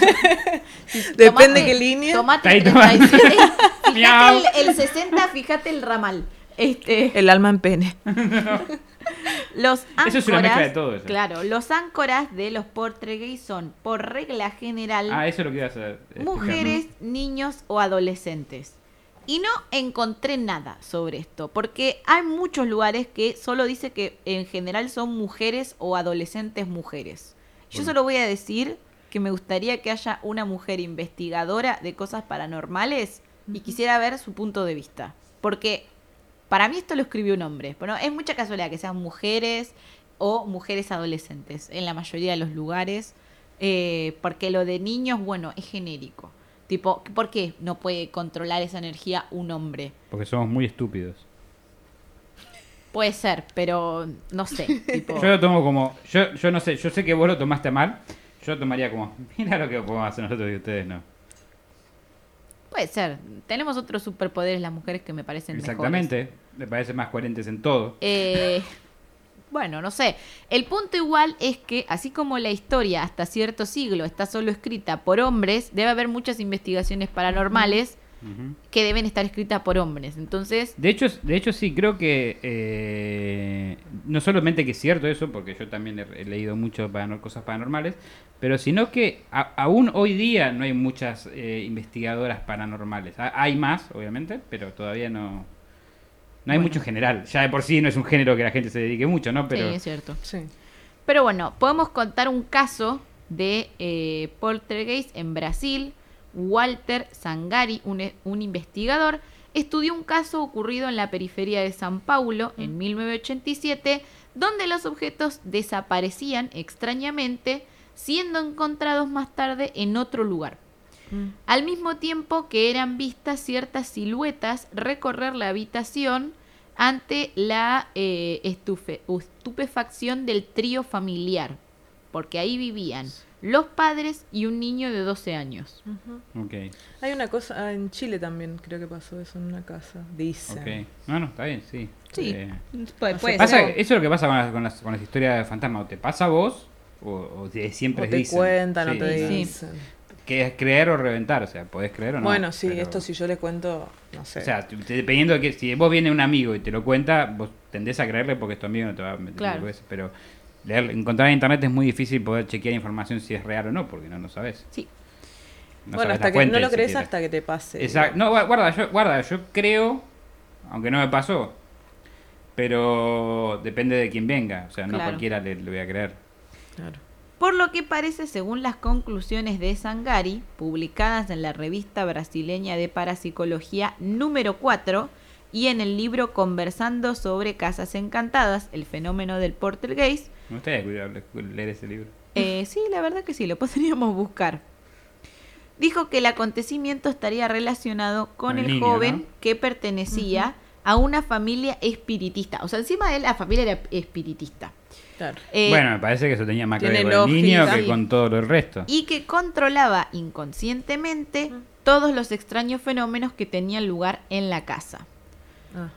Speaker 4: Depende
Speaker 2: Tomate-
Speaker 4: qué línea.
Speaker 2: Tomate
Speaker 3: Ahí
Speaker 2: el
Speaker 3: toma.
Speaker 2: 37,
Speaker 3: Miau.
Speaker 2: fíjate el, el 60, fíjate el ramal. Este,
Speaker 4: El alma en pene.
Speaker 2: Los áncoras,
Speaker 3: Eso es una mezcla de todo eso.
Speaker 2: Claro, los áncoras de los portre gay son, por regla general,
Speaker 3: Ah, eso es lo que iba a hacer.
Speaker 2: mujeres, niños o adolescentes. Y no encontré nada sobre esto, porque hay muchos lugares que solo dice que en general son mujeres o adolescentes mujeres. Yo
Speaker 3: Bueno.
Speaker 2: solo voy a decir que me gustaría que haya una mujer investigadora de cosas paranormales y quisiera ver su punto de vista. Porque para mí esto lo escribió un hombre. Bueno, es mucha casualidad que sean mujeres o mujeres adolescentes en la mayoría de los lugares. eh, porque lo de niños, bueno, es genérico. Tipo, ¿por qué no puede controlar esa energía un hombre?
Speaker 3: Porque somos muy estúpidos.
Speaker 2: Puede ser, pero no sé. tipo-
Speaker 3: Yo lo tomo como. Yo, yo no sé, yo sé que vos lo tomaste mal. Yo lo tomaría como. Mira lo que podemos hacer nosotros y ustedes no.
Speaker 2: puede ser. Tenemos otros superpoderes las mujeres que me parecen mejores.
Speaker 3: Exactamente. Me parece más coherentes en todo.
Speaker 2: Eh, bueno, no sé. El punto igual es que, así como la historia hasta cierto siglo está solo escrita por hombres, debe haber muchas investigaciones paranormales
Speaker 3: Ujú.
Speaker 2: que deben estar escritas por hombres. Entonces,
Speaker 3: De hecho, de hecho sí, creo que eh, no solamente que es cierto eso, porque yo también he, he leído mucho paranor- cosas paranormales, pero sino que a- aún hoy día no hay muchas eh, investigadoras paranormales. Ha- hay más, obviamente, pero todavía no... No hay mucho en general. Ya de por sí no es un género que la gente se dedique mucho, ¿no? Pero
Speaker 2: sí, eh, es cierto.
Speaker 4: Sí.
Speaker 2: Pero bueno, podemos contar un caso de eh, poltergeist en Brasil. Walter Sangari, un, e- un investigador, estudió un caso ocurrido en la periferia de San Paulo en 1987, donde los objetos desaparecían extrañamente, siendo encontrados más tarde en otro lugar.
Speaker 4: Mm,
Speaker 2: Al mismo tiempo que eran vistas ciertas siluetas recorrer la habitación ante la eh, estufe- u- estupefacción del trío familiar, porque ahí vivían los padres y un niño de 12 años.
Speaker 3: Ok,
Speaker 4: Hay una cosa, ah, en Chile también creo que pasó eso en una casa. Dicen.
Speaker 3: ok. No, no, está bien, sí. Eh,
Speaker 4: Pues, puede
Speaker 3: pasa- eso es lo que pasa con las, con las- con las historias de fantasma. O te pasa a vos, o, o te- siempre
Speaker 4: O te
Speaker 3: dicen.
Speaker 4: cuentan,
Speaker 3: Sí,
Speaker 4: o te
Speaker 3: sí.
Speaker 4: dicen.
Speaker 3: Que es creer o reventar, o sea, podés creer o no.
Speaker 4: bueno, sí,
Speaker 3: pero-
Speaker 4: esto si yo le cuento, no sé.
Speaker 3: O sea, te- te- dependiendo de que si vos viene un amigo y te lo cuenta, vos tendés a creerle porque es tu amigo, no te va a meter
Speaker 2: Claro.
Speaker 3: en eso, pero leer, encontrar en internet es muy difícil poder chequear información si es real o no, porque no lo sabes.
Speaker 2: Sí.
Speaker 3: No
Speaker 4: bueno,
Speaker 3: sabés la
Speaker 4: hasta que
Speaker 3: fuente
Speaker 4: no lo
Speaker 3: ni
Speaker 4: crees
Speaker 3: siquiera.
Speaker 4: hasta que te pase.
Speaker 3: Exacto. No, gua- guarda, yo, guarda, yo creo, aunque no me pasó, pero depende de quién venga. O sea, no
Speaker 2: Claro.
Speaker 3: cualquiera le, le voy a creer.
Speaker 4: Claro.
Speaker 2: Por lo que parece, según las conclusiones de Sangari, publicadas en la revista brasileña de parapsicología número 4 y en el libro Conversando sobre Casas Encantadas, el fenómeno del poltergeist,
Speaker 3: Me gustaría escuchar- leer ese libro.
Speaker 2: Eh, sí, la verdad que sí, lo podríamos buscar. Dijo que el acontecimiento estaría relacionado con
Speaker 3: Con
Speaker 2: el,
Speaker 3: el niño,
Speaker 2: joven
Speaker 3: ¿no?
Speaker 2: que pertenecía a una familia espiritista. O sea, encima de él, la familia era espiritista.
Speaker 4: Claro.
Speaker 2: Eh,
Speaker 3: bueno, me parece que eso tenía más que ver
Speaker 4: tiene
Speaker 3: con el niño
Speaker 4: lógica.
Speaker 3: que con todo el resto.
Speaker 2: Y que controlaba inconscientemente todos los extraños fenómenos que tenían lugar en la casa.
Speaker 4: Ajá.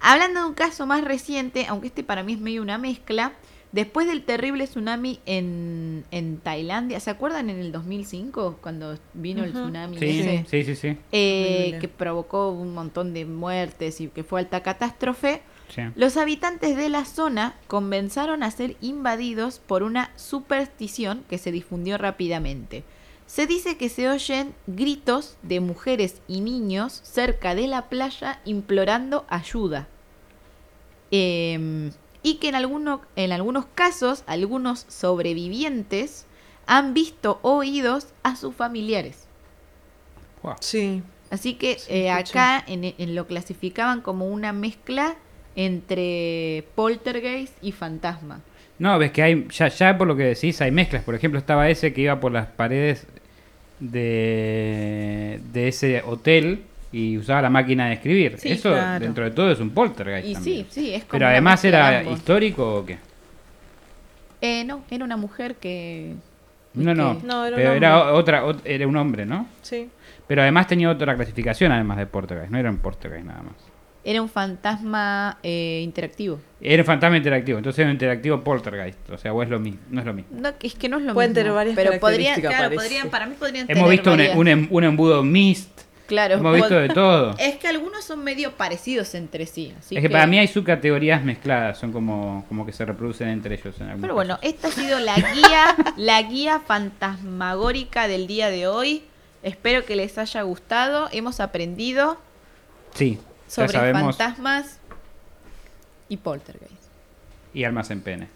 Speaker 2: Hablando de un caso más reciente, aunque este para mí es medio una mezcla, después del terrible tsunami en, en Tailandia, ¿se acuerdan en el 2005 cuando vino el
Speaker 4: Ujú.
Speaker 2: tsunami?
Speaker 3: Sí,
Speaker 2: ese?
Speaker 3: sí, sí, sí.
Speaker 2: Eh,
Speaker 4: Horrible.
Speaker 2: que provocó un montón de muertes y que fue alta catástrofe,
Speaker 3: sí.
Speaker 2: los habitantes de la zona comenzaron a ser invadidos por una superstición que se difundió rápidamente. Se dice que se oyen gritos de mujeres y niños cerca de la playa implorando ayuda. Eh, y que en, alguno- en algunos casos algunos sobrevivientes han visto o oídos a sus familiares.
Speaker 3: Buah.
Speaker 4: Sí.
Speaker 2: Así que
Speaker 4: Sí,
Speaker 2: eh,
Speaker 4: escuché.
Speaker 2: acá en, en lo clasificaban como una mezcla entre poltergeist y fantasma.
Speaker 3: No, ves que hay, ya, ya por lo que decís, hay mezclas. Por ejemplo, estaba ese que iba por las paredes de, de ese hotel y usaba la máquina de escribir.
Speaker 4: Sí,
Speaker 3: Eso,
Speaker 4: claro.
Speaker 3: dentro de todo, es un poltergeist.
Speaker 2: Y sí,
Speaker 3: también.
Speaker 2: sí, es como
Speaker 3: Pero
Speaker 2: una
Speaker 3: además
Speaker 2: mezcla de
Speaker 3: era
Speaker 2: ambos.
Speaker 3: histórico o qué?
Speaker 2: Eh, no, era una mujer que...
Speaker 3: No, no.
Speaker 2: que-
Speaker 4: No, era un
Speaker 3: Pero era
Speaker 4: hombre.
Speaker 3: o- otra, ot- era un hombre, ¿no?
Speaker 4: Sí.
Speaker 3: Pero además tenía otra clasificación, además de poltergeist. No era un poltergeist nada más.
Speaker 2: Era un fantasma eh, interactivo.
Speaker 3: Era un fantasma interactivo. Entonces era un interactivo poltergeist. O sea, o es lo mismo, no es lo mismo.
Speaker 2: No, es que no es lo
Speaker 4: Pueden
Speaker 2: mismo.
Speaker 4: tener varias
Speaker 2: pero podrían,
Speaker 4: características,
Speaker 2: claro,
Speaker 4: parece.
Speaker 2: podrían, para mí podrían
Speaker 3: Hemos
Speaker 2: tener
Speaker 3: visto un,
Speaker 2: varias.
Speaker 3: un em- un embudo mist.
Speaker 2: Claro,
Speaker 3: Hemos visto de todo.
Speaker 2: Es que algunos son medio parecidos entre sí. así
Speaker 3: es que, para mí hay subcategorías mezcladas, son como, como que se reproducen entre ellos en algún
Speaker 2: Pero bueno,
Speaker 3: caso.
Speaker 2: esta ha sido la guía, la guía fantasmagórica del día de hoy. Espero que les haya gustado. Hemos aprendido
Speaker 3: sí, ya
Speaker 2: sobre
Speaker 3: sabemos
Speaker 2: fantasmas y poltergeist.
Speaker 3: y almas en pene.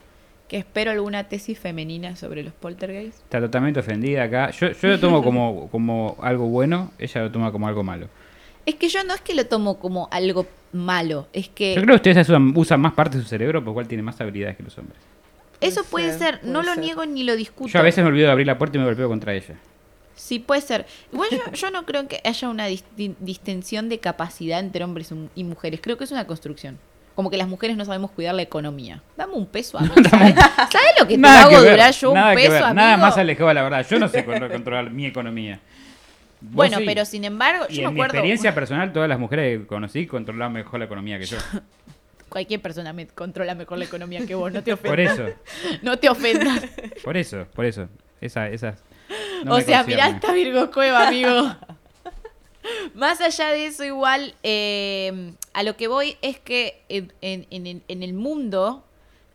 Speaker 2: Que espero alguna tesis femenina sobre los poltergeist.
Speaker 3: Está totalmente ofendida acá. Yo, yo lo tomo como, como algo bueno, ella lo toma como algo malo.
Speaker 2: Es que yo no es que lo tomo como algo malo, es que
Speaker 3: Yo creo que ustedes usan, usan más parte de su cerebro, por lo cual tiene más habilidades que los hombres.
Speaker 2: eso
Speaker 4: Puede
Speaker 2: puede
Speaker 4: ser,
Speaker 2: ser,
Speaker 4: puede
Speaker 2: no lo
Speaker 4: ser.
Speaker 2: niego ni lo discuto.
Speaker 3: Yo a veces me olvido de abrir la puerta y me golpeo contra ella.
Speaker 2: Sí, puede ser. Igual yo, yo no creo que haya una dis- di- distensión de capacidad entre hombres y mu- y mujeres. Creo que es una construcción. Como que las mujeres no sabemos cuidar la economía. Dame un peso a mí. ¿Sabes ¿Sabes lo que te
Speaker 3: Nada
Speaker 2: hago
Speaker 3: que ver,
Speaker 2: durar yo
Speaker 3: nada
Speaker 2: un
Speaker 3: que
Speaker 2: peso,
Speaker 3: ver,
Speaker 2: amigo?
Speaker 3: Nada más alejado de la verdad. Yo no sé cómo controlar mi economía. Vos
Speaker 2: Bueno,
Speaker 3: sí.
Speaker 2: pero sin embargo,
Speaker 3: Y
Speaker 2: yo
Speaker 3: en
Speaker 2: me
Speaker 3: mi
Speaker 2: acuerdo...
Speaker 3: experiencia personal, todas las mujeres que conocí controlaban mejor la economía que yo.
Speaker 2: Cualquier persona me controla mejor la economía que vos. No te
Speaker 3: Por
Speaker 2: ofendas.
Speaker 3: eso.
Speaker 2: No te ofendas.
Speaker 3: Por eso, por eso. Esa, esas.
Speaker 2: o sea, mirá
Speaker 3: miraste
Speaker 2: esta Virgo Cueva, amigo. Más allá de eso, igual, eh, a lo que voy es que en, en- en el- en el mundo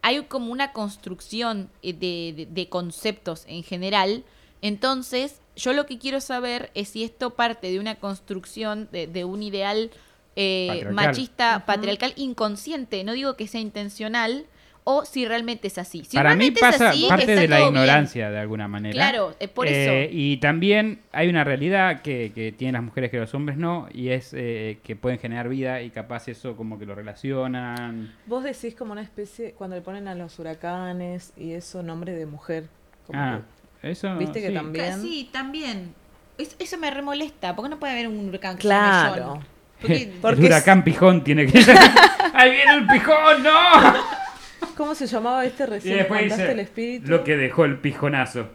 Speaker 2: hay como una construcción eh, de, de- de conceptos en general. Entonces, yo lo que quiero saber es si esto parte de una construcción de, de un ideal eh,
Speaker 3: Patriarcal.
Speaker 2: machista, patriarcal, inconsciente. No digo que sea intencional. O si realmente es así. Si
Speaker 3: Para mí
Speaker 2: realmente es
Speaker 3: pasa
Speaker 2: así,
Speaker 3: parte
Speaker 2: está
Speaker 3: de la
Speaker 2: todo bien.
Speaker 3: ignorancia, de alguna manera.
Speaker 2: Claro, eh, por
Speaker 3: Eh,
Speaker 2: eso.
Speaker 3: Y también hay una realidad que, que tienen las mujeres que los hombres no, y es eh, que pueden generar vida y capaz eso como que lo relacionan.
Speaker 4: Vos decís como una especie, cuando le ponen a los huracanes y eso, nombre de mujer. como
Speaker 3: Ah, eso.
Speaker 4: Viste que
Speaker 3: sí.
Speaker 4: también-
Speaker 2: Ca- Sí, también. Es- eso me remolesta. ¿Por qué no puede haber un huracán?
Speaker 4: que-
Speaker 2: que se llame
Speaker 4: Claro.
Speaker 2: John? Porque-
Speaker 4: Porque
Speaker 3: el
Speaker 4: es-
Speaker 3: huracán pijón tiene que. ¡Ahí viene el pijón! ¡No!
Speaker 4: ¿Cómo se llamaba este recién?
Speaker 3: Y después
Speaker 4: ¿Mandaste
Speaker 3: dice
Speaker 4: el espíritu?
Speaker 3: lo que dejó el pijonazo.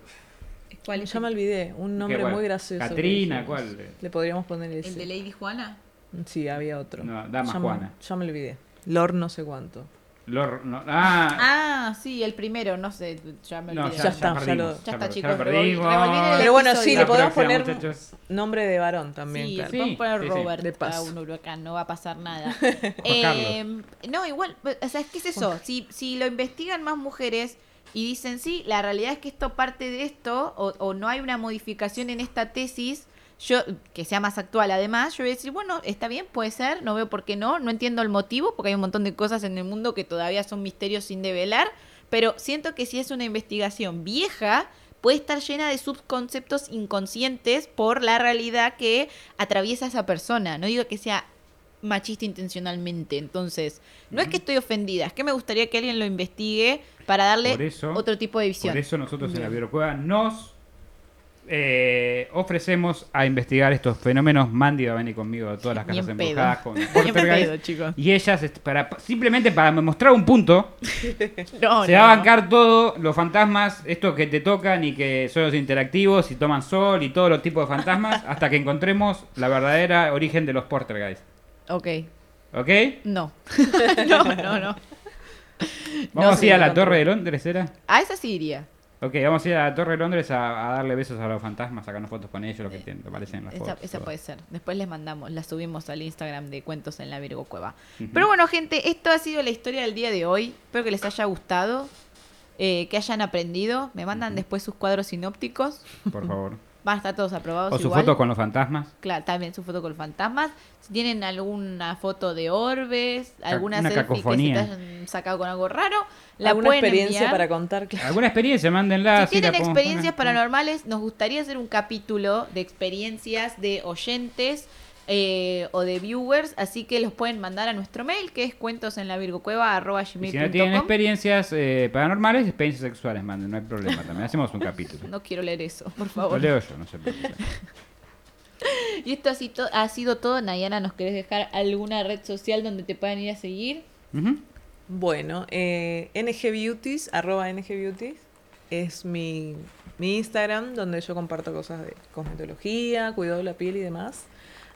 Speaker 2: ¿Cuál es
Speaker 4: Ya me
Speaker 2: el,
Speaker 4: olvidé, un nombre
Speaker 3: cuál?
Speaker 4: muy gracioso. que
Speaker 3: Catrina,
Speaker 4: dijimos.
Speaker 3: ¿cuál?
Speaker 4: Le podríamos poner
Speaker 2: el
Speaker 4: ese.
Speaker 2: de Lady Juana?
Speaker 4: Sí, había otro.
Speaker 3: No, Dama
Speaker 4: ya
Speaker 3: Juana.
Speaker 4: Me, ya me olvidé. Lor no sé cuánto.
Speaker 3: Lor- no- ah,
Speaker 2: Ah, sí, el primero. No sé, ya me
Speaker 3: no,
Speaker 2: olvidé.
Speaker 3: ya,
Speaker 4: ya está, ya
Speaker 3: perdimos,
Speaker 4: lo-
Speaker 2: Ya está,
Speaker 3: per-
Speaker 2: chicos,
Speaker 3: lo
Speaker 2: revolvi-
Speaker 3: perdimos.
Speaker 2: revolvieron el
Speaker 4: Pero bueno, sí,
Speaker 2: episodio.
Speaker 4: le podemos
Speaker 3: próxima,
Speaker 4: poner
Speaker 3: muchachos.
Speaker 4: Nombre de varón también,
Speaker 2: Sí,
Speaker 4: claro.
Speaker 2: le podemos poner
Speaker 3: Sí, sí, sí.
Speaker 2: Robert
Speaker 4: De
Speaker 2: a
Speaker 4: paso.
Speaker 2: un huracán, no va a pasar nada.
Speaker 3: Carlos.
Speaker 2: Eh, no, igual, o sea, ¿qué es eso? Si, si lo investigan más mujeres y dicen, sí, la realidad es que esto parte de esto, o, o no hay una modificación en esta tesis, yo que sea más actual además, yo voy a decir, bueno, está bien, puede ser, no veo por qué no, no entiendo el motivo, porque hay un montón de cosas en el mundo que todavía son misterios sin develar, pero siento que si es una investigación vieja, puede estar llena de subconceptos inconscientes por la realidad que atraviesa esa persona. No digo que sea machista intencionalmente, entonces, no es que estoy ofendida, es que me gustaría que alguien lo investigue para
Speaker 3: Por
Speaker 2: darle
Speaker 3: eso-
Speaker 2: otro tipo de visión.
Speaker 3: Por eso nosotros en la Biorocueva nos eh, ofrecemos a investigar estos fenómenos. Mandy va a venir conmigo a todas las
Speaker 2: Ni
Speaker 3: casas
Speaker 2: en pedo.
Speaker 3: embrujadas con
Speaker 2: Ni en
Speaker 3: poltergeist.
Speaker 2: pedo, chicos.
Speaker 3: Y ellas, est- para, simplemente para mostrar un punto,
Speaker 2: No,
Speaker 3: se
Speaker 2: no,
Speaker 3: va
Speaker 2: no.
Speaker 3: a bancar todo, los fantasmas, estos que te tocan y que son los interactivos y toman sol y todos los tipos de fantasmas, hasta que encontremos la verdadera origen de los poltergeist.
Speaker 2: Ok.
Speaker 3: ¿Ok?
Speaker 2: No. no, no, no.
Speaker 3: Vamos
Speaker 4: sí,
Speaker 3: a ir a
Speaker 4: no
Speaker 3: la
Speaker 4: tanto.
Speaker 3: Torre de Londres, ¿era?
Speaker 2: A esa sí iría.
Speaker 3: Ok, vamos a ir a la Torre de Londres a, a darle besos a los fantasmas, sacarnos fotos con ellos, lo que te, te aparecen en las
Speaker 2: Eh, Esa,
Speaker 3: fotos.
Speaker 2: esa
Speaker 3: todo.
Speaker 2: puede ser. Después les mandamos, la subimos al Instagram de Cuentos en la Virgo Cueva. Pero bueno, gente, esto ha sido la historia del día de hoy. Espero que les haya gustado, eh, que hayan aprendido. Me mandan después sus cuadros sinópticos.
Speaker 3: Por favor.
Speaker 2: Van a estar todos aprobados
Speaker 3: O sus
Speaker 2: igual.
Speaker 3: fotos con los fantasmas.
Speaker 2: Claro, también su foto con fantasmas. Si tienen alguna foto de orbes, alguna
Speaker 3: una
Speaker 2: selfie
Speaker 3: cacofonía.
Speaker 2: que se te hayan sacado con algo raro, la
Speaker 4: ¿Alguna
Speaker 2: pueden
Speaker 4: experiencia
Speaker 2: enviar.
Speaker 4: para contar? Claro.
Speaker 3: ¿Alguna experiencia? Mándenla.
Speaker 2: Si
Speaker 3: así Ah, la
Speaker 2: tienen
Speaker 3: podemos
Speaker 2: experiencias
Speaker 3: poner.
Speaker 2: paranormales, nos gustaría hacer un capítulo de experiencias de oyentes eh, o de viewers, así que los pueden mandar a nuestro mail, que es
Speaker 3: Y si no tienen
Speaker 2: cuentosenlavirgocueva.com.
Speaker 3: experiencias eh, paranormales, experiencias sexuales, manden, no hay problema. También hacemos un capítulo.
Speaker 2: No quiero leer eso, por
Speaker 3: Lo
Speaker 2: favor.
Speaker 3: leo yo, no se preocupen.
Speaker 2: Y esto ha sido, ha sido todo. Nayana, ¿nos querés dejar alguna red social donde te puedan ir a seguir?
Speaker 3: Ujú.
Speaker 4: Bueno, eh, ngbeauties, arroba ngbeauties, es mi, mi Instagram donde yo comparto cosas de cosmetología, cuidado de la piel y demás.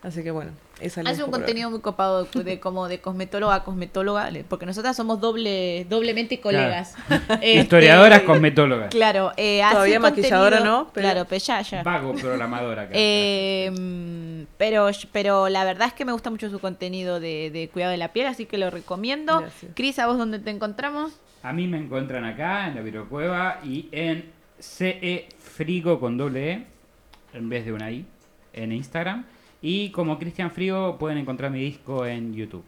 Speaker 4: Así que bueno, esa
Speaker 2: Hace un contenido muy copado de, de como de cosmetóloga a cosmetóloga, le- porque nosotras somos doble, doblemente colegas. Este,
Speaker 3: Historiadoras cosmetólogas.
Speaker 2: Claro, eh, hace
Speaker 4: Todavía maquilladora
Speaker 2: contenido-
Speaker 4: no, pero-
Speaker 2: Claro, pero ya, ya.
Speaker 3: Vago programadora. acá.
Speaker 2: Eh, mm, pero, pero la verdad es que me gusta mucho su contenido de, de cuidado de la piel, así que lo recomiendo.
Speaker 4: Gracias.
Speaker 2: Cris, ¿a vos dónde te encontramos?
Speaker 3: A mí me encuentran acá en la Virocueva y en CE Frigo con doble E en vez de una I en Instagram. Y como Cristian Frigo pueden encontrar mi disco en YouTube.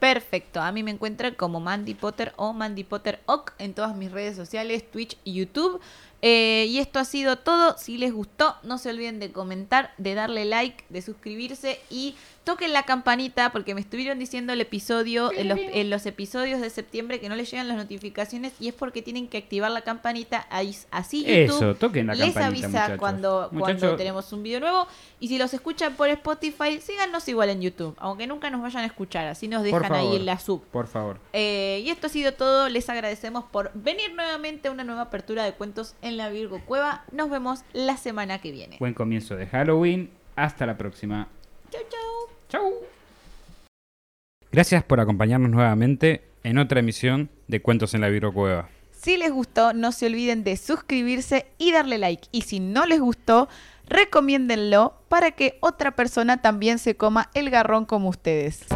Speaker 2: Perfecto, a mí me encuentran como Mandy Potter o Mandy Potter Oc en todas mis redes sociales, Twitch y YouTube. Eh, y esto ha sido todo. Si les gustó, no se olviden de comentar, de darle like, de suscribirse y toquen la campanita porque me estuvieron diciendo el episodio, en los, en los episodios de septiembre que no les llegan las notificaciones y es porque tienen que activar la campanita. Ahí, así YouTube
Speaker 3: Eso, toquen la
Speaker 2: les
Speaker 3: campanita,
Speaker 2: avisa
Speaker 3: muchachos.
Speaker 2: cuando, cuando
Speaker 3: Muchachos,
Speaker 2: tenemos un video nuevo. Y si los escuchan por Spotify, síganos igual en YouTube, aunque nunca nos vayan a escuchar, así nos
Speaker 3: por
Speaker 2: dejan ahí
Speaker 3: favor,
Speaker 2: en la sub.
Speaker 3: Por favor.
Speaker 2: Eh, y esto ha sido todo, les agradecemos por venir nuevamente a una nueva apertura de cuentos en la Virgo Cueva. Nos vemos la semana que viene.
Speaker 3: Buen comienzo de Halloween. Hasta la próxima.
Speaker 2: Chau, chau.
Speaker 3: Chau. Gracias por acompañarnos nuevamente en otra emisión de Cuentos en la Virocueva.
Speaker 2: Si les gustó, no se olviden de suscribirse y darle like. Y si no les gustó, recomiéndenlo para que otra persona también se coma el garrón como ustedes.